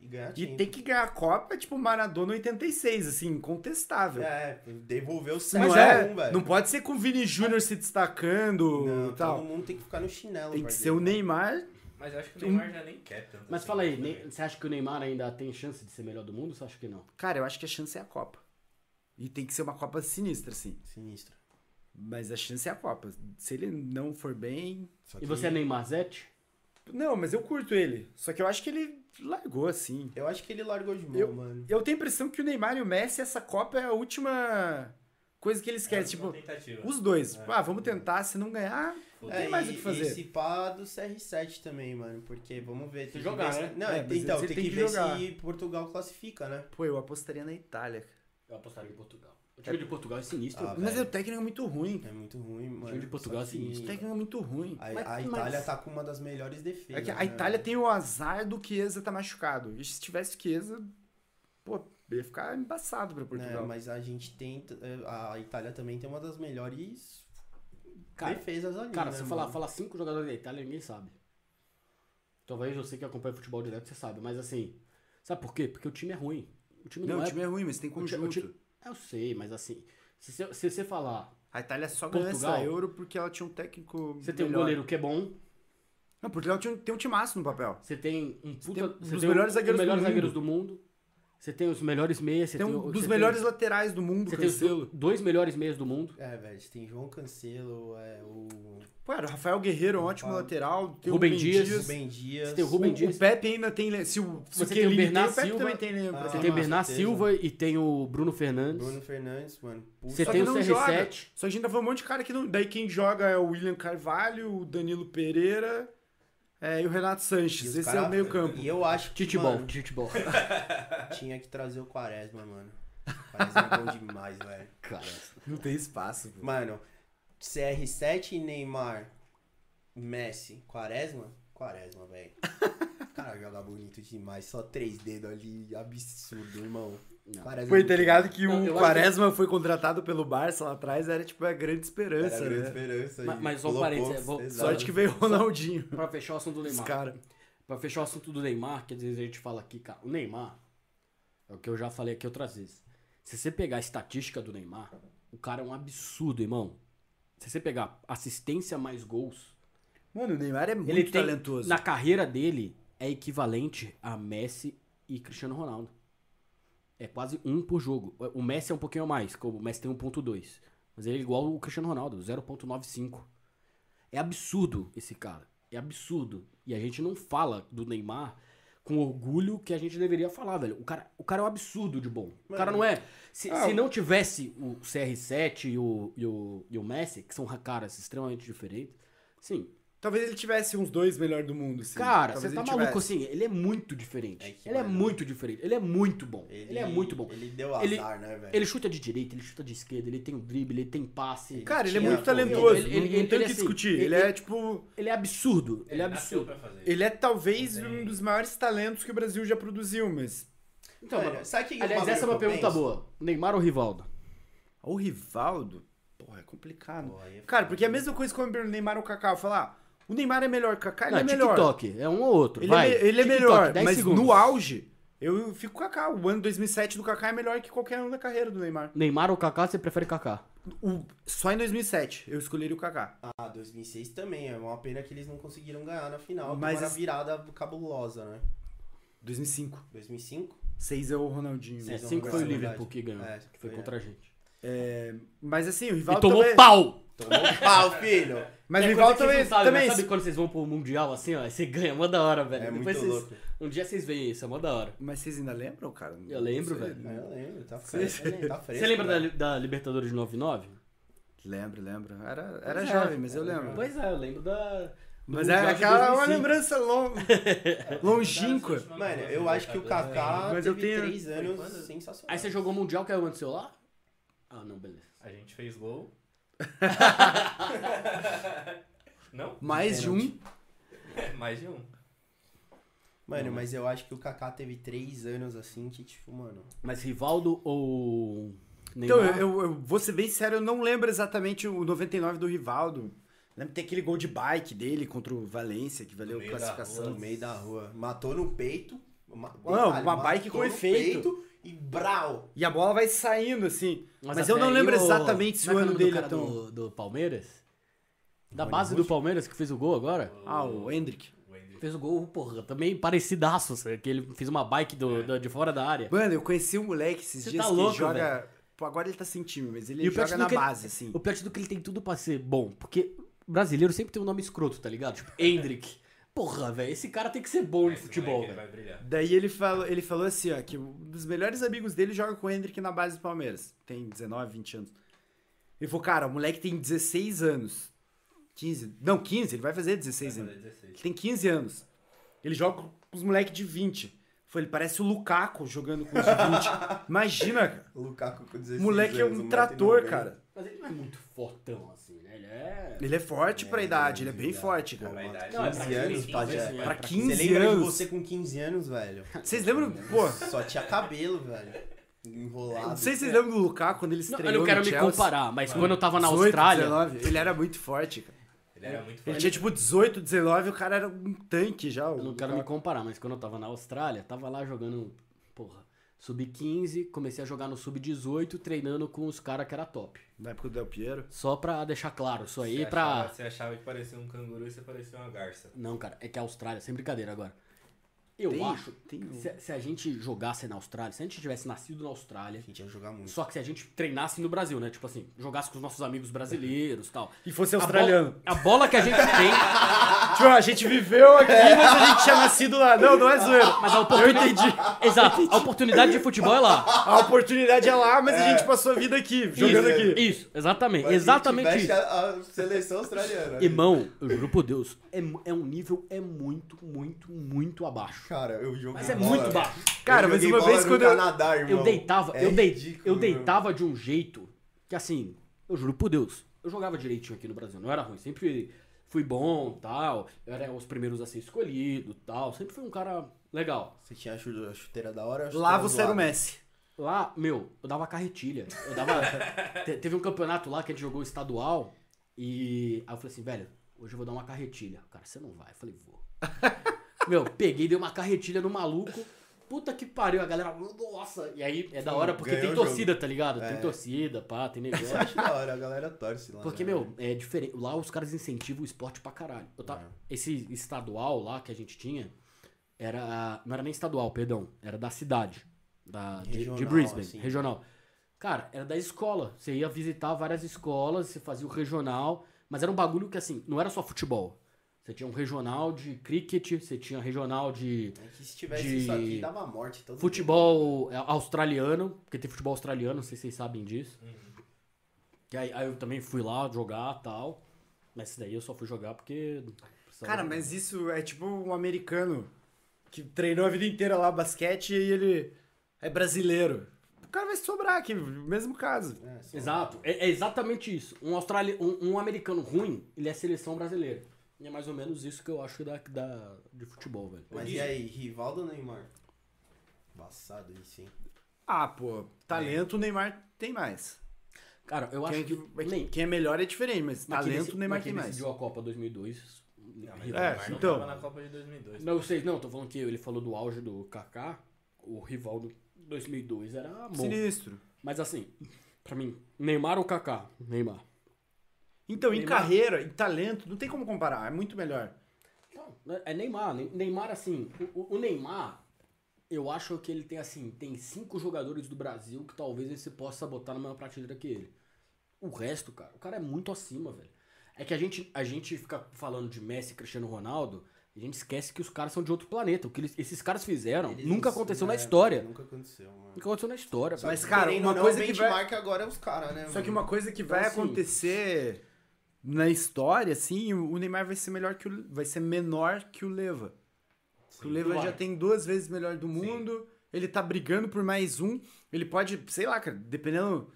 D: E ganha a
C: e
D: Champions.
C: tem que ganhar a Copa, tipo, Maradona 86, assim, incontestável.
D: É, devolveu o 7
C: Mas
D: x
C: é,
D: 1, velho.
C: não pode ser com o Vini Júnior se destacando
D: Não,
C: e tal.
D: todo mundo tem que ficar no chinelo.
C: Tem que
D: parceiro.
C: ser o Neymar.
B: Mas eu acho que o Neymar já nem quer tanto.
A: Mas
B: assim,
A: fala aí,
B: também.
A: Ne- você acha que o Neymar ainda tem chance de ser melhor do mundo? Você acha que não?
C: Cara, eu acho que a chance é a Copa. E tem que ser uma Copa sinistra, assim.
D: Sinistro.
C: Mas a chance é a Copa. Se ele não for bem.
A: E você é Neymar Zete?
C: Não, mas eu curto ele. Só que eu acho que ele largou assim.
D: Eu acho que ele largou de mão,
C: Eu-
D: mano.
C: Eu tenho a impressão que o Neymar e o Messi, essa Copa é a última coisa que eles
B: É,
C: querem.
B: uma
C: tipo,
B: tentativa.
C: os dois.
B: É.
C: Tipo, ah, vamos tentar, se não ganhar.
B: Foda-se.
C: É, tem mais o
D: e-
C: que fazer.
D: E se pá do CR7 também, mano. Porque vamos ver.
A: Se
D: que
A: jogar,
D: ver
A: né?
D: Não,
C: É, mas
D: então,
C: ele
D: tem,
C: tem
D: que,
C: que
D: ver
C: jogar.
D: se Portugal classifica, né?
C: Pô, eu apostaria na Itália. cara.
A: Eu apostaria em Portugal. O time de Portugal é sinistro.
D: Ah,
A: velho.
C: Mas
D: velho.
C: o técnico é muito ruim. cara.
D: É muito ruim, mano.
A: de Portugal
D: Só
A: é
D: que
A: sinistro.
C: O técnico é muito ruim.
D: A,
A: Mas-
D: a
A: mas-
D: Itália tá com uma das melhores
C: É
D: defesas.
C: que a
D: né,
C: Itália
D: velho?
C: tem o azar do Chiesa tá machucado. E se tivesse Chiesa, pô, ia ficar embaçado pra Portugal.
D: Né, mas a gente tem. t- eh, A Itália também tem uma das melhores
A: Cara,
D: defesas ali.
A: Cara,
D: né,
A: se eu falar,
D: mano?
A: falar cinco jogadores da Itália, ninguém sabe. Talvez você que acompanha futebol direto, você sabe. Mas assim, sabe por quê? Porque o time é ruim. O time não,
C: Não,
A: é...
C: o time é ruim, mas tem
A: o ti-
C: conjunto.
A: o ti- Eu sei, mas assim, se você se você falar,
C: A Itália só ganhou essa
A: Portugal.
C: Euro porque ela tinha um técnico
A: você tem um
C: melhor.
A: goleiro que é bom,
C: Não, Portugal tinha, tem um timaço no papel.
A: você tem um
C: tem
A: puta...
C: um
A: Você
C: dos
A: tem um-
C: melhores
A: os
C: zagueiros do
A: melhores
C: mundo.
A: zagueiros do mundo, você tem os melhores meias, você
C: Tem um
A: o-
C: dos
A: você
C: melhores laterais do
A: Tem,
C: mundo,
A: você tem os
C: Cancelo.
A: do- dois melhores meias do mundo.
D: É, velho, você tem João Cancelo, é, o
C: Pô, era o Rafael Guerreiro, um ótimo
D: Rafael.
C: lateral. Tem o
A: Rubem
C: Rubem
A: Dias.
C: Dias.
D: Rubem Dias.
A: Você tem o
C: O,
A: Rubem Dias,
C: o Pepe ainda tem... le- Se o, se
A: Você tem o
C: Chiellini
A: Bernard
C: Pepe
A: Silva.
C: também tem... le-
D: Ah,
C: pra
A: você
C: tomar.
A: tem o Bernard
D: certeza.
A: Silva e tem o Bruno Fernandes.
D: Bruno Fernandes, mano. Puta
A: Você
C: Só
A: tem
C: que
A: o
C: não
A: CR7.
C: joga. Só que a gente tá falando um monte de cara que não... Daí quem joga é o William Carvalho, o Danilo Pereira é, e o Renato
D: que
C: Sanches.
D: os
C: Esse é
D: cara-
C: o meio campo.
D: E eu acho que.
A: Titebol,
D: mano,
A: titebol.
D: tinha que trazer o Quaresma, mano. Quaresma é bom demais, velho.
C: Não tem espaço. pô.
D: Mano, CR7, Neymar, Messi, Quaresma? Quaresma, velho. Cara, joga bonito demais. Só três dedos ali, absurdo, irmão.
A: Não.
D: Quaresma é
C: Foi,
D: muito
C: tá ligado
D: bom.
C: que
A: Não, eu acho
C: o
A: que-
C: Quaresma foi contratado pelo Barça lá atrás, era tipo a grande
D: Era
C: esperança,
D: a grande
C: né?
D: esperança aí.
A: Mas- mas só um
D: Colocou,
A: parênteses, é, vou-
D: exato.
C: Sorte que veio o Ronaldinho.
A: pra fechar o assunto do
C: Esse
A: Neymar.
C: cara.
A: Pra fechar o assunto do Neymar, que às vezes a gente fala aqui, cara, o Neymar, é o que eu já falei aqui outras vezes. Se você pegar a estatística do Neymar, o cara é um absurdo, irmão. Se você pegar assistência mais gols,
C: Mano, o Neymar é muito
A: ele tem,
C: talentoso.
A: na carreira dele, é equivalente a Messi e Cristiano Ronaldo. É quase um por jogo. O Messi é um pouquinho a mais, como o Messi tem 1.2. Mas ele é igual o Cristiano Ronaldo, 0.95. É absurdo esse cara. É absurdo. E a gente não fala do Neymar com o orgulho que a gente deveria falar, velho. O cara, o cara é um absurdo de bom. O cara não é. Se,
C: Ah,
A: se
C: o-
A: não tivesse o CR7 e o, e, o, e o Messi, que são caras extremamente diferentes, sim,
C: Talvez ele tivesse uns dois melhor do mundo, sim.
A: Cara,
C: Talvez
A: você tá
C: ele
A: maluco
C: tivesse.
A: assim? Ele é muito diferente.
D: É que,
A: ele é
D: mano,
A: muito diferente. Ele é muito bom. Ele, é muito bom. Ele,
D: Ele deu azar,
A: Ele-
D: né,
C: é.
D: velho?
A: chuta de direita, ele chuta de esquerda, ele tem o drible, ele tem passe.
D: Ele-
C: Cara, ele é
D: Tinha-
C: muito talentoso.
A: assim. ele- ele-
C: não, não tem
A: ele-
C: o que
A: assim,
C: discutir.
A: ele-
C: Ele, é, tipo...
A: Ele é absurdo. Ele, é
B: nasceu
A: absurdo.
B: pra fazer isso.
C: Ele é talvez
B: Ele tem-
C: um dos maiores talentos que o Brasil já produziu, mas...
A: Então,
D: Mano,
A: mas-
D: sabe que um
A: aliás,
D: bagulho
A: essa é
D: que
A: uma
D: eu
A: pergunta
D: penso?
A: boa. Neymar ou Rivaldo?
C: O Rivaldo... Porra, é complicado.
D: Pô, aí é
C: Cara, porque é a mesma coisa que quando o Neymar ou o Kaká. Eu falar, ah, o Neymar é melhor que o Kaká, ele
A: Não,
C: é melhor.
A: TikTok. É um ou outro.
C: Ele,
A: vai.
C: é, me- ele é
A: TikTok,
C: melhor,
A: 10
C: mas
A: segundos.
C: no auge, eu fico com o Kaká. O ano 2007 do Kaká é melhor que qualquer ano da carreira do Neymar.
A: Neymar ou Kaká, você prefere Kaká?
C: O- só em 2007 eu escolheria o Kaká.
D: Ah, 2006 também. É uma pena que eles não conseguiram ganhar na final.
C: Mas
D: Mas a
C: esse-
D: virada cabulosa, né?
C: 2005.
D: 2005?
C: 6 é o Ronaldinho.
A: É,
D: Vocês vão
A: cinco foi o
D: conversar,
A: Liverpool
D: verdade.
A: que ganhou.
D: É,
A: que foi
D: foi,
A: contra a gente.
C: Mas assim, o
A: E
C: Rivaldo
A: tomou
C: também...
A: pau!
D: Tomou um pau, filho!
C: Mas o
A: É coisa
C: Rivaldo
A: que
C: também...
A: vocês não sabem,
C: também
A: mas sabe quando vocês vão pro Mundial assim, ó? aí Você ganha, mó da hora, velho.
D: É muito
A: Depois vocês-
D: louco.
A: Um dia vocês veem isso, é mó da hora.
C: Mas vocês ainda lembram, cara?
A: Eu lembro,
C: Não sei.
A: velho.
D: É, eu lembro, tá fresco. Tá fresco
A: Você lembra da,
D: velho.
A: Li- da Libertadores de 99?
C: Lembro, lembro. Era, era
A: Pois é.
C: jovem, mas eu lembro.
A: Pois é, eu lembro da.
C: Mas
A: do
C: é
A: Mundial de
C: aquela é uma
A: 2005.
C: lembrança long... É, longínqua.
D: Mano, eu acho que o
B: né?
D: Kaká
C: Mas eu
D: teve
C: tenho-
D: três anos
B: quando?
A: Aí
D: sensacionais.
A: você jogou o Mundial, o que aconteceu lá? Ah, não, beleza.
B: A gente fez gol. Não?
C: Mais de um.
B: Mais de um.
D: Mano, mas eu acho que o Kaká teve três anos assim que, tipo, mano...
A: Mas Rivaldo ou.
C: Então,
A: Neymar?
C: eu, eu, eu vou ser bem sério, eu não lembro exatamente o 99 do Rivaldo. Lembro que tem aquele gol de bike dele contra o Valência, que valeu
B: No meio da
D: No
C: classificação.
D: meio da rua. Matou no peito. ma-
C: Não,
D: detalhe,
C: uma bike
D: matou
C: com
D: no
C: efeito.
D: peito E brau.
C: E a bola vai saindo, assim. Mas,
A: até
C: eu não
A: aí,
C: lembro
A: ô,
C: exatamente se
A: como
C: o
A: é que
C: ano
A: é nome
C: dele é
A: do
C: tão...
A: cara Do, do Palmeiras? Da base do Palmeiras que fez o gol agora?
C: Ah, o Hendrick.
B: O Hendrick.
A: Fez o gol, porra, também assim, parecidaço, sabe? que ele fez uma bike do, da- de fora da área.
C: Mano, eu conheci um moleque esses
A: Você
C: dias
A: tá
C: que
A: louco,
C: joga...
A: velho.
C: Pô, agora ele tá sem time, mas ele
A: E o pior de tudo
C: joga na
A: que ele-
C: base, assim.
A: O pior de tudo é que ele tem tudo pra ser bom, porque brasileiro sempre tem um nome escroto, tá ligado? Tipo, Hendrick. Porra, velho, esse cara tem que ser bom em
B: Esse
A: futebol,
B: moleque, um, né, ele
A: velho.
B: vai brilhar.
C: Daí ele falou, ele falou assim, ó, que um dos melhores amigos dele joga com o Hendrick na base do Palmeiras. Tem 19, 20 anos. Ele falou, cara, o moleque tem 16 anos. 15. Não, 15, ele vai fazer
A: É,
C: 16
B: Vai
C: ainda.
B: fazer 16.
C: Ele tem 15 anos. Ele joga com os moleques de 20. Foi, ele parece o Lukaku jogando com os de 20. Imagina, cara.
D: Lukaku com 16
C: O moleque é
D: anos,
C: um
D: o moleque
C: trator,
D: não ganha.
C: cara.
A: Mas ele não é muito fortão assim, né? Ele é.
C: Ele é forte pra idade, ele é bem
D: cara.
C: forte,
B: Pra
C: cara.
B: idade.
A: Não, é pra
D: 15 anos, tá
A: 15,
D: Pajé.
A: assim, é pra
C: pra 15
D: Você lembra de
C: anos.
D: você é com 15 anos, velho?
C: Vocês lembram, pô,
D: Só tinha cabelo, velho. Enrolado.
C: não sei se vocês lembram do Lukaku quando ele
A: Não,
C: estreou
A: eu não quero
C: no
A: me
C: Chelsea.
A: comparar, mas quando eu tava na
C: 18,
A: Austrália.
C: 19, ele era muito forte, cara.
B: Ele era muito
C: Ele
B: forte.
C: tinha tipo 18, 19, o cara era um tanque já. o
A: Eu não quero me
C: Lukaku.
A: comparar, mas quando eu tava na Austrália, tava lá jogando, porra, sub-15, comecei a jogar no sub-18, treinando com os caras que era top.
C: Na época do Del Piero.
A: Só pra deixar claro, isso aí
B: Você
A: pra...
B: achava- Você achava que parecia um canguru e você parecia uma garça.
A: Não, cara, é que a Austrália, sem brincadeira agora. Eu
C: Tem-
A: acho,
C: tem
A: que
C: um.
A: se, se a gente jogasse na Austrália, se a gente tivesse nascido na Austrália,
D: A gente ia jogar muito.
A: só que se a gente treinasse no Brasil, né? Tipo assim, jogasse com os nossos amigos brasileiros e tal.
C: E fosse
A: A bola-
C: australiano.
A: A bola, que a gente tem,
C: Tipo, a gente viveu aqui, mas a gente tinha nascido lá. Não, não é zoeiro.
A: mas a oportunidade... Exato, a oportunidade de futebol é lá.
C: A oportunidade é lá, mas a gente passou a vida aqui, jogando
A: isso,
C: aqui.
A: Isso, exatamente,
D: Mas a gente
A: exatamente
D: veste
A: isso.
D: A, a seleção australiana. né?
A: Irmão, eu juro por Deus, é, mu- é um nível, é muito, muito, muito abaixo.
D: Cara, eu joguei
A: Mas é
D: bola.
A: muito baixo.
C: Cara,
D: eu
C: mas
D: joguei
C: uma
D: bola
C: vez
D: no
C: quando eu-
D: Canadá, irmão.
A: Eu deitava,
D: É
A: eu, dei,
D: ridículo,
A: eu
D: meu.
A: deitava de um jeito que assim, eu juro por Deus, eu jogava direitinho aqui no Brasil, não era ruim, sempre fui bom, tal, eu era os primeiros a ser escolhido, tal, sempre fui um cara legal.
D: Você tinha a chu- a chuteira da hora? a
C: Lá
D: chuteira
C: você era o
D: zoada?
C: Messi.
A: Lá, meu, eu dava carretilha, eu dava te- teve um campeonato lá que a gente jogou estadual e aí eu falei assim, velho, hoje eu vou dar uma carretilha. O cara, você não vai. Eu falei, vou. Meu, peguei, dei uma carretilha no maluco. Puta que pariu, a galera, nossa. E aí é da hora porque
D: Ganhou
A: tem
D: o jogo.
A: torcida, tá ligado?
D: É.
A: Tem torcida, pá, tem negócio.
D: Eu acho é da hora, a galera torce lá.
A: Porque,
D: né?
A: meu, é diferente. Lá os caras incentivam o esporte pra caralho. Eu tava-
D: É.
A: Esse estadual lá que a gente tinha era. Não era nem estadual, perdão. Era da cidade. Da, de- de,
D: Regional,
A: Brisbane,
D: assim.
A: regional. Cara, era da escola. Você ia visitar várias escolas, você fazia o regional. Mas era um bagulho que, assim, não era só futebol. Você tinha um regional de cricket, você tinha regional de
D: É que se tivesse
A: de-
D: isso aqui, dava morte. Todo
A: futebol é, australiano, porque tem futebol australiano, não sei se vocês sabem disso. Que aí, aí eu também fui lá jogar tal. Mas isso daí eu só fui jogar porque. precisava-
C: Cara, mas isso é tipo um americano que treinou a vida inteira lá basquete e ele é brasileiro. O cara vai sobrar aqui, mesmo caso.
D: mundo. É, só-
A: Exato, é, é exatamente isso. Um, australi... um, um americano ruim, ele é seleção brasileira. E é mais ou menos isso que eu acho da, da, de futebol, velho.
D: Mas e aí, Rivaldo ou Neymar? Embaçado isso, hein?
C: Ah, pô, talento o Neymar tem mais.
A: Cara, eu acho
C: Quem,
A: que.
C: é que-
A: nem-
C: quem é melhor é diferente,
A: mas
C: mas,
A: quem
C: talento
A: deci-
C: o Neymar
A: mas quem
C: tem mais.
A: decidiu a Copa 2002.
B: Não,
A: Rivaldo.
B: mas o Neymar não
C: então.
B: tava na Copa de 2002.
A: Não, eu sei, não, tô falando que ele falou do auge do Kaká, o rival do 2002 era é bom.
C: Sinistro.
A: Mas assim, pra mim, Neymar ou Kaká? Neymar.
C: Então, em
A: Neymar.
C: carreira, em talento, não tem como comparar, é muito melhor.
A: Não, é Neymar. Ne- Neymar, assim, o- o, o Neymar, eu acho que ele tem, assim, tem cinco jogadores do Brasil que talvez ele se possa botar na mesma prateleira que ele. O resto, cara, o cara é muito acima, velho. É que a gente, a gente fica falando de Messi e Cristiano Ronaldo, a gente esquece que os caras são de outro planeta. O que eles- esses caras fizeram
D: Eles
A: nunca
D: não-
A: aconteceu
D: é,
A: na história.
D: Nunca aconteceu, mano.
A: Nunca aconteceu na história,
C: Mas,
A: velho.
C: cara,
D: Querendo
C: uma
D: ou não,
C: coisa
D: o
C: que vai-
D: benchmark agora é os caras, né?
C: Só que
D: mano?
C: uma coisa que
A: Então,
C: vai
A: assim-
C: acontecer na história, assim, o Neymar vai ser melhor que o, vai ser menor que o Leva. Porque o Leva
A: claro.
C: já tem duas vezes melhor do mundo, ele tá brigando por mais um, ele pode, sei lá, cara, dependendo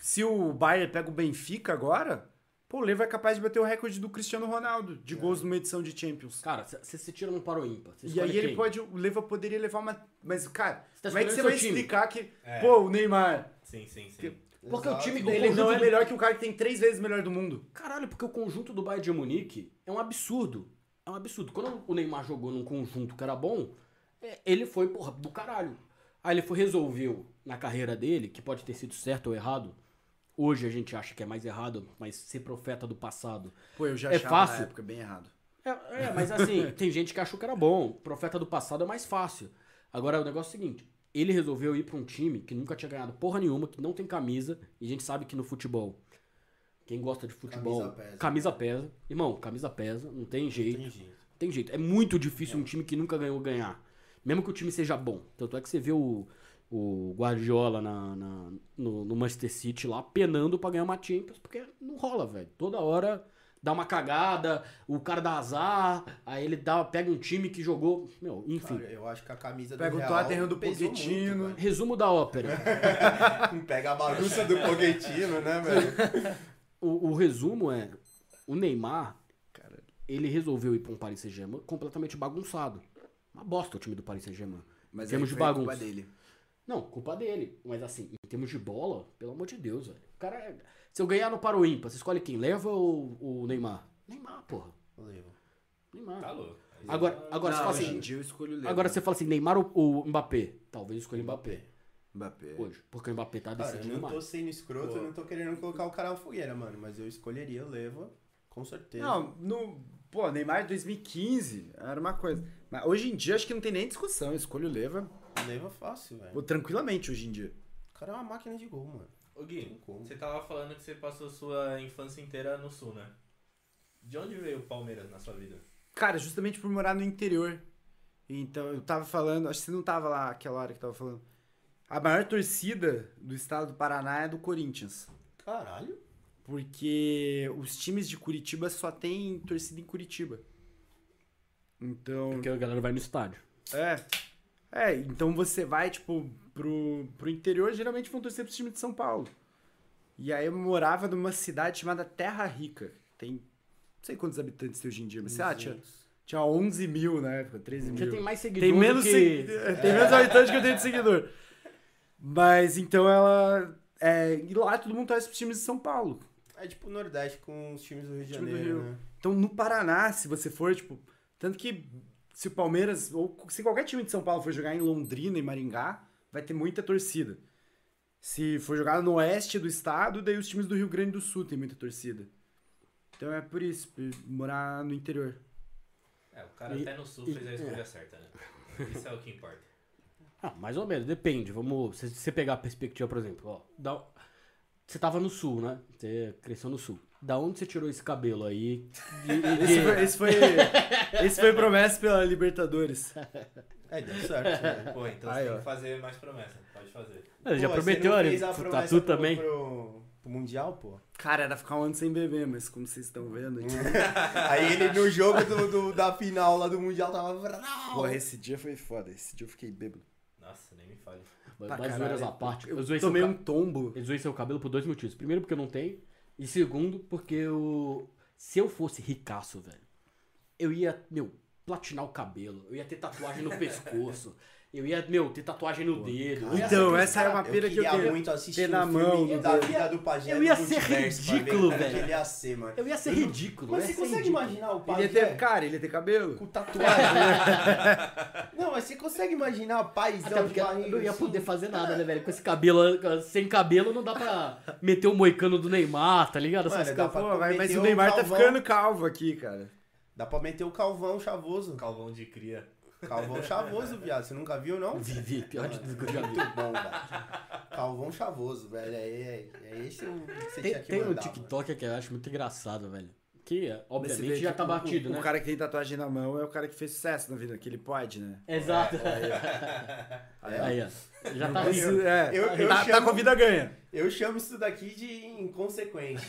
C: se o Bayern pega o Benfica agora, pô, o Leva é capaz de bater o recorde do Cristiano Ronaldo de
A: É.
C: gols numa edição de Champions.
A: Cara, você se tira num para o ímpar. cê
C: E
A: escolhe
C: aí ele
A: quem?
C: pode, o Leva poderia levar uma, mas cara,
A: Você tá
C: como é que
A: escolhendo
C: você
A: seu
C: vai
A: time.
C: explicar que,
B: É.
C: pô, o Neymar,
B: Sim, sim, sim.
C: Que-
A: Porque o
D: Exato.
A: time do
C: ele não
A: conjunto
C: é melhor que o cara que tem três vezes melhor do mundo?
A: Caralho, porque o conjunto do Bayern de Munique é um absurdo. É um absurdo. Quando o Neymar jogou num conjunto que era bom, é, ele foi, porra, do caralho. Aí ele foi, resolveu na carreira dele, que pode ter sido certo ou errado. Hoje a gente acha que é mais errado, mas ser profeta do passado.
C: Pô, eu já
A: É
C: achava
A: fácil?
C: na época bem errado.
A: É, é, mas assim, tem gente que achou que era bom. Profeta do passado é mais fácil. Agora o negócio é o seguinte: Ele resolveu ir pra um time que nunca tinha ganhado porra nenhuma, que não tem camisa, e a gente sabe que no futebol, quem gosta de futebol,
D: Camisa pesa.
A: camisa pesa. Irmão, camisa pesa, não tem jeito.
B: Tem jeito.
A: Tem jeito. É muito difícil um time que nunca ganhou ganhar. Mesmo que o time seja bom. Tanto é que você vê o, o Guardiola na, na- no, no Manchester City lá penando pra ganhar uma Champions, porque não rola, velho. Toda hora dá uma cagada, o cara dá azar, aí ele dá, pega um time que jogou. Meu, enfim.
D: Cara, eu acho que a camisa do
C: Pega o
D: Real
C: Tottenham do
D: pesou muito,
C: Pochettino.
D: velho.
A: Resumo da ópera.
D: Pega a
B: É
D: bagunça do Pochettino, né, velho?
A: O, o resumo é: o Neymar, ele resolveu ir pra um Paris Saint-Germain completamente bagunçado. Uma bosta o time do Paris Saint-Germain.
C: Mas
A: Temos
C: aí
A: de
C: foi a
A: bagunça.
C: culpa dele.
A: Não, culpa dele. Mas assim, em termos de bola, pelo amor de Deus, velho. O cara é- Se eu ganhar no Paro Ímpar, você escolhe quem? Leva ou o Neymar? Neymar, porra. Neymar.
B: Tá louco. Aí
A: Agora-
B: eu-
A: agora você
C: Não,
A: fala
C: hoje
A: assim,
C: em dia eu escolho o Leo.
A: Agora você fala assim, Neymar ou, ou Mbappé? Talvez eu escolha o Mbappé
C: Mbappé.
A: hoje. Porque o Mbappé tá
D: Cara, eu
A: decidindo
D: não tô
A: mais.
D: sendo escroto,
B: Boa.
D: eu não tô querendo colocar o cara na fogueira, mano. Mas eu escolheria o Leva, com certeza.
C: Não, no, pô, Neymar de 2015 era uma coisa. Mas hoje em dia acho que não tem nem discussão. Eu escolho o Leva
D: O Leva é fácil, velho.
C: pô, tranquilamente hoje em dia.
D: O cara é uma máquina de gol, mano.
B: Ô
D: Tem
B: Gui,
D: como.
B: você tava falando que você passou sua infância inteira no sul, né? De onde veio o Palmeiras na sua vida?
C: Cara, justamente por morar no interior. Então eu tava falando, acho que você não tava lá aquela hora que eu tava falando. A maior torcida do estado do Paraná é do Corinthians.
D: Caralho.
C: Porque os times de Curitiba só tem torcida em Curitiba. Então.
A: Porque a galera vai no estádio.
C: É. É, então você vai, tipo, pro, pro interior, geralmente vão torcer pro time de São Paulo. E aí eu morava numa cidade chamada Terra Rica. Tem. Não sei quantos habitantes tem hoje em dia, mas sei lá,
D: Uhum.
C: tinha, tinha 11 mil na época, 13
A: Você
C: mil.
A: tem mais seguidores
C: Tem menos,
A: que...
C: segui- tem menos habitantes que eu tenho de seguidor. Mas então ela. É, e lá todo mundo torce pros times de São Paulo.
D: É tipo o Nordeste com os times do Rio de
C: Time do
D: Janeiro,
C: Rio.
D: né?
C: Então no Paraná, se você for, tipo. Tanto que se o Palmeiras, ou se qualquer time de São Paulo for jogar em Londrina e Maringá, vai ter muita torcida. Se for jogar no oeste do estado, daí os times do Rio Grande do Sul tem muita torcida. Então é por isso, por morar no interior.
B: É, o cara
A: E-
B: até no sul
A: e-
B: fez a
C: é.
B: escolha certa, né? Isso é o que importa.
A: Ah, mais ou menos, depende. Vamos. Se você pegar a perspectiva, por exemplo, ó. da- Você tava no sul, né? Você cresceu no sul. Da onde você tirou esse cabelo aí? De- de-
C: Esse foi, esse foi, esse foi promessa pela Libertadores.
D: É, deu certo, né?
B: Pô, então
C: Aí,
B: você tem
C: ó.
B: que fazer mais promessa. Pode fazer.
A: Ah, já
D: Pô,
A: prometeu,
D: você não
A: olha.
D: fez a
A: pro
D: promessa
A: Tatu
D: pro-
A: também.
D: Pro, pro Mundial, pô.
C: Cara, era ficar um ano sem beber, mas como vocês estão vendo,
D: Aí ele no jogo do, do- da final lá do Mundial tava.
C: porra, esse dia foi foda. Esse dia eu fiquei bêbado.
B: Nossa, nem me fale.
A: Mas
C: Pra
A: mas
C: caralho.
A: zoeiras à parte. Eu,
C: Eu
A: zoei seu
C: tomei
A: ca-
C: um tombo.
A: eu zoei seu cabelo por dois motivos. Primeiro, porque eu não tenho. E segundo, porque eu. Se eu fosse ricaço, velho, eu ia, meu, platinar o cabelo. Eu ia ter tatuagem no pescoço. Eu ia, meu, ter tatuagem no dedo. eu ia
C: Então,
A: ser-
C: essa era uma pira que eu
D: queria
C: queria
D: muito assistir
C: ter na
D: um
C: mão,
D: filme
C: no
D: da
C: dedo.
D: vida do pajé
A: Eu
D: do
A: ia ser
D: multiverso pra ver
A: ridículo,
D: como é
A: velho.
D: Que ele ia ser, mano.
A: Eu ia ser ridículo.
D: é. Mas
A: eu
D: você
A: ia ser
D: consegue
A: ridículo.
D: imaginar o
C: Ele
D: pajé
C: ia ter, cara, ele ia ter cabelo.
D: com tatuagem? não, mas você consegue imaginar o
A: Até
D: paizão de
A: porque eu
D: barriga?
A: não ia
D: assim?
A: poder fazer nada, né, velho? Com esse cabelo, sem cabelo não dá pra meter o moicano do Neymar, tá ligado? Essas
D: Mano,
A: coisas.
D: dá pra
C: Pô, vai, mas
D: meter
C: o Neymar tá
D: Galvão.
C: ficando calvo aqui, cara.
D: Dá pra meter o calvão chavoso.
B: Calvão de cria.
D: Calvão chavoso, viado. Você nunca viu, não?
A: Vivi, pior de tudo que eu já vi.
D: Muito bom, velho. Calvão chavoso, velho. É, é, é esse o que você
A: Tem,
D: tinha que
A: tem um
D: mandar,
A: TikTok que eu acho muito engraçado, velho. Que,
C: Mas você
A: obviamente,
C: vê
A: já
C: que
A: tá
C: o-
A: batido,
C: o,
A: né?
C: O cara que tem tatuagem na mão é o cara que fez sucesso na vida, que ele pode, né?
A: Exato.
D: É.
A: Aí, ó. Já tá
C: Isso,
A: rindo.
C: é.
D: eu- eu
C: tá, tá
D: chamo-
C: com a vida ganha.
D: mano. Eu chamo isso daqui de inconsequente.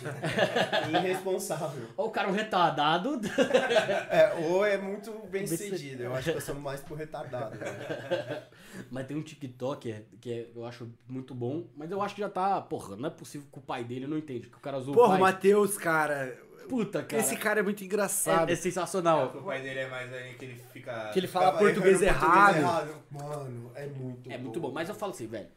D: irresponsável.
A: Ó, o cara um retardado.
D: É, ou é muito bem sucedido. Eu acho que eu sou mais pro retardado, velho.
A: Mas tem um TikTok é- que é- eu acho muito bom, mas eu acho que já tá. Porra, não é possível que o pai dele não entende. Que o cara zoou
C: Porra,
A: o
C: o
A: pai.
C: Matheus, cara.
A: Puta, cara.
C: Esse cara é muito engraçado.
A: é, é sensacional.
B: Porque o pai dele é mais velho que ele fica.
C: Que ele fala
D: Tava
C: português
D: errando
C: errado.
D: Mano, é muito
A: É muito bom. Mas eu falo assim, velho.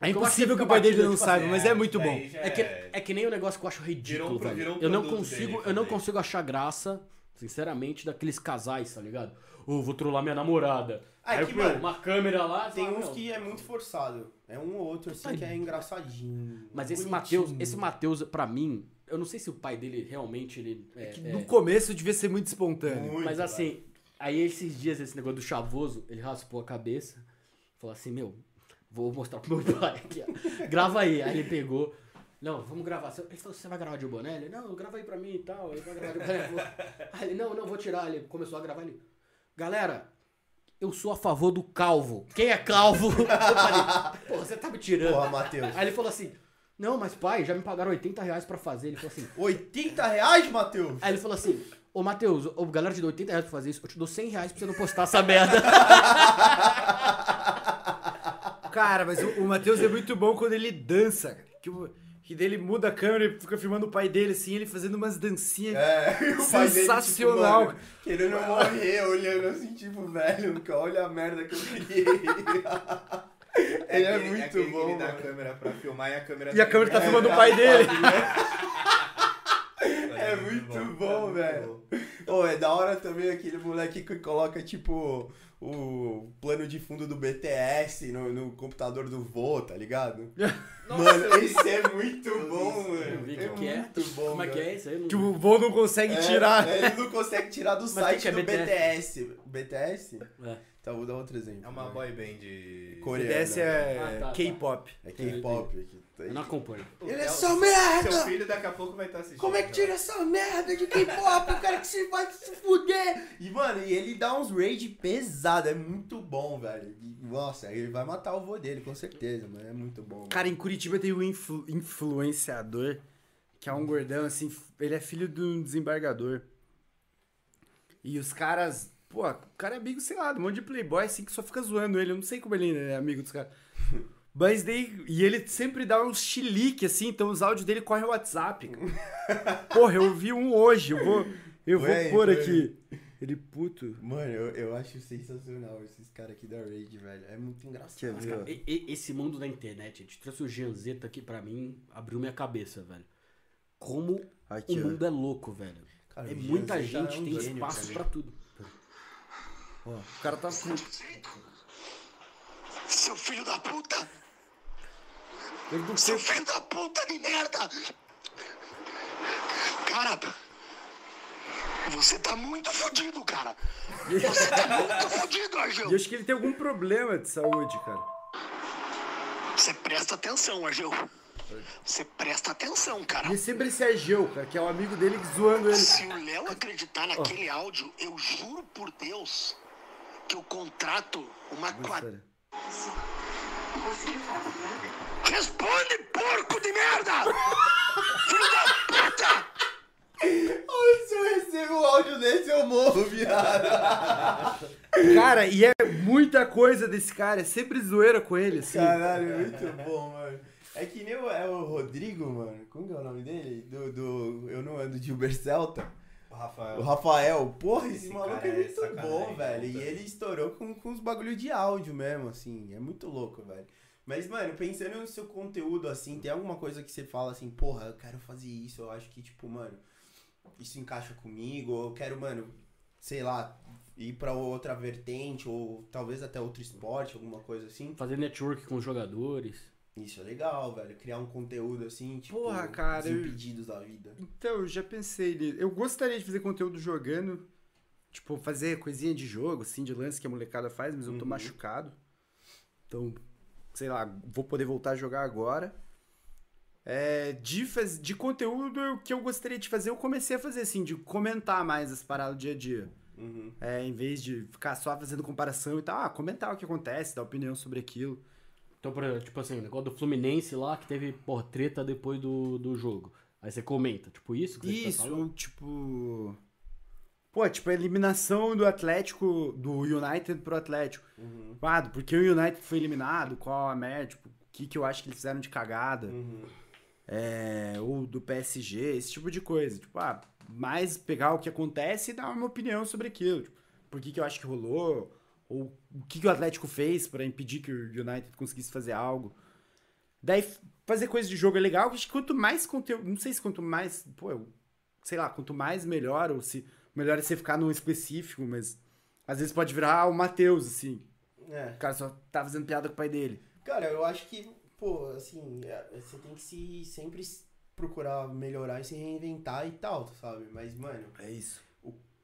C: É
A: Eu acho
C: impossível
A: ele
C: que o pai dele
A: batido,
C: não
A: tipo
C: saiba,
A: assim,
C: mas é muito bom.
A: É que, é que nem o negócio que eu acho ridículo,
B: Virou um pro-
A: velho.
B: virou um
A: eu não
B: produto
A: consigo,
B: dele
A: eu não
B: fazer.
A: consigo achar graça, sinceramente, daqueles casais, tá ligado? Ou vou trollar minha namorada.
D: Ai,
A: Aí,
D: que,
A: meu,
D: mano,
A: uma câmera lá,
D: Tem
A: sei lá,
D: uns
A: meu.
D: que é muito forçado. É um ou outro, assim, que é engraçadinho.
A: Mas esse
D: bonitinho.
A: Matheus, esse Matheus pra mim, eu não sei se o pai dele realmente ele é,
C: Que
A: é,
C: No começo devia ser muito espontâneo.
D: Muito,
A: mas
D: velho.
A: assim, aí esses dias esse negócio do chavoso, ele raspou a cabeça, falou assim, meu, Vou mostrar pro meu pai aqui, ó. Grava aí. Aí ele pegou. Não, vamos gravar. Ele falou, você vai gravar de boné? Ele, não, grava aí pra mim e tal. Ele vai gravar de boné. Vou- Aí ele, não, não, vou tirar. Ele começou a gravar ele. Galera, eu sou a favor do calvo. Quem é calvo? Eu falei, pô, você tá me tirando.
D: Porra, Matheus.
A: Aí ele falou assim, não, mas pai, já me pagaram 80 reais pra fazer. Ele falou assim,
D: 80 reais, Matheus?
A: Aí ele falou assim: Ô Matheus, ô, galera te dou 80 reais pra fazer isso, eu te dou 100 reais pra você não postar essa merda.
C: Cara, mas o, o Matheus é muito bom quando ele dança. cara. Que, o- que dele muda a câmera e fica filmando o pai dele, assim, ele fazendo umas dancinhas.
D: É, o pai dele,
C: Sensacional.
D: tipo, mano, querendo morrer, olhando assim, tipo, velho, olha a merda que eu criei. Ele é
B: aquele-
D: muito
B: aquele que
D: bom,
B: ele dá a
D: mano.
B: câmera pra filmar e a câmera...
C: E a câmera tá filmando o pai dele.
D: É muito bom, velho. Ô, é da hora também aquele moleque que coloca, tipo, o plano de fundo do BTS no, no computador do vô, tá ligado? mano, esse é muito bom,
A: Eu
D: mano.
A: vi
D: é
A: que é.
D: muito bom,
A: Como é que
D: velho.
A: é
D: Tipo,
A: isso aí? Não-
C: Que o vô não consegue
D: É,
C: tirar.
D: é, Ele não consegue tirar do
A: que
D: site
A: que é
D: do
A: BTS?
D: BTS. BTS?
A: É.
D: Tá, vou dar outro exemplo.
B: É uma boy
D: vai.
B: band...
D: Coreana.
C: Desce é
A: Ah, tá, tá.
C: K-pop.
D: É tá K-pop. aqui.
A: Eu não acompanho.
D: Ele é
B: Theo-
D: só
B: Seu
D: merda!
B: filho daqui a pouco vai estar assistindo. né?
D: Como é que tira essa merda de K-pop? O cara que se vai se fuder! E, mano, e ele dá uns rage pesado, é muito bom, velho. E, nossa, ele vai matar o vô dele, com certeza, mas é muito bom.
C: Cara, em Curitiba tem um influ- influenciador, que é um gordão, assim, ele é filho de um desembargador. E os caras, pô, o cara é amigo, sei lá, de um monte de playboy, assim, que só fica zoando ele. Eu não sei como ele é amigo dos caras. Mas daí, e ele sempre dá uns chilique, assim, então os áudios dele correm o WhatsApp. cara. Porra, eu vi um hoje, eu vou, eu vou
D: Foi,
C: pôr
D: foi.
C: aqui. Ele, puto.
D: Mano, eu, eu acho sensacional esses caras aqui da Rage, velho. É muito
C: Quer
D: engraçado.
C: ver, ó?
A: E- e- esse mundo da internet, gente, trouxe o Gianzeta aqui pra mim, abriu minha cabeça, velho. Como
C: Aqui,
A: o
C: ó.
A: mundo é louco, velho.
D: Cara,
A: é
D: o
A: muita
D: Gianzeta
A: gente,
D: é um
A: tem
D: gênio,
A: espaço
D: cara.
A: pra tudo.
C: O cara tá assim.
E: Seu filho da puta!
C: Ele não sei
E: Seu filho da puta de merda! Cara, você tá muito fudido, cara! Você tá muito fudido,
C: E eu
E: Argel!
C: acho que ele tem algum problema de saúde, cara.
E: Você presta atenção, Argel! Você presta atenção, cara!
C: E sempre esse Ageu, cara, que é o amigo dele que zoando ele.
E: Se o Léo acreditar naquele áudio, eu juro por Deus que eu contrato uma quadrilha.
C: Cara,
E: Responde, porco de merda! Filho da puta!
D: Ai, se eu recebo um áudio desse, eu morro, viado.
C: Cara, e é muita coisa desse cara, é sempre zoeira com ele, assim.
D: Caralho, muito bom, mano. É que nem o, é o Rodrigo, mano. Como que é o nome dele? Do, do Eu Não Ando de Uber Celta.
B: O Rafael.
D: O Rafael. Porra, esse,
B: Esse
D: maluco
B: cara
D: é
B: é
D: muito
B: sacanagem,
D: bom, velho. E
B: puta.
D: ele estourou com, com os bagulho de áudio mesmo, assim. É muito louco, velho. Mas, mano, pensando no seu conteúdo, assim, tem alguma coisa que você fala assim, porra, eu quero fazer isso, eu acho que, tipo, mano, isso encaixa comigo, ou eu quero, mano, sei lá, ir pra outra vertente, ou talvez até outro esporte, alguma coisa assim.
A: Fazer network com os jogadores.
D: Isso é legal, velho. Criar um conteúdo assim, tipo,
C: Porra, cara, eu-
D: impedidos da vida.
C: Então, eu já pensei nisso. Eu gostaria de fazer conteúdo jogando, tipo, fazer coisinha de jogo, assim, de lance que a molecada faz, mas eu tô
D: Uhum.
C: machucado. Então, sei lá, vou poder voltar a jogar agora. É, de, faz... de conteúdo, o que eu gostaria de fazer, eu comecei a fazer, assim, de comentar mais as paradas do dia a dia.
D: Uhum.
C: É, em vez de ficar só fazendo comparação e tal, ah, comentar o que acontece, dar opinião sobre aquilo.
A: Então, por exemplo, tipo assim, o negócio do Fluminense lá, que teve por treta depois do, do jogo. Aí você comenta, tipo, isso que você tá
C: Isso,
A: falando?
C: ou tipo. Pô, tipo, a eliminação do Atlético, do United pro Atlético.
D: Uhum.
C: Ah, porque o United foi eliminado, qual a merda, tipo, o que, que eu acho que eles fizeram de cagada,
D: Uhum.
C: é, ou do PSG, esse tipo de coisa. Tipo, ah, mais pegar o que acontece e dar uma opinião sobre aquilo. Tipo, por que, que eu acho que rolou, ou o que, que o Atlético fez pra impedir que o United conseguisse fazer algo. Daí, f- fazer coisa de jogo é legal, acho que quanto mais conteúdo. Não sei se quanto mais. Pô, eu, sei lá, quanto mais melhor, ou se. Melhor é você ficar num específico, mas. Às vezes pode virar ah, o Matheus, assim.
D: É.
C: O cara só tá fazendo piada com o pai dele.
D: Cara, eu acho que, pô, assim, é, você tem que se sempre s- procurar melhorar e se reinventar e tal, sabe? Mas, mano,
C: É isso.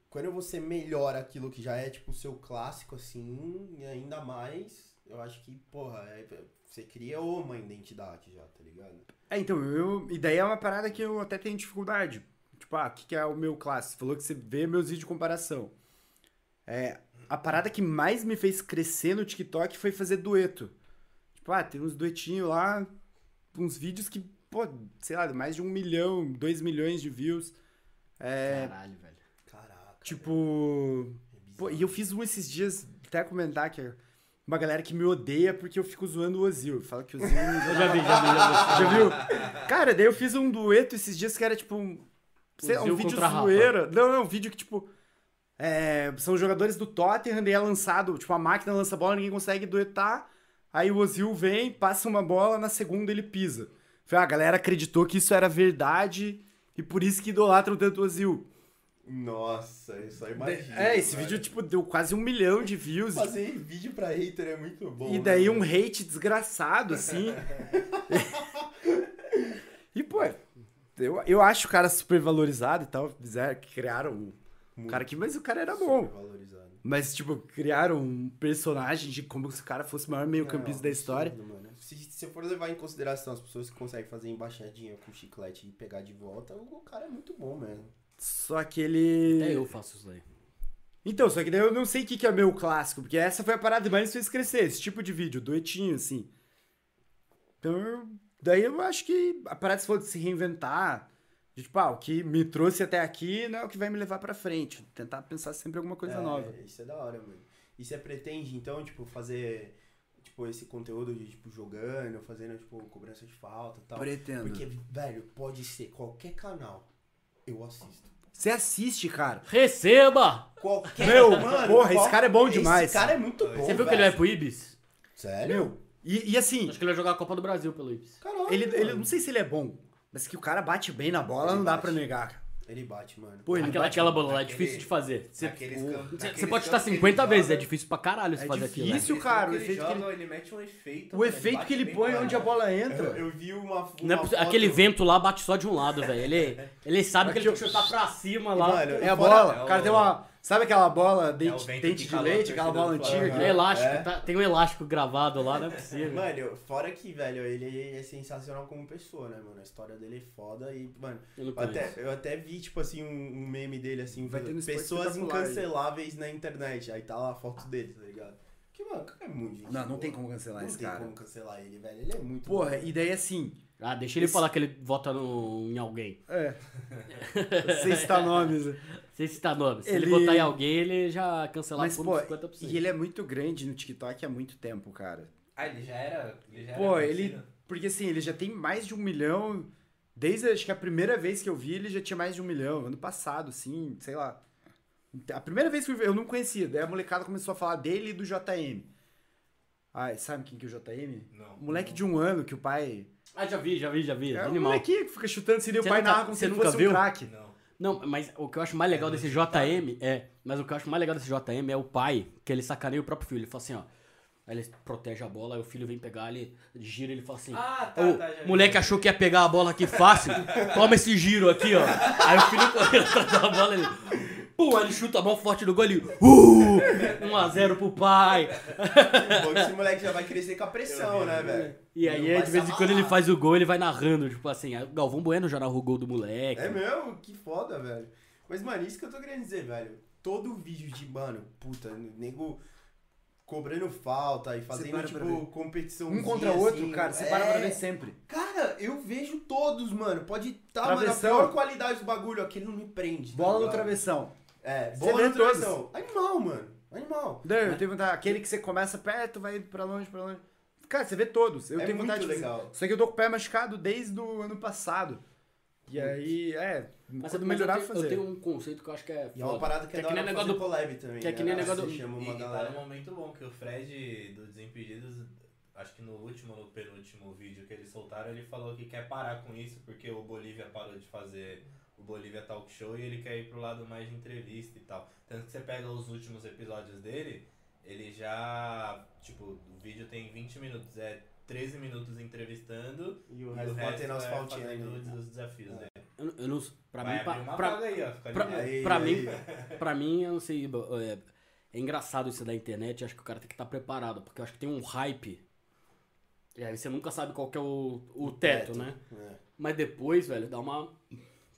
D: quando você melhora aquilo que já é, tipo, o seu clássico, assim, e ainda mais, eu acho que, porra, é- Você cria uma identidade já, tá ligado?
C: É, então, eu. E daí é uma parada que eu até tenho dificuldade. Tipo, ah, o que, que é o meu classe? Você falou que você vê meus vídeos de comparação. É, a parada que mais me fez crescer no TikTok foi fazer dueto. Tipo, ah, tem uns duetinhos lá, uns vídeos que, pô, sei lá, mais de um milhão, dois milhões de views.
D: é.
F: Caralho, velho.
D: Caraca.
C: Tipo.
D: é bizarro.
C: Pô, e eu fiz um esses dias, até comentar que é uma galera que me odeia porque eu fico zoando o Ozil. Fala que o Ozil.
F: Eu já vi, já vi, já vi.
C: Já viu? Cara, daí eu fiz um dueto esses dias que era tipo um. Sei, lá, um
F: Ozil
C: vídeo
F: contra a Rafa.
C: zoeira. Não, não, um vídeo que tipo. é, são jogadores do Tottenham, daí é lançado. Tipo, a máquina lança a bola, ninguém consegue duetar. Aí o Ozil vem, passa uma bola, na segunda ele pisa. Falei, ah, a galera acreditou que isso era verdade e por isso que idolatram tanto o Ozil.
D: Nossa, eu só imagino.
C: É, esse
D: cara.
C: vídeo, tipo, deu quase um milhão de views.
D: Fazer vídeo pra hater é muito bom.
C: E daí
D: né?
C: um hate desgraçado, assim. e, pô, eu, eu acho o cara super valorizado e tal. Fizeram, criaram um
D: Muito
C: cara que, mas o cara era bom.
D: supervalorizado.
C: Mas, tipo, criaram um personagem de como se o cara fosse o maior
A: É, um
C: meio-campista
D: Não,
C: da história.
D: É, um absurdo, mano. Se se você for levar em consideração as pessoas que conseguem fazer embaixadinha com chiclete e pegar de volta, o cara é muito bom mesmo.
C: Só que ele.
D: É,
A: Até eu faço isso daí.
C: Então, só que daí eu não sei o que, que é meu clássico, porque essa foi a parada que mais me fez crescer, esse tipo de vídeo, doetinho, assim. Então, eu- daí eu acho que a parada se for de se reinventar, de tipo, ah, o que me trouxe até aqui não é o que vai me levar pra frente. Tentar pensar sempre em alguma coisa
D: É,
C: nova.
D: Isso é da hora, mano. E você pretende, então, tipo, fazer tipo, esse conteúdo de, tipo, jogando, fazendo, tipo, cobrança de falta e tal.
C: Pretendo.
D: Porque, velho, pode ser qualquer canal. Eu assisto.
C: Você assiste, cara.
A: Receba!
D: Qualquer
C: Meu,
D: mano,
C: porra, esse
D: qual-
C: cara é bom demais.
D: Esse cara é muito bom.
A: Você viu que ele é vai
D: velho.
A: pro Ibis?
D: Sério?
C: Meu, e, e assim,
A: Acho que ele vai jogar a Copa do Brasil pelo Ibis.
D: Caralho,
C: ele, ele-
D: mano.
C: não sei se ele é bom, mas que o cara bate bem na bola,
D: Ele
C: não dá
D: bate.
C: pra negar. cara.
D: Ele bate, mano.
C: Pô, ele
A: Aquela,
C: bate
A: aquela bola lá é
B: Aquele-
A: difícil de fazer. Você,
B: aqueles
A: pô,
B: campos-
A: você- você
B: aqueles
A: pode chutar
B: campos que
A: 50
B: ele
A: vezes,
B: joga.
A: é difícil pra caralho você
C: É
A: fazer aquilo. né?
C: difícil,
B: Esse
C: cara. O
B: que ele
C: efeito que ele,
B: joga, ele mete um efeito.
C: o
B: mano,
C: efeito
B: bate
C: que ele
B: bem
C: põe
B: pra
C: onde a
B: caralho.
C: bola entra.
D: Eu, eu vi uma, uma
A: Não é possível-
D: foto-
A: aquele vento lá bate só de um lado, velho. Ele, ele sabe que ele tem
C: Aqui,
A: que chutar pra cima lá.
D: Mano,
C: É a
D: Fora-
C: bola.
B: é
C: o cara
B: o-
C: tem uma. Sabe aquela bola dente,
B: vento
C: dente
B: que
C: de
B: calou a
C: leite, aquela
B: torcida
C: bola
B: do
C: antiga?
A: Tem
D: Flamengo.
C: que-
A: elástico,
D: É.
A: tá- tem um elástico gravado lá, não é possível.
D: Mano, fora que, velho, ele é sensacional como pessoa, né, mano? A história dele é foda e, mano,
A: Eu não
D: eu até,
A: conheço.
D: eu até vi, tipo assim, um, um meme dele, assim,
C: Vai ter no Esporte
D: pessoas
C: Espetacular,
D: incanceláveis na internet. Aí tá lá a foto dele, tá ligado? Que, mano, o cara é muito gente
C: Não, não
D: boa.
C: tem como cancelar
D: Não
C: esse
D: tem
C: cara.
D: como cancelar ele, velho. Ele é muito
C: Porra,
D: bom.
C: e daí assim.
A: Ah, deixa ele
C: Esse-
A: falar que ele vota no- em alguém.
C: É. Eu Sei citar nomes. né?
A: Sem citar nome. Se ele,
C: Ele-
A: votar em alguém, ele já cancelar
C: Mas,
A: por
C: pô,
A: uns 50%.
C: e ele é muito grande no TikTok há muito tempo, cara.
B: Ah, ele já era. Ele já
C: Pô,
B: era
C: ele.
B: conhecido?
C: Porque assim, ele já tem mais de um milhão. Desde acho que a primeira vez que eu vi, ele já tinha mais de um milhão. Ano passado, assim, sei lá. A primeira vez que eu vi, eu não conhecia. Daí a molecada começou a falar dele e do JM. Ai, sabe quem que é o JM?
B: Não.
C: Moleque de um ano que o pai.
A: Ah, já vi, já vi, já vi.
C: É um
A: animal.
C: molequinho que fica chutando se o
A: Você
C: pai
A: nunca-
C: narra como
A: você
C: se ele
A: nunca
C: fosse
A: viu?
C: um craque.
B: Não.
A: Não, mas o que eu acho mais legal desse
D: tá.
A: JM é. Mas o que eu acho mais legal desse JM é o pai, que ele sacaneia o próprio filho. Ele fala assim, ó. Aí ele protege a bola, aí o filho vem pegar, ele gira, ele fala assim.
B: Ah, tá,
A: "Ô,
B: tá, já vi."
A: moleque achou que ia pegar a bola aqui fácil, toma esse giro aqui, ó. Aí o filho correndo atrás da bola, ele. Pum, aí ele chuta a mão forte do gol, ele. Uh! 1x0 pro pai.
D: Pô, é esse moleque já vai crescer com a pressão, né, velho?
A: E
D: Não
A: aí,
D: vai
A: de vez
D: se
A: em quando, ele
D: abalar.
A: faz o gol, ele vai narrando, tipo assim, "Ah, o Galvão Bueno já narrou o gol do moleque.
D: É mesmo? Que foda, velho. Mas, mano, isso que eu tô querendo dizer, velho. Todo vídeo de, mano, puta, nego cobrando falta e fazendo,
C: para pra
D: tipo, competição. assim, é.
C: Um contra o outro, cara, você para
A: É.
C: pra ver sempre.
D: Cara, eu vejo todos, mano. Pode estar, tá, mano, a
C: Travessão.
D: pior qualidade do bagulho. Aquele não me prende. tá
C: Bola no
D: ligado?
C: travessão.
D: É,
C: Você
D: bola
C: vê
D: no travessão. Animal, mano. Animal.
C: Daí eu tenho vontade. Aquele que você começa perto, vai indo pra longe, pra longe. Cara, você vê todos. Eu
D: É
C: tenho
D: muito
C: vontade de
D: legal.
C: fazer. Só que eu tô com o pé machucado desde o ano passado. E aí, é.
A: Mas
C: quando
A: sabe, mas eu,
C: melhorar,
A: tenho, eu
C: fazer.
A: tenho um conceito que eu acho que é.
D: E é uma
A: foda.
D: parada que é,
A: é
D: da
A: que
D: hora
A: nem negócio
D: fazer
A: do
D: collab também,
A: que é
D: né?
A: que nem
D: Você
A: negócio do-
D: chama
B: E
D: uma
B: que tá num
D: galera.
B: momento bom, que o Fred do Desimpedidos, acho que no último, no penúltimo vídeo que eles soltaram, ele falou que quer parar com isso porque o Bolívia parou de fazer o Bolívia Talk Show e ele quer ir pro lado mais de entrevista e tal. Tanto que você pega os últimos episódios dele, ele já. Tipo, o vídeo tem 20 minutos, é 13 minutos entrevistando
D: E
B: e
D: o
B: o
D: resto
B: resto
D: batendo as né?
B: é
D: faltinhas
B: fazendo
D: ali.
B: os- os desafios dele.
A: Eu, eu não, pra
B: Vai
A: mim, pa-
B: abrir uma
A: pra-
B: vaga aí, ó. Fica
A: pra-
B: ligado.
D: Aí,
A: pra
D: aí.
A: mim, pra mim, eu não sei. É, tá é engraçado isso da internet. Acho que o cara tem que estar preparado, porque eu acho que tem um hype E aí você nunca sabe qual que é o, o teto,
D: teto.
A: né?
D: É.
A: Mas depois, velho, dá uma.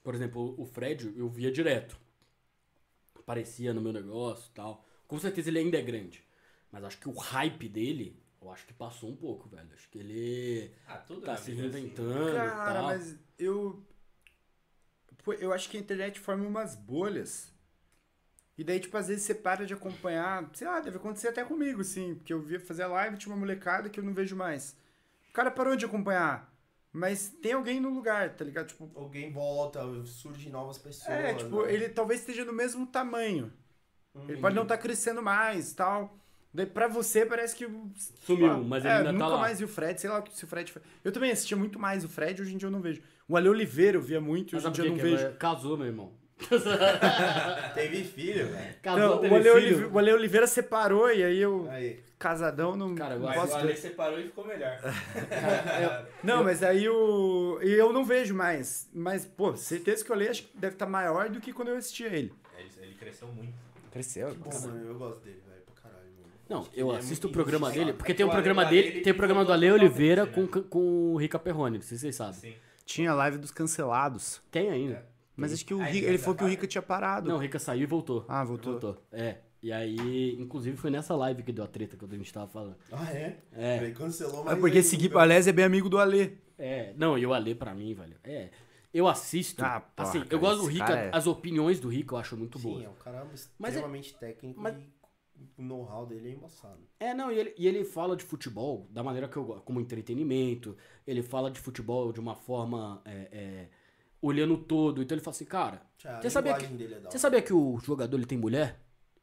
A: Por exemplo, o Fred, eu via direto. Aparecia no meu negócio e tal. Com certeza ele ainda é grande. Mas acho que o hype dele, eu acho que passou um pouco, velho. Acho que ele
B: Ah, tudo
A: tá
B: na
A: se
B: vida é assim.
A: reinventando. e
C: Cara,
A: tal.
C: mas eu. Pô, Eu acho que a internet forma umas bolhas. E daí, tipo, às vezes você para de acompanhar. Sei lá, deve acontecer até comigo, sim. Porque eu via fazer live, tinha uma molecada que eu não vejo mais. O cara parou de acompanhar. Mas tem alguém no lugar, tá ligado? Tipo,
D: Alguém volta, surgem novas pessoas.
C: é, tipo,
D: né?
C: ele talvez esteja no mesmo tamanho. Ele
D: Hum.
C: pode não
A: Uhum.
C: estar crescendo mais tal. Daí pra você parece que.
A: Sumiu,
C: Ah,
A: mas
C: é,
A: ele ainda tá
C: nunca
A: lá.
C: mais vi o Fred, sei lá se o Fred. foi- Eu também assistia muito mais o Fred, hoje em dia eu não vejo. O Ale Oliveira eu via muito,
A: Mas
C: hoje em
A: sabe
C: dia
A: o
C: eu
A: que
C: não
A: que é?
C: vejo.
A: Casou, meu irmão.
B: Teve filho, velho.
A: Casou,
C: Não,
A: teve
C: o, Ale
A: filho. É.
C: Oliveira, o Ale Oliveira separou e aí eu.
B: Aí.
C: Casadão não,
A: Cara, eu
C: não
A: acho-
B: Mas
C: posso
B: o
C: ver.
B: Ale separou e ficou melhor.
C: Não, mas aí o. E eu não vejo mais. Mas, pô, certeza que o Ale acho que deve estar maior do que quando eu assistia ele. Tipo,
B: ele, É, ele cresceu muito.
C: Cresceu. né?
D: Pô, mano, eu gosto dele, velho, pra caralho, mano.
A: Não,
B: que
A: eu
B: ele é
A: assisto o
B: muito
A: programa
B: injustiçado.
A: dele, porque
B: É que
A: tem o
B: o
A: programa
B: Ale- o Ale,
A: dele,
B: ele
A: tem o programa do Ale
B: voltou
A: Oliveira com,
B: totalmente,
A: com o Rica Perrone, não sei se vocês sabem.
B: Sim.
C: Tinha live dos cancelados.
A: Tem ainda.
C: Mas acho que o
B: Aí
C: Rica,
B: ele
C: ele falou que o
B: atrapalha.
C: Rica tinha parado.
A: Não, o Rica saiu e é voltou.
C: Ah, voltou.
A: É. E aí, inclusive, foi nessa live que deu a treta que a gente tava falando.
D: Ah, é?
A: É.
D: Ele cancelou,
C: É
D: mas...
C: porque esse Gui Palese é bem amigo do Ale.
A: É, não, e o Ale pra mim, velho. É. Eu assisto.
C: Ah, porra,
A: assim,
C: cara,
A: eu gosto do
C: esse
A: Rica,
C: cara é-
A: as opiniões do Rica eu acho muito
D: Sim,
A: boas.
D: é um cara
A: Mas é-
D: extremamente técnico
A: mas-
D: e o know-how dele é embaçado.
A: É, não, e ele, e ele fala de futebol da maneira que eu gosto, como entretenimento. Ele fala de futebol de uma forma. é, é, olhando o todo. Então ele fala assim, cara,
D: Tchau,
A: Você
D: a
A: sabia
D: linguagem dele é da
A: Você
D: hora.
A: sabia que o jogador ele tem mulher?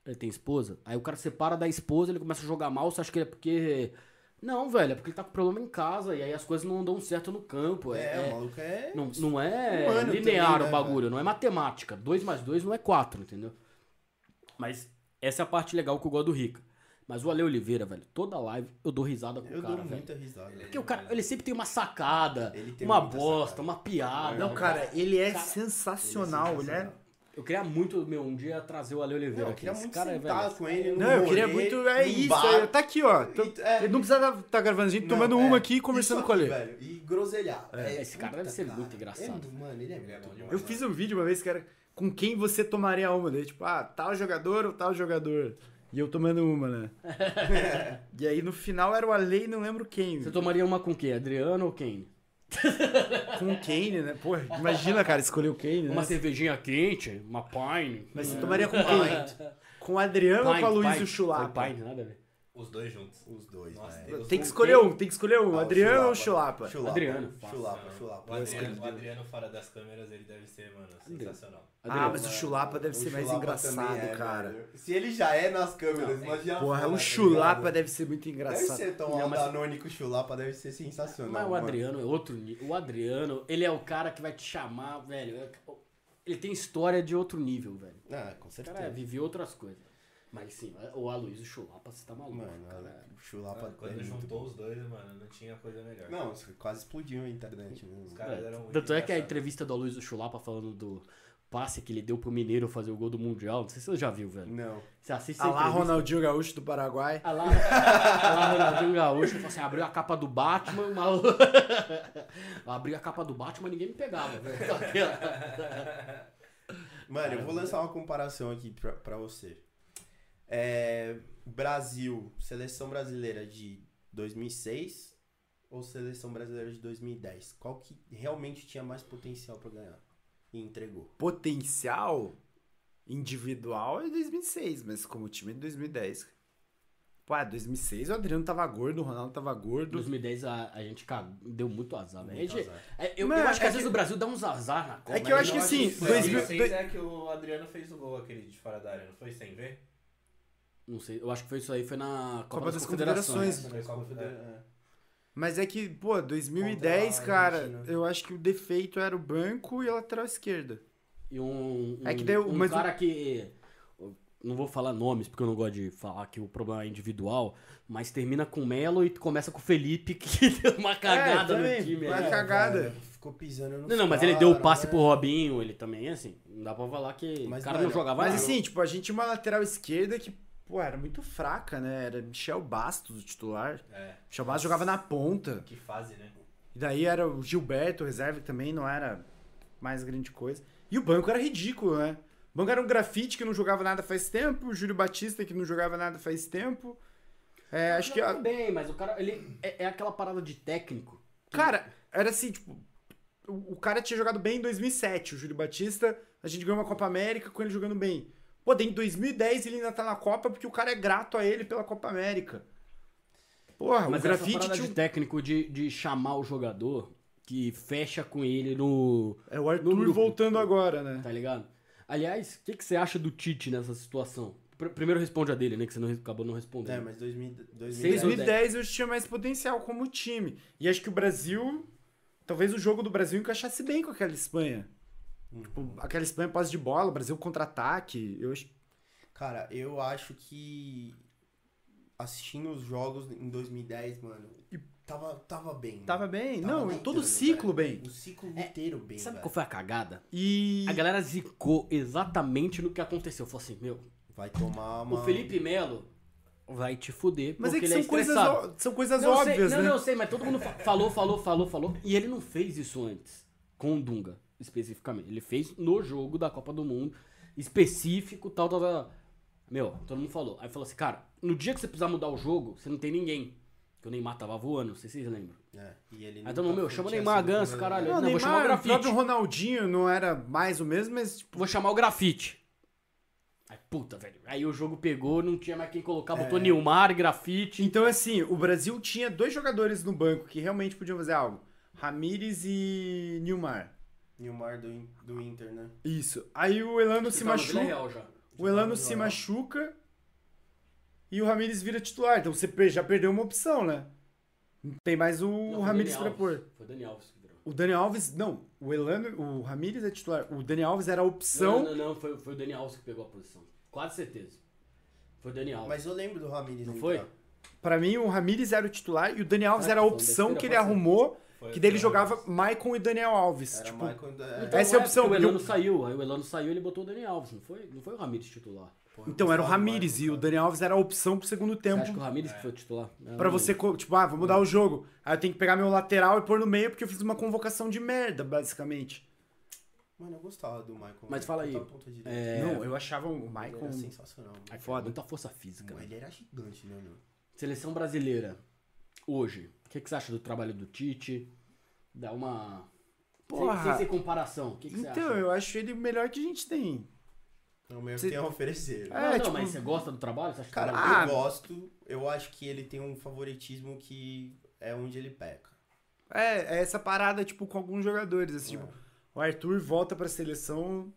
A: Ele tem esposa? Aí o cara separa da esposa, ele começa a jogar mal, você acha que é porque. Não, velho, é porque ele tá com problema em casa e aí as coisas não dão certo no campo. É,
D: É,
A: é-
D: o maluco é...
A: não, não é
D: Humano
A: linear
D: também, né,
A: o bagulho, não é matemática. 2 mais 2 não é 4, entendeu? Mas essa é a parte legal que eu gosto do Rica. Mas o Ale Oliveira, velho, toda live eu dou risada com
D: Eu
A: o cara,
D: dou
A: velho.
D: muita risada.
A: Porque o cara, ele sempre tem uma sacada,
D: Ele tem
A: uma
D: muita
A: bosta,
D: sacada.
A: uma piada.
C: Não, cara, ele é
A: Cara,
C: sensacional, ele é.
A: Eu queria muito, meu, um dia trazer o Ale Oliveira
D: Não, eu
A: aqui.
D: queria
A: Esse
D: muito
A: cara é
D: sentar assim.
A: velho.
D: com ele no
C: Não, eu queria
D: rolê,
C: muito. É
D: num
C: isso,
D: bar.
C: é, tá aqui, ó. Tô-
D: E- é.
C: Ele não precisa estar gravando, a gente
D: Não,
C: tomando
D: é.
C: uma aqui e conversando
D: Isso
C: com o Ale.
D: aqui, velho, E groselhar. É,
A: Esse cara
D: puta,
A: deve ser muito
D: cara,
A: engraçado.
D: é, mano, ele é
B: é
D: muito
B: bom
D: bom.
B: demais.
C: Eu fiz um vídeo uma vez, cara, com quem você tomaria uma dele, tipo, ah, tal jogador ou tal jogador. E eu tomando uma, né? e aí no final era o Ale e não lembro quem.
A: Você tomaria uma com quem? Adriano ou quem?
C: Com o Kane, né? Porra, imagina, cara, escolher o Kane, né?
A: Uma cervejinha quente, uma Pine.
C: Mas você tomaria com quem? Com o Adriano ou com a Luísa Chulapa?
A: Foi Pine, nada a ver.
B: Os dois juntos.
D: Os dois,
B: Nossa,
D: velho.
B: Deus.
C: Tem que escolher um, tem que escolher um.
D: Ah, o
C: Adriano ou Chulapa?
D: Chulapa.
A: Adriano.
D: Chulapa,
B: Não,
D: chulapa.
B: Então,
D: É,
B: O Adriano,
D: Adriano,
B: o Adriano fora das câmeras, ele deve ser, mano, sensacional.
C: Ah,
A: Adriano.
C: mas o Chulapa deve ser mais
D: é- Chulapa
C: engraçado,
D: também é,
C: cara.
D: velho. Se ele já é nas câmeras, imagina.
C: Porra,
D: fora,
C: o
D: tá
C: Chulapa
D: ligado?
C: deve ser muito
D: Deve
C: engraçado.
D: ser tão
A: Não, mas-
D: anônico o Chulapa, deve ser sensacional.
A: Mas o
D: mano.
A: Adriano é outro nível. O Adriano, ele é o cara que vai te chamar, velho. é- Ele tem história de outro nível, velho.
D: Ah, com
A: O
D: certeza.
A: cara é viveu outras coisas. Mas sim, é, o Aloysio Chulapa, você tá maluco,
D: Mano,
A: cara.
D: o Chulapa
B: Quando
D: é muito
B: juntou
D: bom.
B: os dois, mano, não tinha coisa melhor.
D: Não, isso quase explodiu a internet. né?
B: Os caras eram muito
A: Tanto é que a
B: engraçados.
A: entrevista do Aloysio Chulapa falando do passe que ele deu pro Mineiro fazer o gol do Mundial, não sei se você já viu, velho.
D: Não.
A: Você assiste
C: Ah
A: a
C: lá,
A: entrevista...
C: Ronaldinho Gaúcho do Paraguai.
A: Ah lá, ah lá Ronaldinho Gaúcho, falou assim, abriu a capa do Batman, o maluco... abriu a capa do Batman, ninguém me pegava, velho. Só que, ó,
D: Mano, eu vou lançar uma comparação aqui pra, pra você. É, Brasil, seleção brasileira de 2006 ou seleção brasileira de 2010? Qual que realmente tinha mais potencial pra ganhar? E entregou.
C: potencial individual é 2006, mas como time é de 2010. Pô, ah, 2006 o Adriano tava gordo, o Ronaldo tava
A: Em
C: gordo.
A: 2010 a, a gente cagou, deu muito azar, velho.
D: Muito
A: A gente-
D: azar.
A: é, Eu, eu
C: Mano,
A: acho que
C: é
A: às
C: que- É
A: vezes o Brasil dá uns azar na Copa.
C: que eu
A: né?
C: acho que
A: Não
C: sim,
A: isso-
B: Foi
C: 2000
B: 2006 é que o Adriano fez o gol aquele de fora da área, não foi sem ver?
A: Não sei, eu acho que foi isso aí, foi na Copa,
C: Copa
A: das,
C: das
A: Confederações.
C: Confederações.
B: Foi na Copa da-
A: é.
C: Mas é que, pô, 2010,
D: Contra a
C: cara,
D: Argentina.
C: eu acho que o defeito era o banco e a lateral esquerda.
A: E um, um,
C: É que deu-
A: um
C: mas o-
A: cara que. Não vou falar nomes, porque eu não gosto de falar que o problema é individual, mas termina com o Melo e começa com o Felipe, que deu uma cagada
C: É, também, é,
A: no time.
C: vai
A: né?
C: cagar. cagada.
D: velho, É, ficou pisando nos
A: Não, não, mas ele deu o
D: caras,
A: passe
D: né?
A: pro Robinho, ele também, assim. Não dá pra falar que
D: Mas,
A: o cara
D: velho,
A: não jogava
C: Mas
A: nada.
C: assim, tipo, a gente tinha uma lateral esquerda que, pô, pô, era muito fraca, né? Era Michel Bastos o titular.
B: É.
C: Michel Bastos jogava na ponta.
B: Que fase, né?
C: E daí era o Gilberto, o reserva, que também não era mais grande coisa. E o banco era ridículo, né? O banco era um grafite que não jogava nada faz tempo, o Júlio Batista que não jogava nada faz tempo. É, acho que. a-
A: Também, mas o cara, ele é, é aquela parada de técnico.
C: Cara, era assim, tipo. O o cara tinha jogado bem em 2007, o Júlio Batista. A gente ganhou uma Copa América com ele jogando bem. Pô, daí em 2010 ele ainda tá na Copa porque o cara é grato a ele pela Copa América. Porra,
A: Mas
C: o
A: essa
C: grafite
A: parada
C: tinha
A: de
C: um...
A: técnico de, de chamar o jogador que fecha com ele no.
C: É o
A: no
C: Arthur
A: grupo.
C: voltando agora, né?
A: Tá ligado? Aliás, o que, que você acha do Tite nessa situação? Pr- primeiro responde a dele, né? Que você não, res- acabou não respondendo.
D: É, mas 2000, 2010.
A: Seis mil-
C: 2010 eu tinha mais potencial como time. E acho que o Brasil. Talvez o jogo do Brasil encaixasse bem com aquela Espanha. Tipo, aquela Espanha posse de bola, o Brasil contra-ataque. Eu acho-
D: Cara, eu acho que assistindo os jogos em 2010, mano, tava, tava bem.
C: Tava
D: mano.
C: bem.
D: Hum. Tava
C: Não,
D: bem
C: todo o
D: entrando,
C: ciclo
D: velho.
C: bem.
D: O ciclo inteiro bem,
A: É, Sabe
D: velho.
A: qual foi a cagada?
C: E.
A: A galera zicou exatamente no que aconteceu. Falou assim, meu,
D: Vai tomar uma...
A: o Felipe Melo vai te fuder
C: Mas é
A: porque
C: que
A: ele é
C: são coisas,
A: estressado.
C: ó- são coisas
A: não, eu
C: óbvias,
A: sei,
C: né?
A: Não, não, eu sei, mas todo mundo fa- falou, falou, falou, falou. E ele não fez isso antes, com o Dunga, especificamente. Ele fez no jogo da Copa do Mundo, específico, tal, tal, tal. Meu, todo mundo falou. Aí falou assim, cara, no dia que você precisar mudar o jogo, você não tem ninguém. Que o Neymar tava voando, não sei se vocês lembram.
D: É, e ele
A: Aí todo mundo, Ah, então, meu,
D: tá-
A: chama o
D: tinha
A: Neymar,
D: sido
A: Ganso,
D: um-
A: caralho.
C: Não,
A: Não, vou chamar o
C: Neymar, o
A: grafite.
C: próprio Ronaldinho não era mais o mesmo, mas tipo,
A: Vou chamar o grafite. Aí, puta, velho. Aí o jogo pegou, não tinha mais quem colocar, botou
C: É.
A: Neymar, grafite.
C: Então, assim, o Brasil tinha dois jogadores no banco que realmente podiam fazer algo. Ramires e Nilmar.
D: Neymar do, In- do Inter, né?
C: Isso. Aí o Elano se
A: Tá no Vila
C: machuca.
A: Real já.
C: O Elano se machuca e o Ramires vira titular. Então você per- já perdeu uma opção, né? Não tem mais o
A: Não, foi
C: Ramires
A: Dani
C: pra
A: Alves.
C: pôr.
A: Foi Dani Alves que virou.
C: O Dani Alves, não. O Elano, o Ramires é titular. O Dani Alves era a opção.
A: Não, não, não, não, foi, foi o Dani Alves que pegou a posição. Quase certeza. Foi o Dani Alves.
D: Mas eu lembro do então. Ramires
A: não
D: entrar.
A: foi?
C: Pra mim, o Ramires era o titular e o Dani Alves
A: Será
C: era a
A: que foi
C: opção
A: besteira?
C: que ele
A: Pode ser.
C: arrumou,
B: Foi
C: que daí ele
B: o Daniel
C: jogava
B: Alves.
C: Maicon e Daniel Alves.
D: Era
C: tipo,
D: Michael... é,
A: Então,
C: Essa é a opção,
A: porque O
C: viu?
A: Elano saiu, aí o Elano saiu ele botou o Dani Alves, não foi? Não foi o Ramires titular.
D: porra, eu
C: Então era o
D: gostava do
C: Ramires e
D: Michael,
C: o Dani Alves era a opção pro segundo
A: Você
C: tempo.
A: acha que o Ramires que foi o titular? Não,
C: Pra
A: não
C: você, co- tipo, ah, vou mudar o jogo. Aí eu tenho que pegar meu lateral e pôr no meio porque eu fiz uma convocação de merda, basicamente.
D: cara. Mano, eu gostava do Michael.
A: Mas fala aí, É,
D: puta ponta direita.
C: Não, eu achava o
D: Ele
C: Michael.
D: É. era assim. sensacional. mano.
A: lembro.
C: é foda. é.
A: Muita força física. né?
D: Ele era gigante, né, meu?
A: Seleção brasileira, hoje, o que, que você acha do trabalho do Tite? Dá uma...
C: Porra.
A: Sem, sem ser comparação, o que, que você
C: Então,
A: acha?
C: eu acho ele o melhor que a gente tem.
D: É o melhor
C: Você-
D: que tem a oferecer.
A: Não,
C: É,
A: não,
C: tipo-
A: mas você gosta do trabalho? Você acha que
D: Cara,
A: o trabalho-
C: Ah.
D: eu gosto. Eu acho que ele tem um favoritismo que é onde ele peca.
C: É, é essa parada, tipo, com alguns jogadores. Assim, tipo, o Arthur volta pra seleção.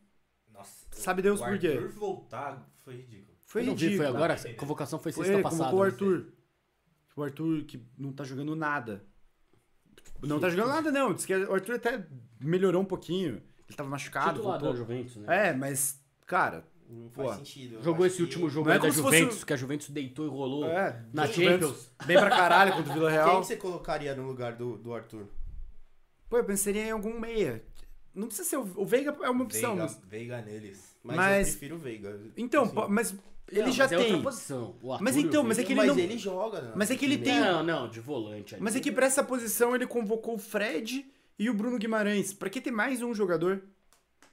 B: Nossa.
C: Sabe Deus
B: o
C: por quê.
B: Arthur voltar foi ridículo.
C: Foi
A: eu não vi,
C: ridículo.
A: foi agora? A convocação foi
C: Foi
A: sexta
C: ele,
A: passada.
C: convocou É,
A: né?
C: o Arthur. Tipo, o Arthur que não tá jogando nada. Tipo, Não tá jogando nada, não. Diz que o Arthur até melhorou um pouquinho. Ele tava machucado,
A: Titular da
C: voltou.
A: Juventus, né?
C: É, mas, cara,
D: Não faz
C: Pô,
D: sentido. eu
A: Jogou
D: acho
A: esse
D: que-
A: último jogo
C: Não é
A: aí da
C: como se
A: Juventus,
C: fosse
A: que a Juventus deitou e rolou
C: É,
A: na
C: Juventus,
A: Champions.
C: Bem pra caralho contra o Vila
D: Quem
C: Real.
D: que você colocaria no lugar do, do Arthur?
C: Pô, eu pensaria em algum meia. Não precisa ser. O o Veiga é uma opção.
B: Veiga,
C: Mas...
B: Veiga neles.
D: Mas,
C: Mas-
D: eu prefiro o Veiga.
C: Então,
D: Assim,
C: pô, mas ele
A: Não,
C: já
A: mas é
C: tem.
A: outra posição. O Arthur
C: Mas
A: e o
C: então, mas
A: Veiga-
C: é que ele
D: mas
C: não-
D: ele joga. né?
C: Mas é que ele tem-
A: Não, não, de volante ali.
C: Mas é que pra essa posição ele convocou o Fred e o Bruno Guimarães. Pra que ter mais um jogador?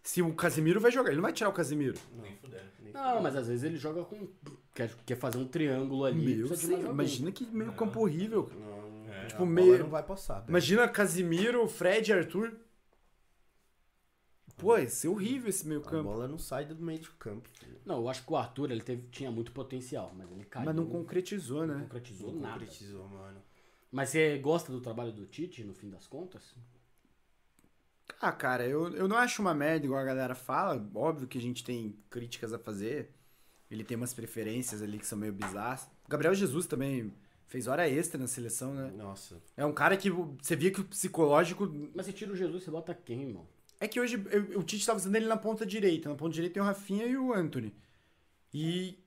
C: Se o Casemiro vai jogar, ele não vai tirar o Casemiro.
B: Nem fudendo.
A: Não, mas às vezes ele joga com... Quer, quer fazer um triângulo ali.
C: Meu,
A: precisa de
C: sei,
A: mais alguém.
C: imagina que meio campo horrível. cara.
D: Não,
B: É.
D: tipo,
C: Tipo,
D: a bola
C: meio-
D: não vai passar. velho.
C: Imagina Casimiro, Fred e Arthur. Pô, ia ser horrível esse meio
D: A
C: campo.
D: bola não sai do meio de campo. filho.
A: Não, eu acho que o Arthur, ele teve- tinha muito potencial, mas ele caiu.
C: Mas não concretizou,
A: não
C: né?
A: concretizou
D: Não
A: nada.
D: concretizou, mano.
A: Mas você gosta do trabalho do Tite, no fim das contas?
C: Ah, cara, eu, eu não acho uma merda igual a galera fala. Óbvio que a gente tem críticas a fazer. Ele tem umas preferências ali que são meio bizarras. O Gabriel Jesus também fez hora extra na seleção, né?
D: Nossa.
C: É um cara que você via que o psicológico.
A: Mas você tira o Jesus, você bota quem, irmão?
C: É que hoje eu- o Tite tava usando ele na ponta direita. Na ponta direita tem o Rafinha e o Anthony. E.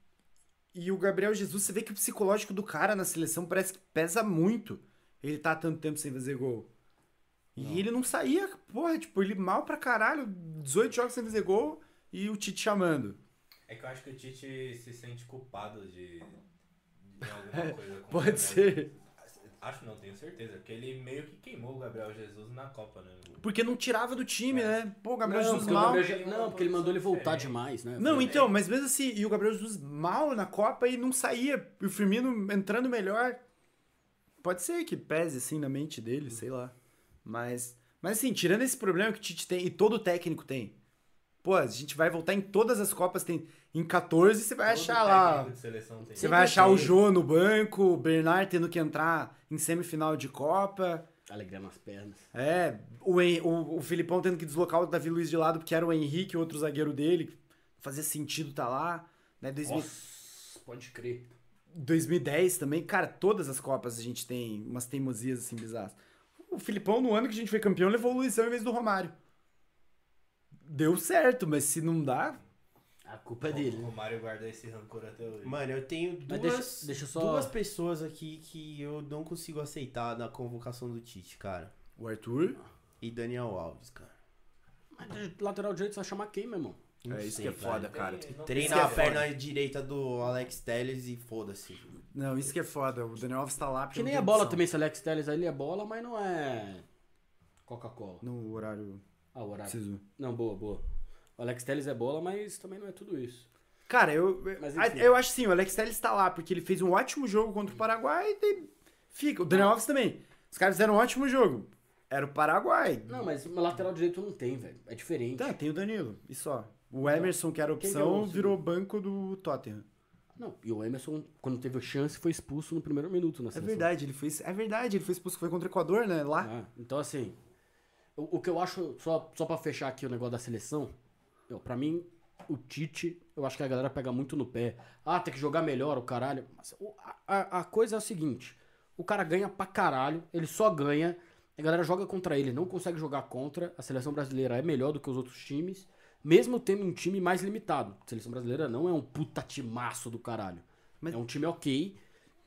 C: E o Gabriel Jesus, você vê que o psicológico do cara na seleção parece que pesa muito. Ele tá há tanto tempo sem fazer gol. E ele não saía, porra, tipo, ele mal pra caralho, 18 jogos sem fazer gol e o Tite chamando.
B: É que eu acho que o Tite se sente culpado de, de alguma coisa. com o
C: Pode
B: Gabriel
C: ser.
B: Jesus. Acho não, tenho certeza. Porque ele meio que queimou o Gabriel Jesus na Copa, né?
C: Porque não tirava do time, né? Pô, o Gabriel
A: não,
C: Jesus
A: porque o
C: mal.
A: Gabriel Je- não, porque ele mandou ele voltar
B: Diferente.
A: demais, né?
C: Não, então, mas mesmo assim, e o Gabriel Jesus mal na Copa e não saía. E o Firmino entrando melhor. Pode ser que pese assim na mente dele, sei lá. Mas, mas assim, tirando esse problema que o Tite tem e todo técnico tem. Pô, a gente vai voltar em todas as Copas, tem em 14 você vai
B: Todo
C: achar lá.
B: técnico de seleção tem
C: Você
B: isso.
C: vai achar o Jô no banco, o Bernard tendo que entrar em semifinal de Copa.
A: Alegria nas pernas.
C: É, o, Hen- o, o Filipão tendo que deslocar o Davi Luiz de lado, porque era o Henrique, o outro zagueiro dele. que Fazia sentido tá lá. Né? 2000
A: Nossa, pode crer.
C: 2010 também. Cara, todas as Copas a gente tem umas teimosias assim bizarras. O Filipão, no ano que a gente foi campeão, levou o Luizão em vez do Romário. Deu certo, mas se não dá.
A: A culpa é
B: O
A: dele.
B: Romário guarda esse rancor até hoje.
D: Mano, eu tenho
A: Mas
D: duas,
A: deixa- deixa eu só-
D: duas pessoas aqui que eu não consigo aceitar na convocação do Tite, cara.
C: O Arthur.
A: Ah.
D: E Daniel Alves, cara.
A: Mas de lateral direito você vai chamar quem, meu irmão?
D: Não
C: é isso
D: sei,
C: que é
D: velho.
C: foda, cara.
B: Tem- não
D: Treina
B: tem
D: a
B: certeza.
D: perna direita do Alex Telles e foda-se.
C: Não, isso que é foda. O Daniel Alves tá lá. porque
A: Que
C: não
A: nem
C: tem
A: a bola
C: opção.
A: também, se Alex Telles ali é bola, mas não é Coca-Cola.
C: No horário
A: Ah, o horário.
C: preciso.
A: Não, boa, boa. O Alex Telles é bola, mas também não é tudo isso.
C: Cara, eu,
A: Mas
C: a-
A: enfim.
C: eu acho sim, o Alex Telles tá lá, porque ele fez um ótimo jogo contra o Paraguai e daí fica. O Daniel Alves também. Os caras fizeram um ótimo jogo. Era o Paraguai.
A: Não, mas uma lateral direito não tem, velho. É diferente.
C: Tá, tem o Danilo. E só. O Emerson, que era
A: Quem que é
C: opção,
A: o-
C: virou banco do Tottenham.
A: Não, e o Emerson, quando teve a chance, foi expulso no primeiro minuto na
C: É
A: seleção.
C: verdade, ele foi. É verdade, ele foi expulso, foi contra o Equador, né? Lá.
A: né? Então, assim, o, o que eu acho, só, só pra fechar aqui o negócio da seleção, eu, pra mim, o Tite, eu acho que a galera pega muito no pé. Ah, tem que jogar melhor, o caralho. Mas o- a- a, a coisa é o seguinte: o cara ganha pra caralho, ele só ganha, a galera joga contra ele, não consegue jogar contra. A seleção brasileira é melhor do que os outros times, mesmo tendo um time mais limitado. A seleção brasileira não é um puta timaço do caralho.
C: Mas-
A: É um time ok.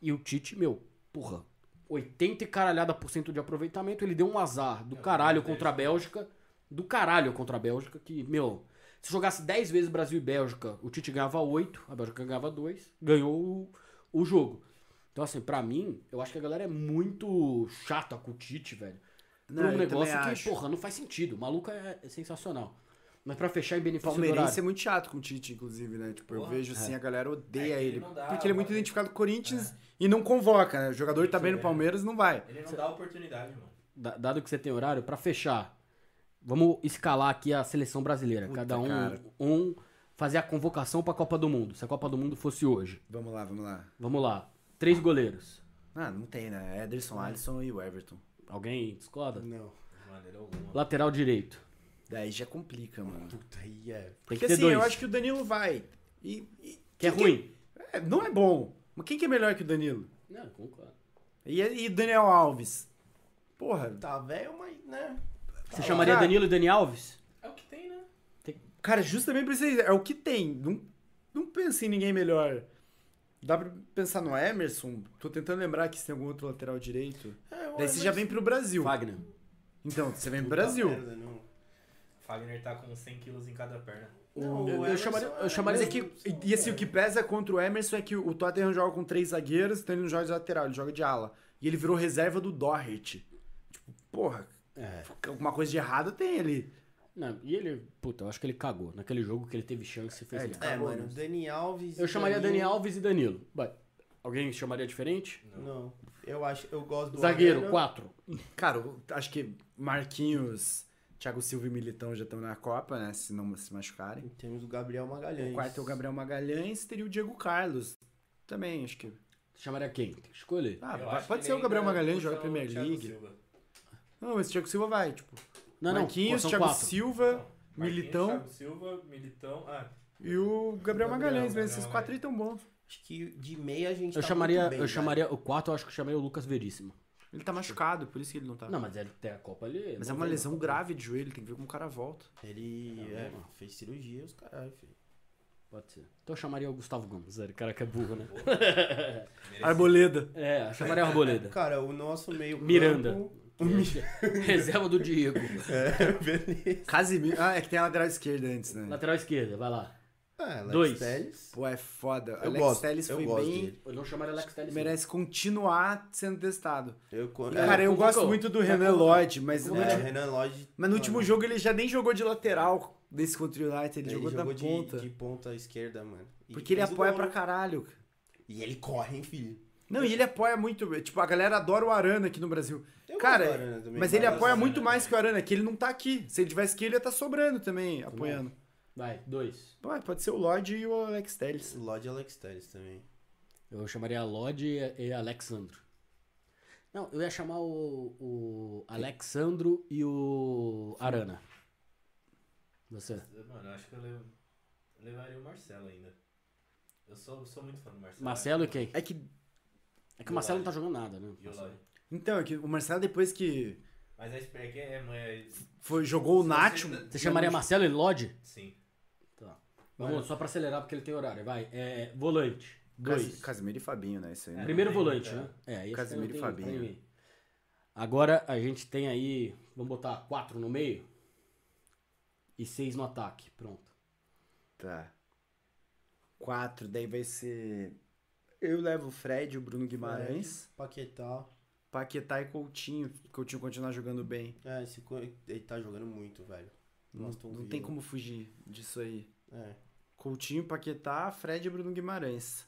A: E o Tite, meu, porra, 80 e caralhada por cento de aproveitamento, ele deu um azar
C: É,
A: do caralho contra a Bélgica. Do caralho contra a Bélgica, que, meu, se jogasse 10 vezes Brasil e Bélgica, o Tite ganhava 8, a Bélgica ganhava 2, ganhou o, o jogo. Então, assim, pra mim, eu acho que a galera é muito chata com o Tite, velho. Pra
C: Não,
A: um
C: eu
A: negócio
C: também
A: que,
C: acho.
A: porra, não faz sentido. O maluco é, é sensacional. Mas pra fechar em benefício do
C: Palmeirense é
A: horário,
C: muito chato com o Tite, inclusive, né? Tipo, eu
B: Porra.
C: vejo assim, a galera odeia
B: É, ele
C: ele.
B: não dá,
C: porque ele é muito
B: agora-
C: identificado com o Corinthians e não convoca, né? O jogador tá bem no
B: É.
C: Palmeiras, não vai.
B: Ele não dá oportunidade, mano.
A: da- dado que você tem horário, pra fechar, vamos escalar aqui a seleção brasileira.
C: Puta,
A: Cada um,
C: cara.
A: um fazer a convocação pra Copa do Mundo. Se a Copa do Mundo fosse hoje.
C: Vamos lá, vamos lá.
A: Vamos lá. Três goleiros.
C: Ah, não tem, né? Ederson, Alisson e o Everton.
A: Alguém discorda?
D: Não.
B: De maneira alguma.
A: Lateral direito.
C: Daí já complica, mano.
D: Puta, aí é.
A: Tem
C: Porque
A: que ter
C: assim,
A: dois.
C: eu acho que o Danilo vai. E, e-
A: Que é
C: quem
A: ruim.
C: é, não é bom. Mas quem que é melhor que o Danilo?
A: Não, concordo.
C: E, e Daniel Alves? Porra.
D: Tá velho, mas, né?
A: Você chamaria
C: Cara,
A: Danilo e Dani Alves?
B: É o que tem, né?
C: Cara, justamente pra vocês, é o que tem. Não, não pensa em ninguém melhor. Dá pra pensar no Emerson? Tô tentando lembrar aqui se tem algum outro lateral direito.
D: É,
C: Daí você já vem pro Brasil.
A: Wagner.
C: Então, você vem pro Brasil.
B: Fagner tá com 100 quilos em cada perna.
A: eu- eu chamaria- eu chamaria-
C: Mas é que, e assim, o que pesa contra o Emerson é que o Tottenham joga com três zagueiros, então ele não joga de lateral, ele joga de ala. E ele virou reserva do Doherty. Tipo, porra,
A: É.
C: alguma coisa de errado tem ali.
A: Não, e ele, puta, eu acho que ele cagou. Naquele jogo que ele teve chance e fez
C: É,
A: ele
C: ele
D: É,
A: cagou.
D: mano, Dani Alves.
A: Eu chamaria Dani
D: Danilo-
A: Alves e Danilo. Vai. Alguém chamaria diferente?
D: Não. Eu acho, eu gosto do.
A: Zagueiro,
D: Arana.
A: quatro.
C: Cara, eu acho que Marquinhos, Thiago Silva e Militão já estão na Copa, né? Se não se machucarem.
D: Temos o Gabriel Magalhães.
C: O quarto é o Gabriel Magalhães, teria o Diego Carlos. Também, acho que.
A: Chamaria quem? Tem que escolher.
C: Ah,
B: Eu
C: vai-
B: acho
C: pode
B: que
C: ser o
B: ele
C: Gabriel
B: ainda
C: Magalhães,
B: puxa
C: joga
B: o
C: Premier
B: Thiago
C: League.
B: Silva.
C: Não, mas o Thiago Silva vai, tipo.
A: Não, não,
C: Marquinhos,
A: pô, são
C: Thiago
A: quatro.
C: Silva
B: Não, Marquinhos,
C: Militão.
B: Thiago Silva, Militão. Ah,
C: e o Gabriel Magalhães, mas
B: Gabriel
C: esses quatro aí tão bons.
D: Acho que de meia a gente
A: Eu
D: tá
A: chamaria,
D: muito bem,
A: eu
D: velho.
A: chamaria o quatro, eu acho que eu chamaria o Lucas Veríssimo.
C: Ele tá machucado, por isso que ele não tá.
A: Não, mas ele tem a Copa ali.
C: mas é
A: não
C: uma
A: vem,
C: lesão
A: não.
C: grave de joelho, tem que ver como o cara volta.
D: Ele é, fez cirurgia, os caralho, filho.
A: Pode ser. Então eu chamaria o Gustavo Gomes, ele cara que é burro, né?
B: merecido.
C: Arboleda.
A: É, eu chamaria o Arboleda.
D: Cara, o nosso meio.
A: Miranda.
D: campo-
A: Reserva do Diego.
D: É, beleza.
C: Casimiro. Ah, é que tem a lateral esquerda antes, né?
A: Lateral esquerda, vai lá.
D: É, Alex
A: Dois.
D: Telles.
C: Pô, é foda.
D: Eu
C: Alex
D: gosto,
C: Telles
D: eu
C: foi
D: gosto
C: bem.
D: dele.
A: Eu não chamaria Alex Telles. não.
C: Merece continuar sendo testado.
D: Eu, co-
C: E,
D: é,
C: cara, eu
A: convocou.
C: gosto muito do
A: Já
C: Renan
A: convocou.
C: Lodge, mas, no,
D: é,
C: último,
D: Renan Lodge.
C: mas no último
D: mano,
C: jogo ele já nem jogou de lateral nesse contra o United, ele,
D: É, ele
C: jogou, da
D: de,
C: ponta.
D: de ponta esquerda, mano. E
C: Porque ele
D: fez o
C: apoia
D: gol,
C: pra
D: né?
C: caralho. cara.
D: E ele corre, hein, filho.
C: Não, e ele apoia muito. Tipo, a galera adora o Arana aqui no Brasil.
D: Eu
C: Cara,
D: gosto do Arana também,
C: Mas ele
D: eu gosto
C: apoia
D: do
C: muito
D: Arana.
C: mais que o Arana, que ele não tá aqui. Se ele tivesse aqui, ele ia estar sobrando também, apoiando.
A: Vai, dois.
C: Ué, pode ser o Lodge e o Alex Telles.
D: Lodge e Alex Telles também.
A: Eu chamaria Lodge e, e Alexandro. Não, eu ia chamar o, o Alexandro e o Arana. Você.
B: Mano, eu acho que eu levo- eu levaria o Marcelo ainda. Eu sou, sou muito fã do Marcelo.
A: Marcelo e quem?
C: É que.
A: É que o Marcelo não tá jogando nada, né?
B: E o Lodge.
C: Então, é que o Marcelo, depois que
B: Mas a SPR que é, mãe,
C: foi, jogou o
B: Você-
C: Nacho.
A: Você chamaria Marcelo e Lodge?
B: sim.
A: Tá. Vamos, só pra acelerar porque ele tem horário. Vai. É, volante.
C: Cas-
A: Dois.
C: Casemiro e Fabinho, né? Isso aí. né?
A: Primeiro
B: não tem
A: volante,
B: muita-
A: né? É, aí acho que
C: Casemiro
A: não
C: e
A: tem-
C: Fabinho.
A: tem ninguém. Agora a gente tem aí, vamos botar quatro no meio e seis no ataque. Pronto.
C: Tá. Quatro, daí vai ser. Eu levo o Fred, o Bruno Guimarães,
D: Paquetá.
C: Paquetá e Coutinho. Coutinho continuar jogando bem.
D: É, esse co- ele tá jogando muito, velho. No
C: Não,
D: Aston
C: não
D: Villa.
C: tem como fugir disso aí.
D: É.
C: Coutinho, Paquetá, Fred e Bruno Guimarães.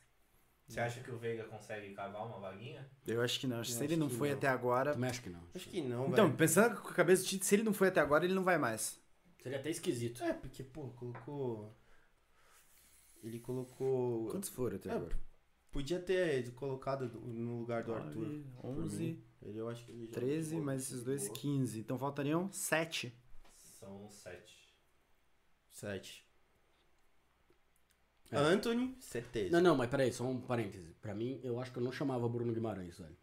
B: Você acha que o Veiga consegue cavar uma vaguinha?
C: Eu acho que não. Acho que
D: Eu
C: se ele
D: acho
C: não
D: que
C: foi
D: não.
C: até agora.
A: Também acho que não.
D: Acho que não,
C: Então,
D: velho.
C: pensando com a cabeça do Tite, se ele não foi até agora, ele não vai mais.
A: Seria até esquisito.
D: É, porque, pô, colocou. Ele colocou.
C: Quantos foram até
D: É,
C: agora?
D: Podia ter colocado do- no lugar do Arthur.
C: 11,
D: Ele, eu acho que ele já
C: 13,
D: jogou,
C: mais esses dois,
D: jogou.
C: 15. Então faltariam 7.
B: São sete.
D: Sete.
A: É.
D: Anthony, certeza.
A: Não, não, mas peraí, só um parêntese. Pra mim, eu acho que eu não chamava Bruno Guimarães, velho.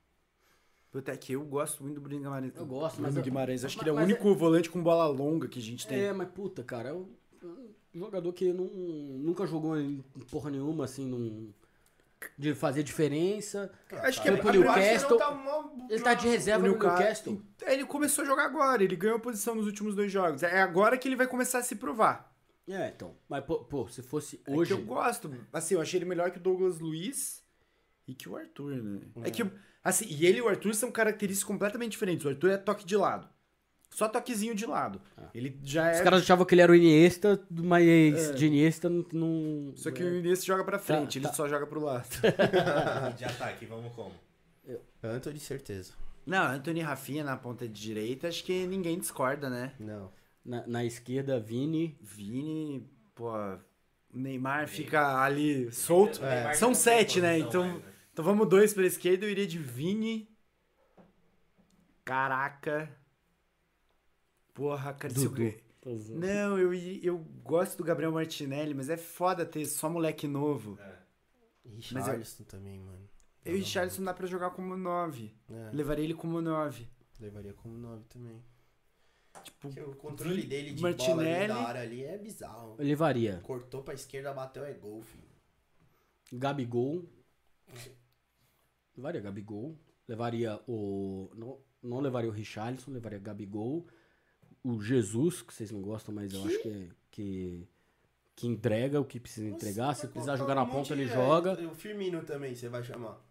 C: Puta, é que eu gosto muito do Bruno Guimarães.
A: Eu gosto, mas
C: Bruno
A: eu-
C: Guimarães, acho que
A: mas-
C: ele é o
A: mas
C: único volante com bola longa que a gente tem.
A: É, mas puta, cara, é um um jogador que não, nunca jogou em porra nenhuma, assim, num, de fazer diferença.
C: acho
A: que é-
D: Foi
A: a Newcastle-
D: mó...
A: Ele tá de reserva no
C: Newca-
A: Newcastle.
C: Ele começou a jogar agora, ele ganhou posição nos últimos dois jogos. É agora que ele vai começar a se provar.
A: É, então. Mas, pô, pô, se fosse
C: É
A: hoje.
C: que eu gosto. Assim, eu achei ele melhor que o Douglas Luiz e que o Arthur, né? É, que, assim, e ele e o Arthur são características completamente diferentes. O Arthur é toque de lado. Só toquezinho de lado. Ele já
A: Os
C: é.
A: caras achavam que ele era o Iniesta, mas de Iniesta não- não. é.
C: Só que o Inês joga pra frente, ele
A: tá.
C: só joga pro lado.
B: E de ataque, vamos como?
D: Anthony, certeza.
C: Não, Anthony Rafinha na ponta de direita, acho que ninguém discorda, né?
D: Não.
A: Na, na esquerda, Vini.
C: Vini, pô, Neymar fica ali solto.
B: O É, Neymar
C: São
B: não tem
C: sete, né?
B: posição
C: Então,
B: mais, né?
C: então vamos dois pra esquerda, eu iria de Vini. Caraca. Porra, cara. se eu- é.
A: Né?
C: Não, eu, i- eu gosto do Gabriel Martinelli, mas é foda ter só moleque novo.
D: Richarlison também, mano.
C: Eu e Charles não dá pra jogar como nove.
D: É,
C: Levaria ele como nove.
D: levaria como 9 também.
C: Tipo,
D: Porque o controle dele de bola
C: Martinelli.
D: ali da área ali é bizarro.
A: Eu levaria
D: Cortou pra esquerda, bateu, é gol, filho.
A: Gabigol. Levaria Gabigol. Levaria o. Não, não levaria o Richarlison, levaria Gabigol. O Jesus, que vocês não gostam, mas eu acho que, é, que, que entrega o que precisa entregar.
D: Você
A: Se
D: vai
A: precisar
D: colocar
A: jogar
D: um
A: na
D: monte
A: ponta, ele
D: de- é,
A: joga.
D: O Firmino também, você vai chamar.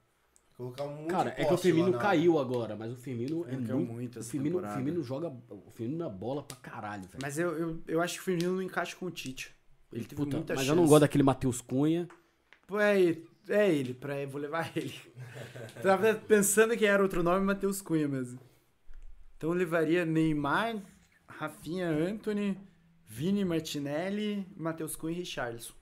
D: Colocar um monte
A: Cara,
D: de
A: é que o
D: poste lá
A: Firmino
D: na-
A: caiu agora, mas o Firmino é
C: Ele
A: muito.
C: caiu muito
A: o,
C: essa
A: Firmino, o
C: temporada.
A: Firmino joga. O Firmino na bola pra caralho, velho.
C: mas eu, eu, eu acho que o Firmino não encaixa com o Tite. Ele teve
A: Puta,
C: muita
A: mas
C: chance.
A: eu não gosto daquele Matheus Cunha.
C: Pô, É, ele- é ele, pra, eu vou levar ele. Tava pensando que era outro nome, Matheus Cunha mesmo. Então eu levaria Neymar, Rafinha Anthony, Vini Martinelli, Matheus Cunha e Richarlison.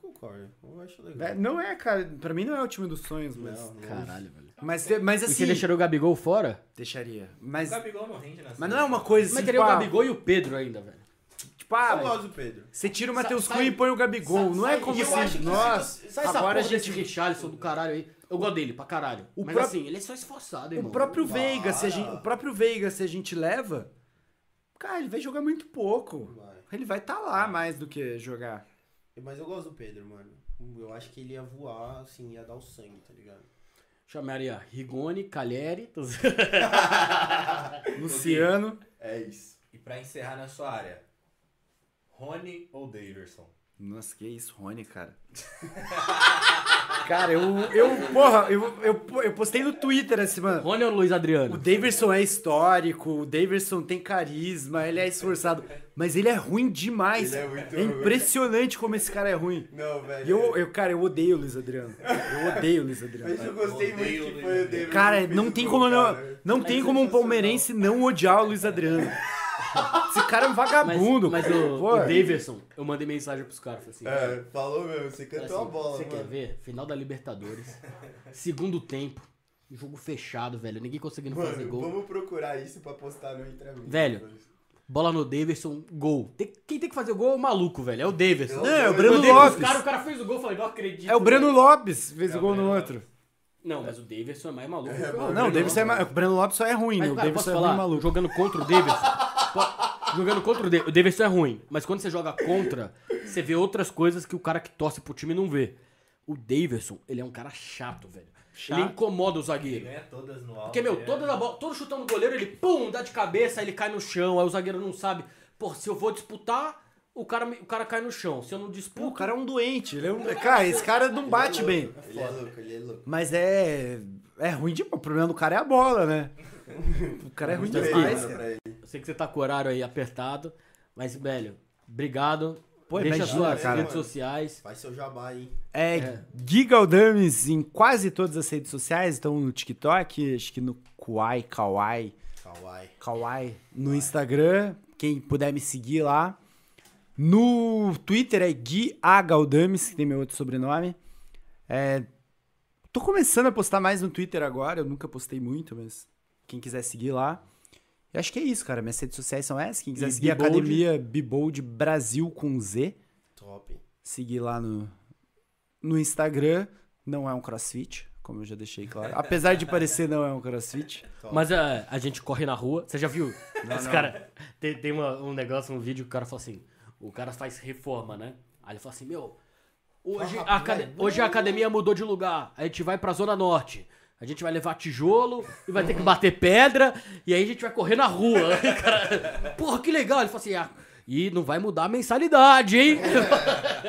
D: Concordo, eu acho legal.
C: É, não é, cara, pra mim não é o time dos sonhos, mas.
D: Não, não.
A: Caralho, velho.
C: Mas, mas
A: E
C: assim.
A: você deixaria o Gabigol fora?
C: Deixaria.
B: O
C: Mas,
B: Gabigol né? não rende na
C: mas não é uma coisa
A: Mas
C: assim.
A: teria o
C: tipo, ah,
A: Gabigol e o Pedro ainda, velho.
C: Tipo,
D: Eu
C: ah,
D: gosto do Pedro.
C: você tira o
A: Sa-
C: Matheus
A: sai-
C: Cunha e põe o Gabigol.
A: Sa-
C: não
A: sai-
C: é como
A: eu acho
C: se.
A: que-
C: Nós.
A: Sai essa
C: agora a
A: porra
C: gente.
A: desse Richarlison do caralho aí. Eu gosto dele pra caralho.
C: O
A: Mas
C: pró-
A: assim, ele é só esforçado, irmão.
C: O próprio Veiga, se a
D: para.
C: gente, o próprio Veiga, se a gente leva, cara, ele vai jogar muito pouco.
D: Vai.
C: Ele vai estar lá mais do que jogar.
D: Mas eu gosto do Pedro, mano. Eu acho que ele ia voar, assim, ia dar o sangue, tá ligado?
A: Chamaria Rigoni, Calheri.
C: Luciano,
D: É isso.
B: E pra encerrar na sua área, Rony ou Daverson?
C: Nossa, que isso, Rony, cara. cara, eu, eu porra, eu, eu, eu postei no Twitter essa semana.
A: Rony ou Luiz
C: O
A: Adriano?
C: Davidson é histórico, o Davidson tem carisma, ele é esforçado, mas ele é ruim demais.
D: Ele é muito ruim.
C: impressionante como esse cara é ruim.
D: Não, velho. é,
C: E eu, eu, cara, eu odeio o Luiz Adriano. Eu odeio o Luiz Adriano.
D: Mas eu gostei
B: Eu
D: muito
B: odeio
D: que
B: o
D: foi o
B: David.
D: David.
C: Cara,
D: no
C: não
D: Facebook,
C: tem como não,
D: cara.
C: não tem como um palmeirense não odiar o Luiz Adriano. Esse cara é um
A: Mas,
C: vagabundo.
A: mas
C: cara.
A: o,
C: Pô,
A: o
C: é.
A: Davidson, eu mandei mensagem pros caras. falei Assim,
D: É, falou mesmo, você cantou
A: Assim,
D: a bola,
A: Você
D: mano.
A: quer ver? Final da Libertadores. Segundo tempo. Jogo fechado, velho. Ninguém conseguindo fazer
D: Mano,
A: gol.
D: vamos procurar isso pra postar no Intra Amigos.
A: Velho. Bola no Davidson, gol. Tem- quem tem que fazer o gol é o maluco, velho. É o Davidson.
D: Não, é o
A: Eu
C: Breno
A: mandei pros
C: Lopes.
A: caras, o cara fez o gol, eu falei, não acredito.
C: é o Breno
A: velho.
C: Lopes, fez
A: É
C: o
B: o
C: gol no
B: Breno
C: outro.
A: Não, mas o Davidson é mais maluco. que o
C: Não, o Davidson é ma- o Breno Lopes só é ruim, né?
A: Mas,
C: O
A: cara, posso
C: Davidson é ruim
A: falar?
C: maluco.
A: Jogando contra o Davidson. po- jogando contra o Davidson. O Davidson é ruim. Mas quando você joga contra, você vê outras coisas que o cara que torce pro time não vê. O Davidson, ele é um cara chato, velho. Ele incomoda o zagueiro.
B: Ganha todas no alto.
A: Porque, meu,
B: é-
A: toda a bola, todo chutão do goleiro, ele pum, dá de cabeça, aí ele cai no chão, aí o zagueiro não sabe. Pô, se eu vou disputar, o cara, me- o cara cai no chão. Se eu não
C: Pô, o
A: disputo.
C: cara é um doente. Ele é um... Cara, esse cara não bate bem.
D: Ele é louco, ele é louco.
C: Mas é. É ruim de. O problema do cara é a bola, né? O cara é ruim
A: Muito
C: demais.
A: bem.
C: cara.
D: pra ele.
A: Eu sei que você tá com o horário aí apertado, mas, velho, obrigado.
C: Pô,
A: Deixa
C: imagina,
A: suas
C: cara.
A: redes sociais.
D: Faz seu jabá aí.
C: É,
A: É.
C: Gigaldames em quase todas as redes sociais, então no TikTok, acho que no Kwai, Kawai,
D: Kawaii.
C: Kawai, no Instagram, quem puder me seguir lá. No Twitter é Gui A. Galdames, que tem meu outro sobrenome. É, tô começando a postar mais no Twitter agora, eu nunca postei muito, mas quem quiser seguir lá. Eu acho que é isso, cara. Minhas redes sociais são essas. Quem quiser
A: E
C: seguir a
A: Bibold?
C: Academia Bibold Brasil com Z
D: Top.
C: seguir lá no, no Instagram. Não é um crossfit, como eu já deixei claro. Apesar de parecer, não é um crossfit.
A: Mas é, a gente corre na rua. Você já viu? Esse cara tem, tem uma- um negócio, um vídeo que o cara fala assim: o cara faz reforma, né? Aí ele fala assim: meu, hoje, a, acad- hoje a academia mudou de lugar. A gente vai pra Zona Norte. A gente vai levar tijolo e vai ter que bater pedra. E aí a gente vai correr na rua. Aí, cara, porra, que legal. Ele fala assim: ah, e não vai mudar a mensalidade, hein?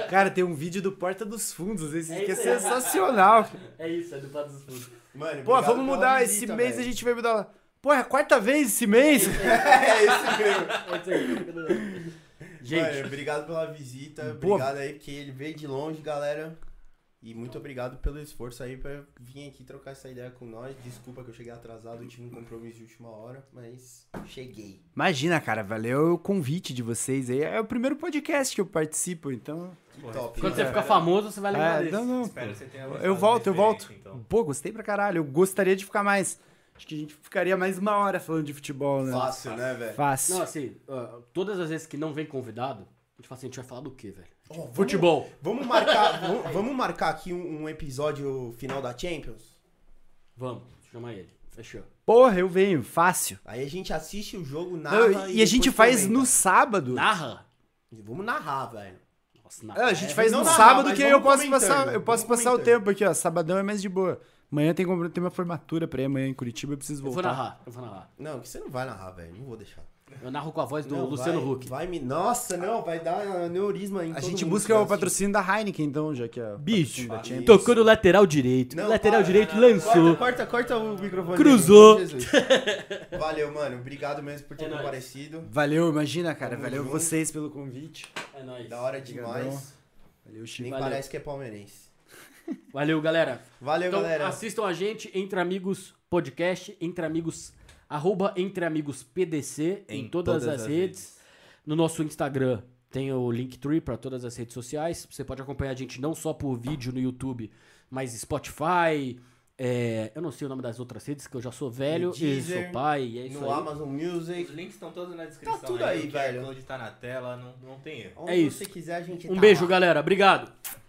C: Cara, tem um vídeo do Porta dos Fundos, esse
A: É
C: que é
A: isso aí.
C: sensacional.
A: É isso, é do Pato dos Fundos.
D: Mano,
C: Pô, vamos mudar esse mês, a gente vai mudar lá. Pô, é a quarta vez esse mês?
D: É isso mesmo.
A: É isso aí.
D: Mano,
A: Gente,
D: obrigado pela visita.
C: Pô.
D: Obrigado aí, porque ele veio de longe, galera. E muito obrigado pelo esforço aí pra vir aqui trocar essa ideia com nós. Desculpa que eu cheguei atrasado, eu tive um compromisso de última hora, mas cheguei.
C: Imagina, cara, valeu o convite de vocês aí. É o primeiro podcast que eu participo, então.
D: Que top.
A: quando
D: hein?
A: você ficar famoso, você vai lembrar
C: É,
A: desse.
C: não, não.
B: Espero que você tenha
C: Eu
B: gostado
C: volto,
B: da
C: eu volto.
B: experiência, então.
C: Pô, gostei pra caralho. Eu gostaria de ficar mais. Acho que a gente ficaria mais uma hora falando de futebol, né?
D: Fácil, né, velho?
C: Fácil.
A: Não, assim, ó, todas as vezes que não vem convidado, a gente fala assim, a gente vai falar do quê, velho? Tipo,
D: Ó, vamos-
A: Futebol.
D: Vamos marcar, vamos, vamos marcar aqui um, um episódio final da Champions?
A: Vamos, chama ele. Fechou.
C: Porra, eu venho, fácil.
D: Aí a gente assiste o jogo, narra
C: Não, e, a
D: depois
C: gente faz
D: comenta.
C: no sábado.
A: Narra.
D: Vamos narrar, velho.
A: Nossa, narra.
C: É, a gente faz
D: Ah, não
C: no
D: narrar,
C: sábado
D: mas
C: que
D: vamos
C: eu posso
D: comentando,
C: passar, eu posso
D: vamos
C: passar o
D: comentando.
C: tempo aqui, ó. Sabadão é mais de boa. Amanhã tem, como- tem uma formatura pra ir amanhã em Curitiba, eu preciso
A: Eu
C: voltar.
A: vou narrar, eu vou narrar.
D: Não, que você não vai narrar, velho. Não vou deixar.
A: Eu narro com a voz do
D: Não,
A: Luciano
D: vai,
A: Huck.
D: Vai me... Nossa, não, vai dar aneurisma em
C: A
D: todo
C: gente
D: mundo
C: busca
D: que vai
C: o
D: assistir.
C: patrocínio da Heineken, então, já que é. o
A: Bicho,
C: patrocínio da Champions.
A: tocou no lateral direito.
D: Não,
A: lateral
D: para,
A: direito
D: não, não,
A: lançou.
D: Corta, corta, corta o microfone.
A: Cruzou.
D: dele, Jesus. Valeu, mano. Obrigado mesmo por ter
A: É nóis.
D: comparecido.
C: Valeu, imagina, cara.
D: Tamo
C: valeu
D: junto.
C: vocês pelo convite.
A: É nóis.
D: Da hora
C: Obrigadão.
D: demais.
C: Valeu, Chico.
D: Nem
A: Valeu.
D: parece que é palmeirense.
A: Valeu, galera.
D: Valeu,
A: Então,
D: galera.
A: assistam a gente, Entre Amigos Podcast, Entre Amigos, arroba Entre Amigos PDC, em,
B: Em
A: todas,
B: todas
A: as,
B: as
A: redes. No nosso Instagram tem o Linktree para todas as redes sociais. Você pode acompanhar a gente não só por vídeo no YouTube, mas Spotify, é, eu não sei o nome das outras redes, que eu já sou velho
D: No
A: e
D: Deezer,
A: sou pai, e é isso
D: No
A: aí.
D: Amazon
B: Os
D: Music.
B: links estão todos na descrição.
D: Tá tudo aí,
B: o QR
D: velho.
B: Code tá na tela, não, não tem erro.
D: Onde
A: É isso.
D: você quiser, a gente
A: Um
D: tá
A: beijo,
D: lá.
A: galera. Obrigado.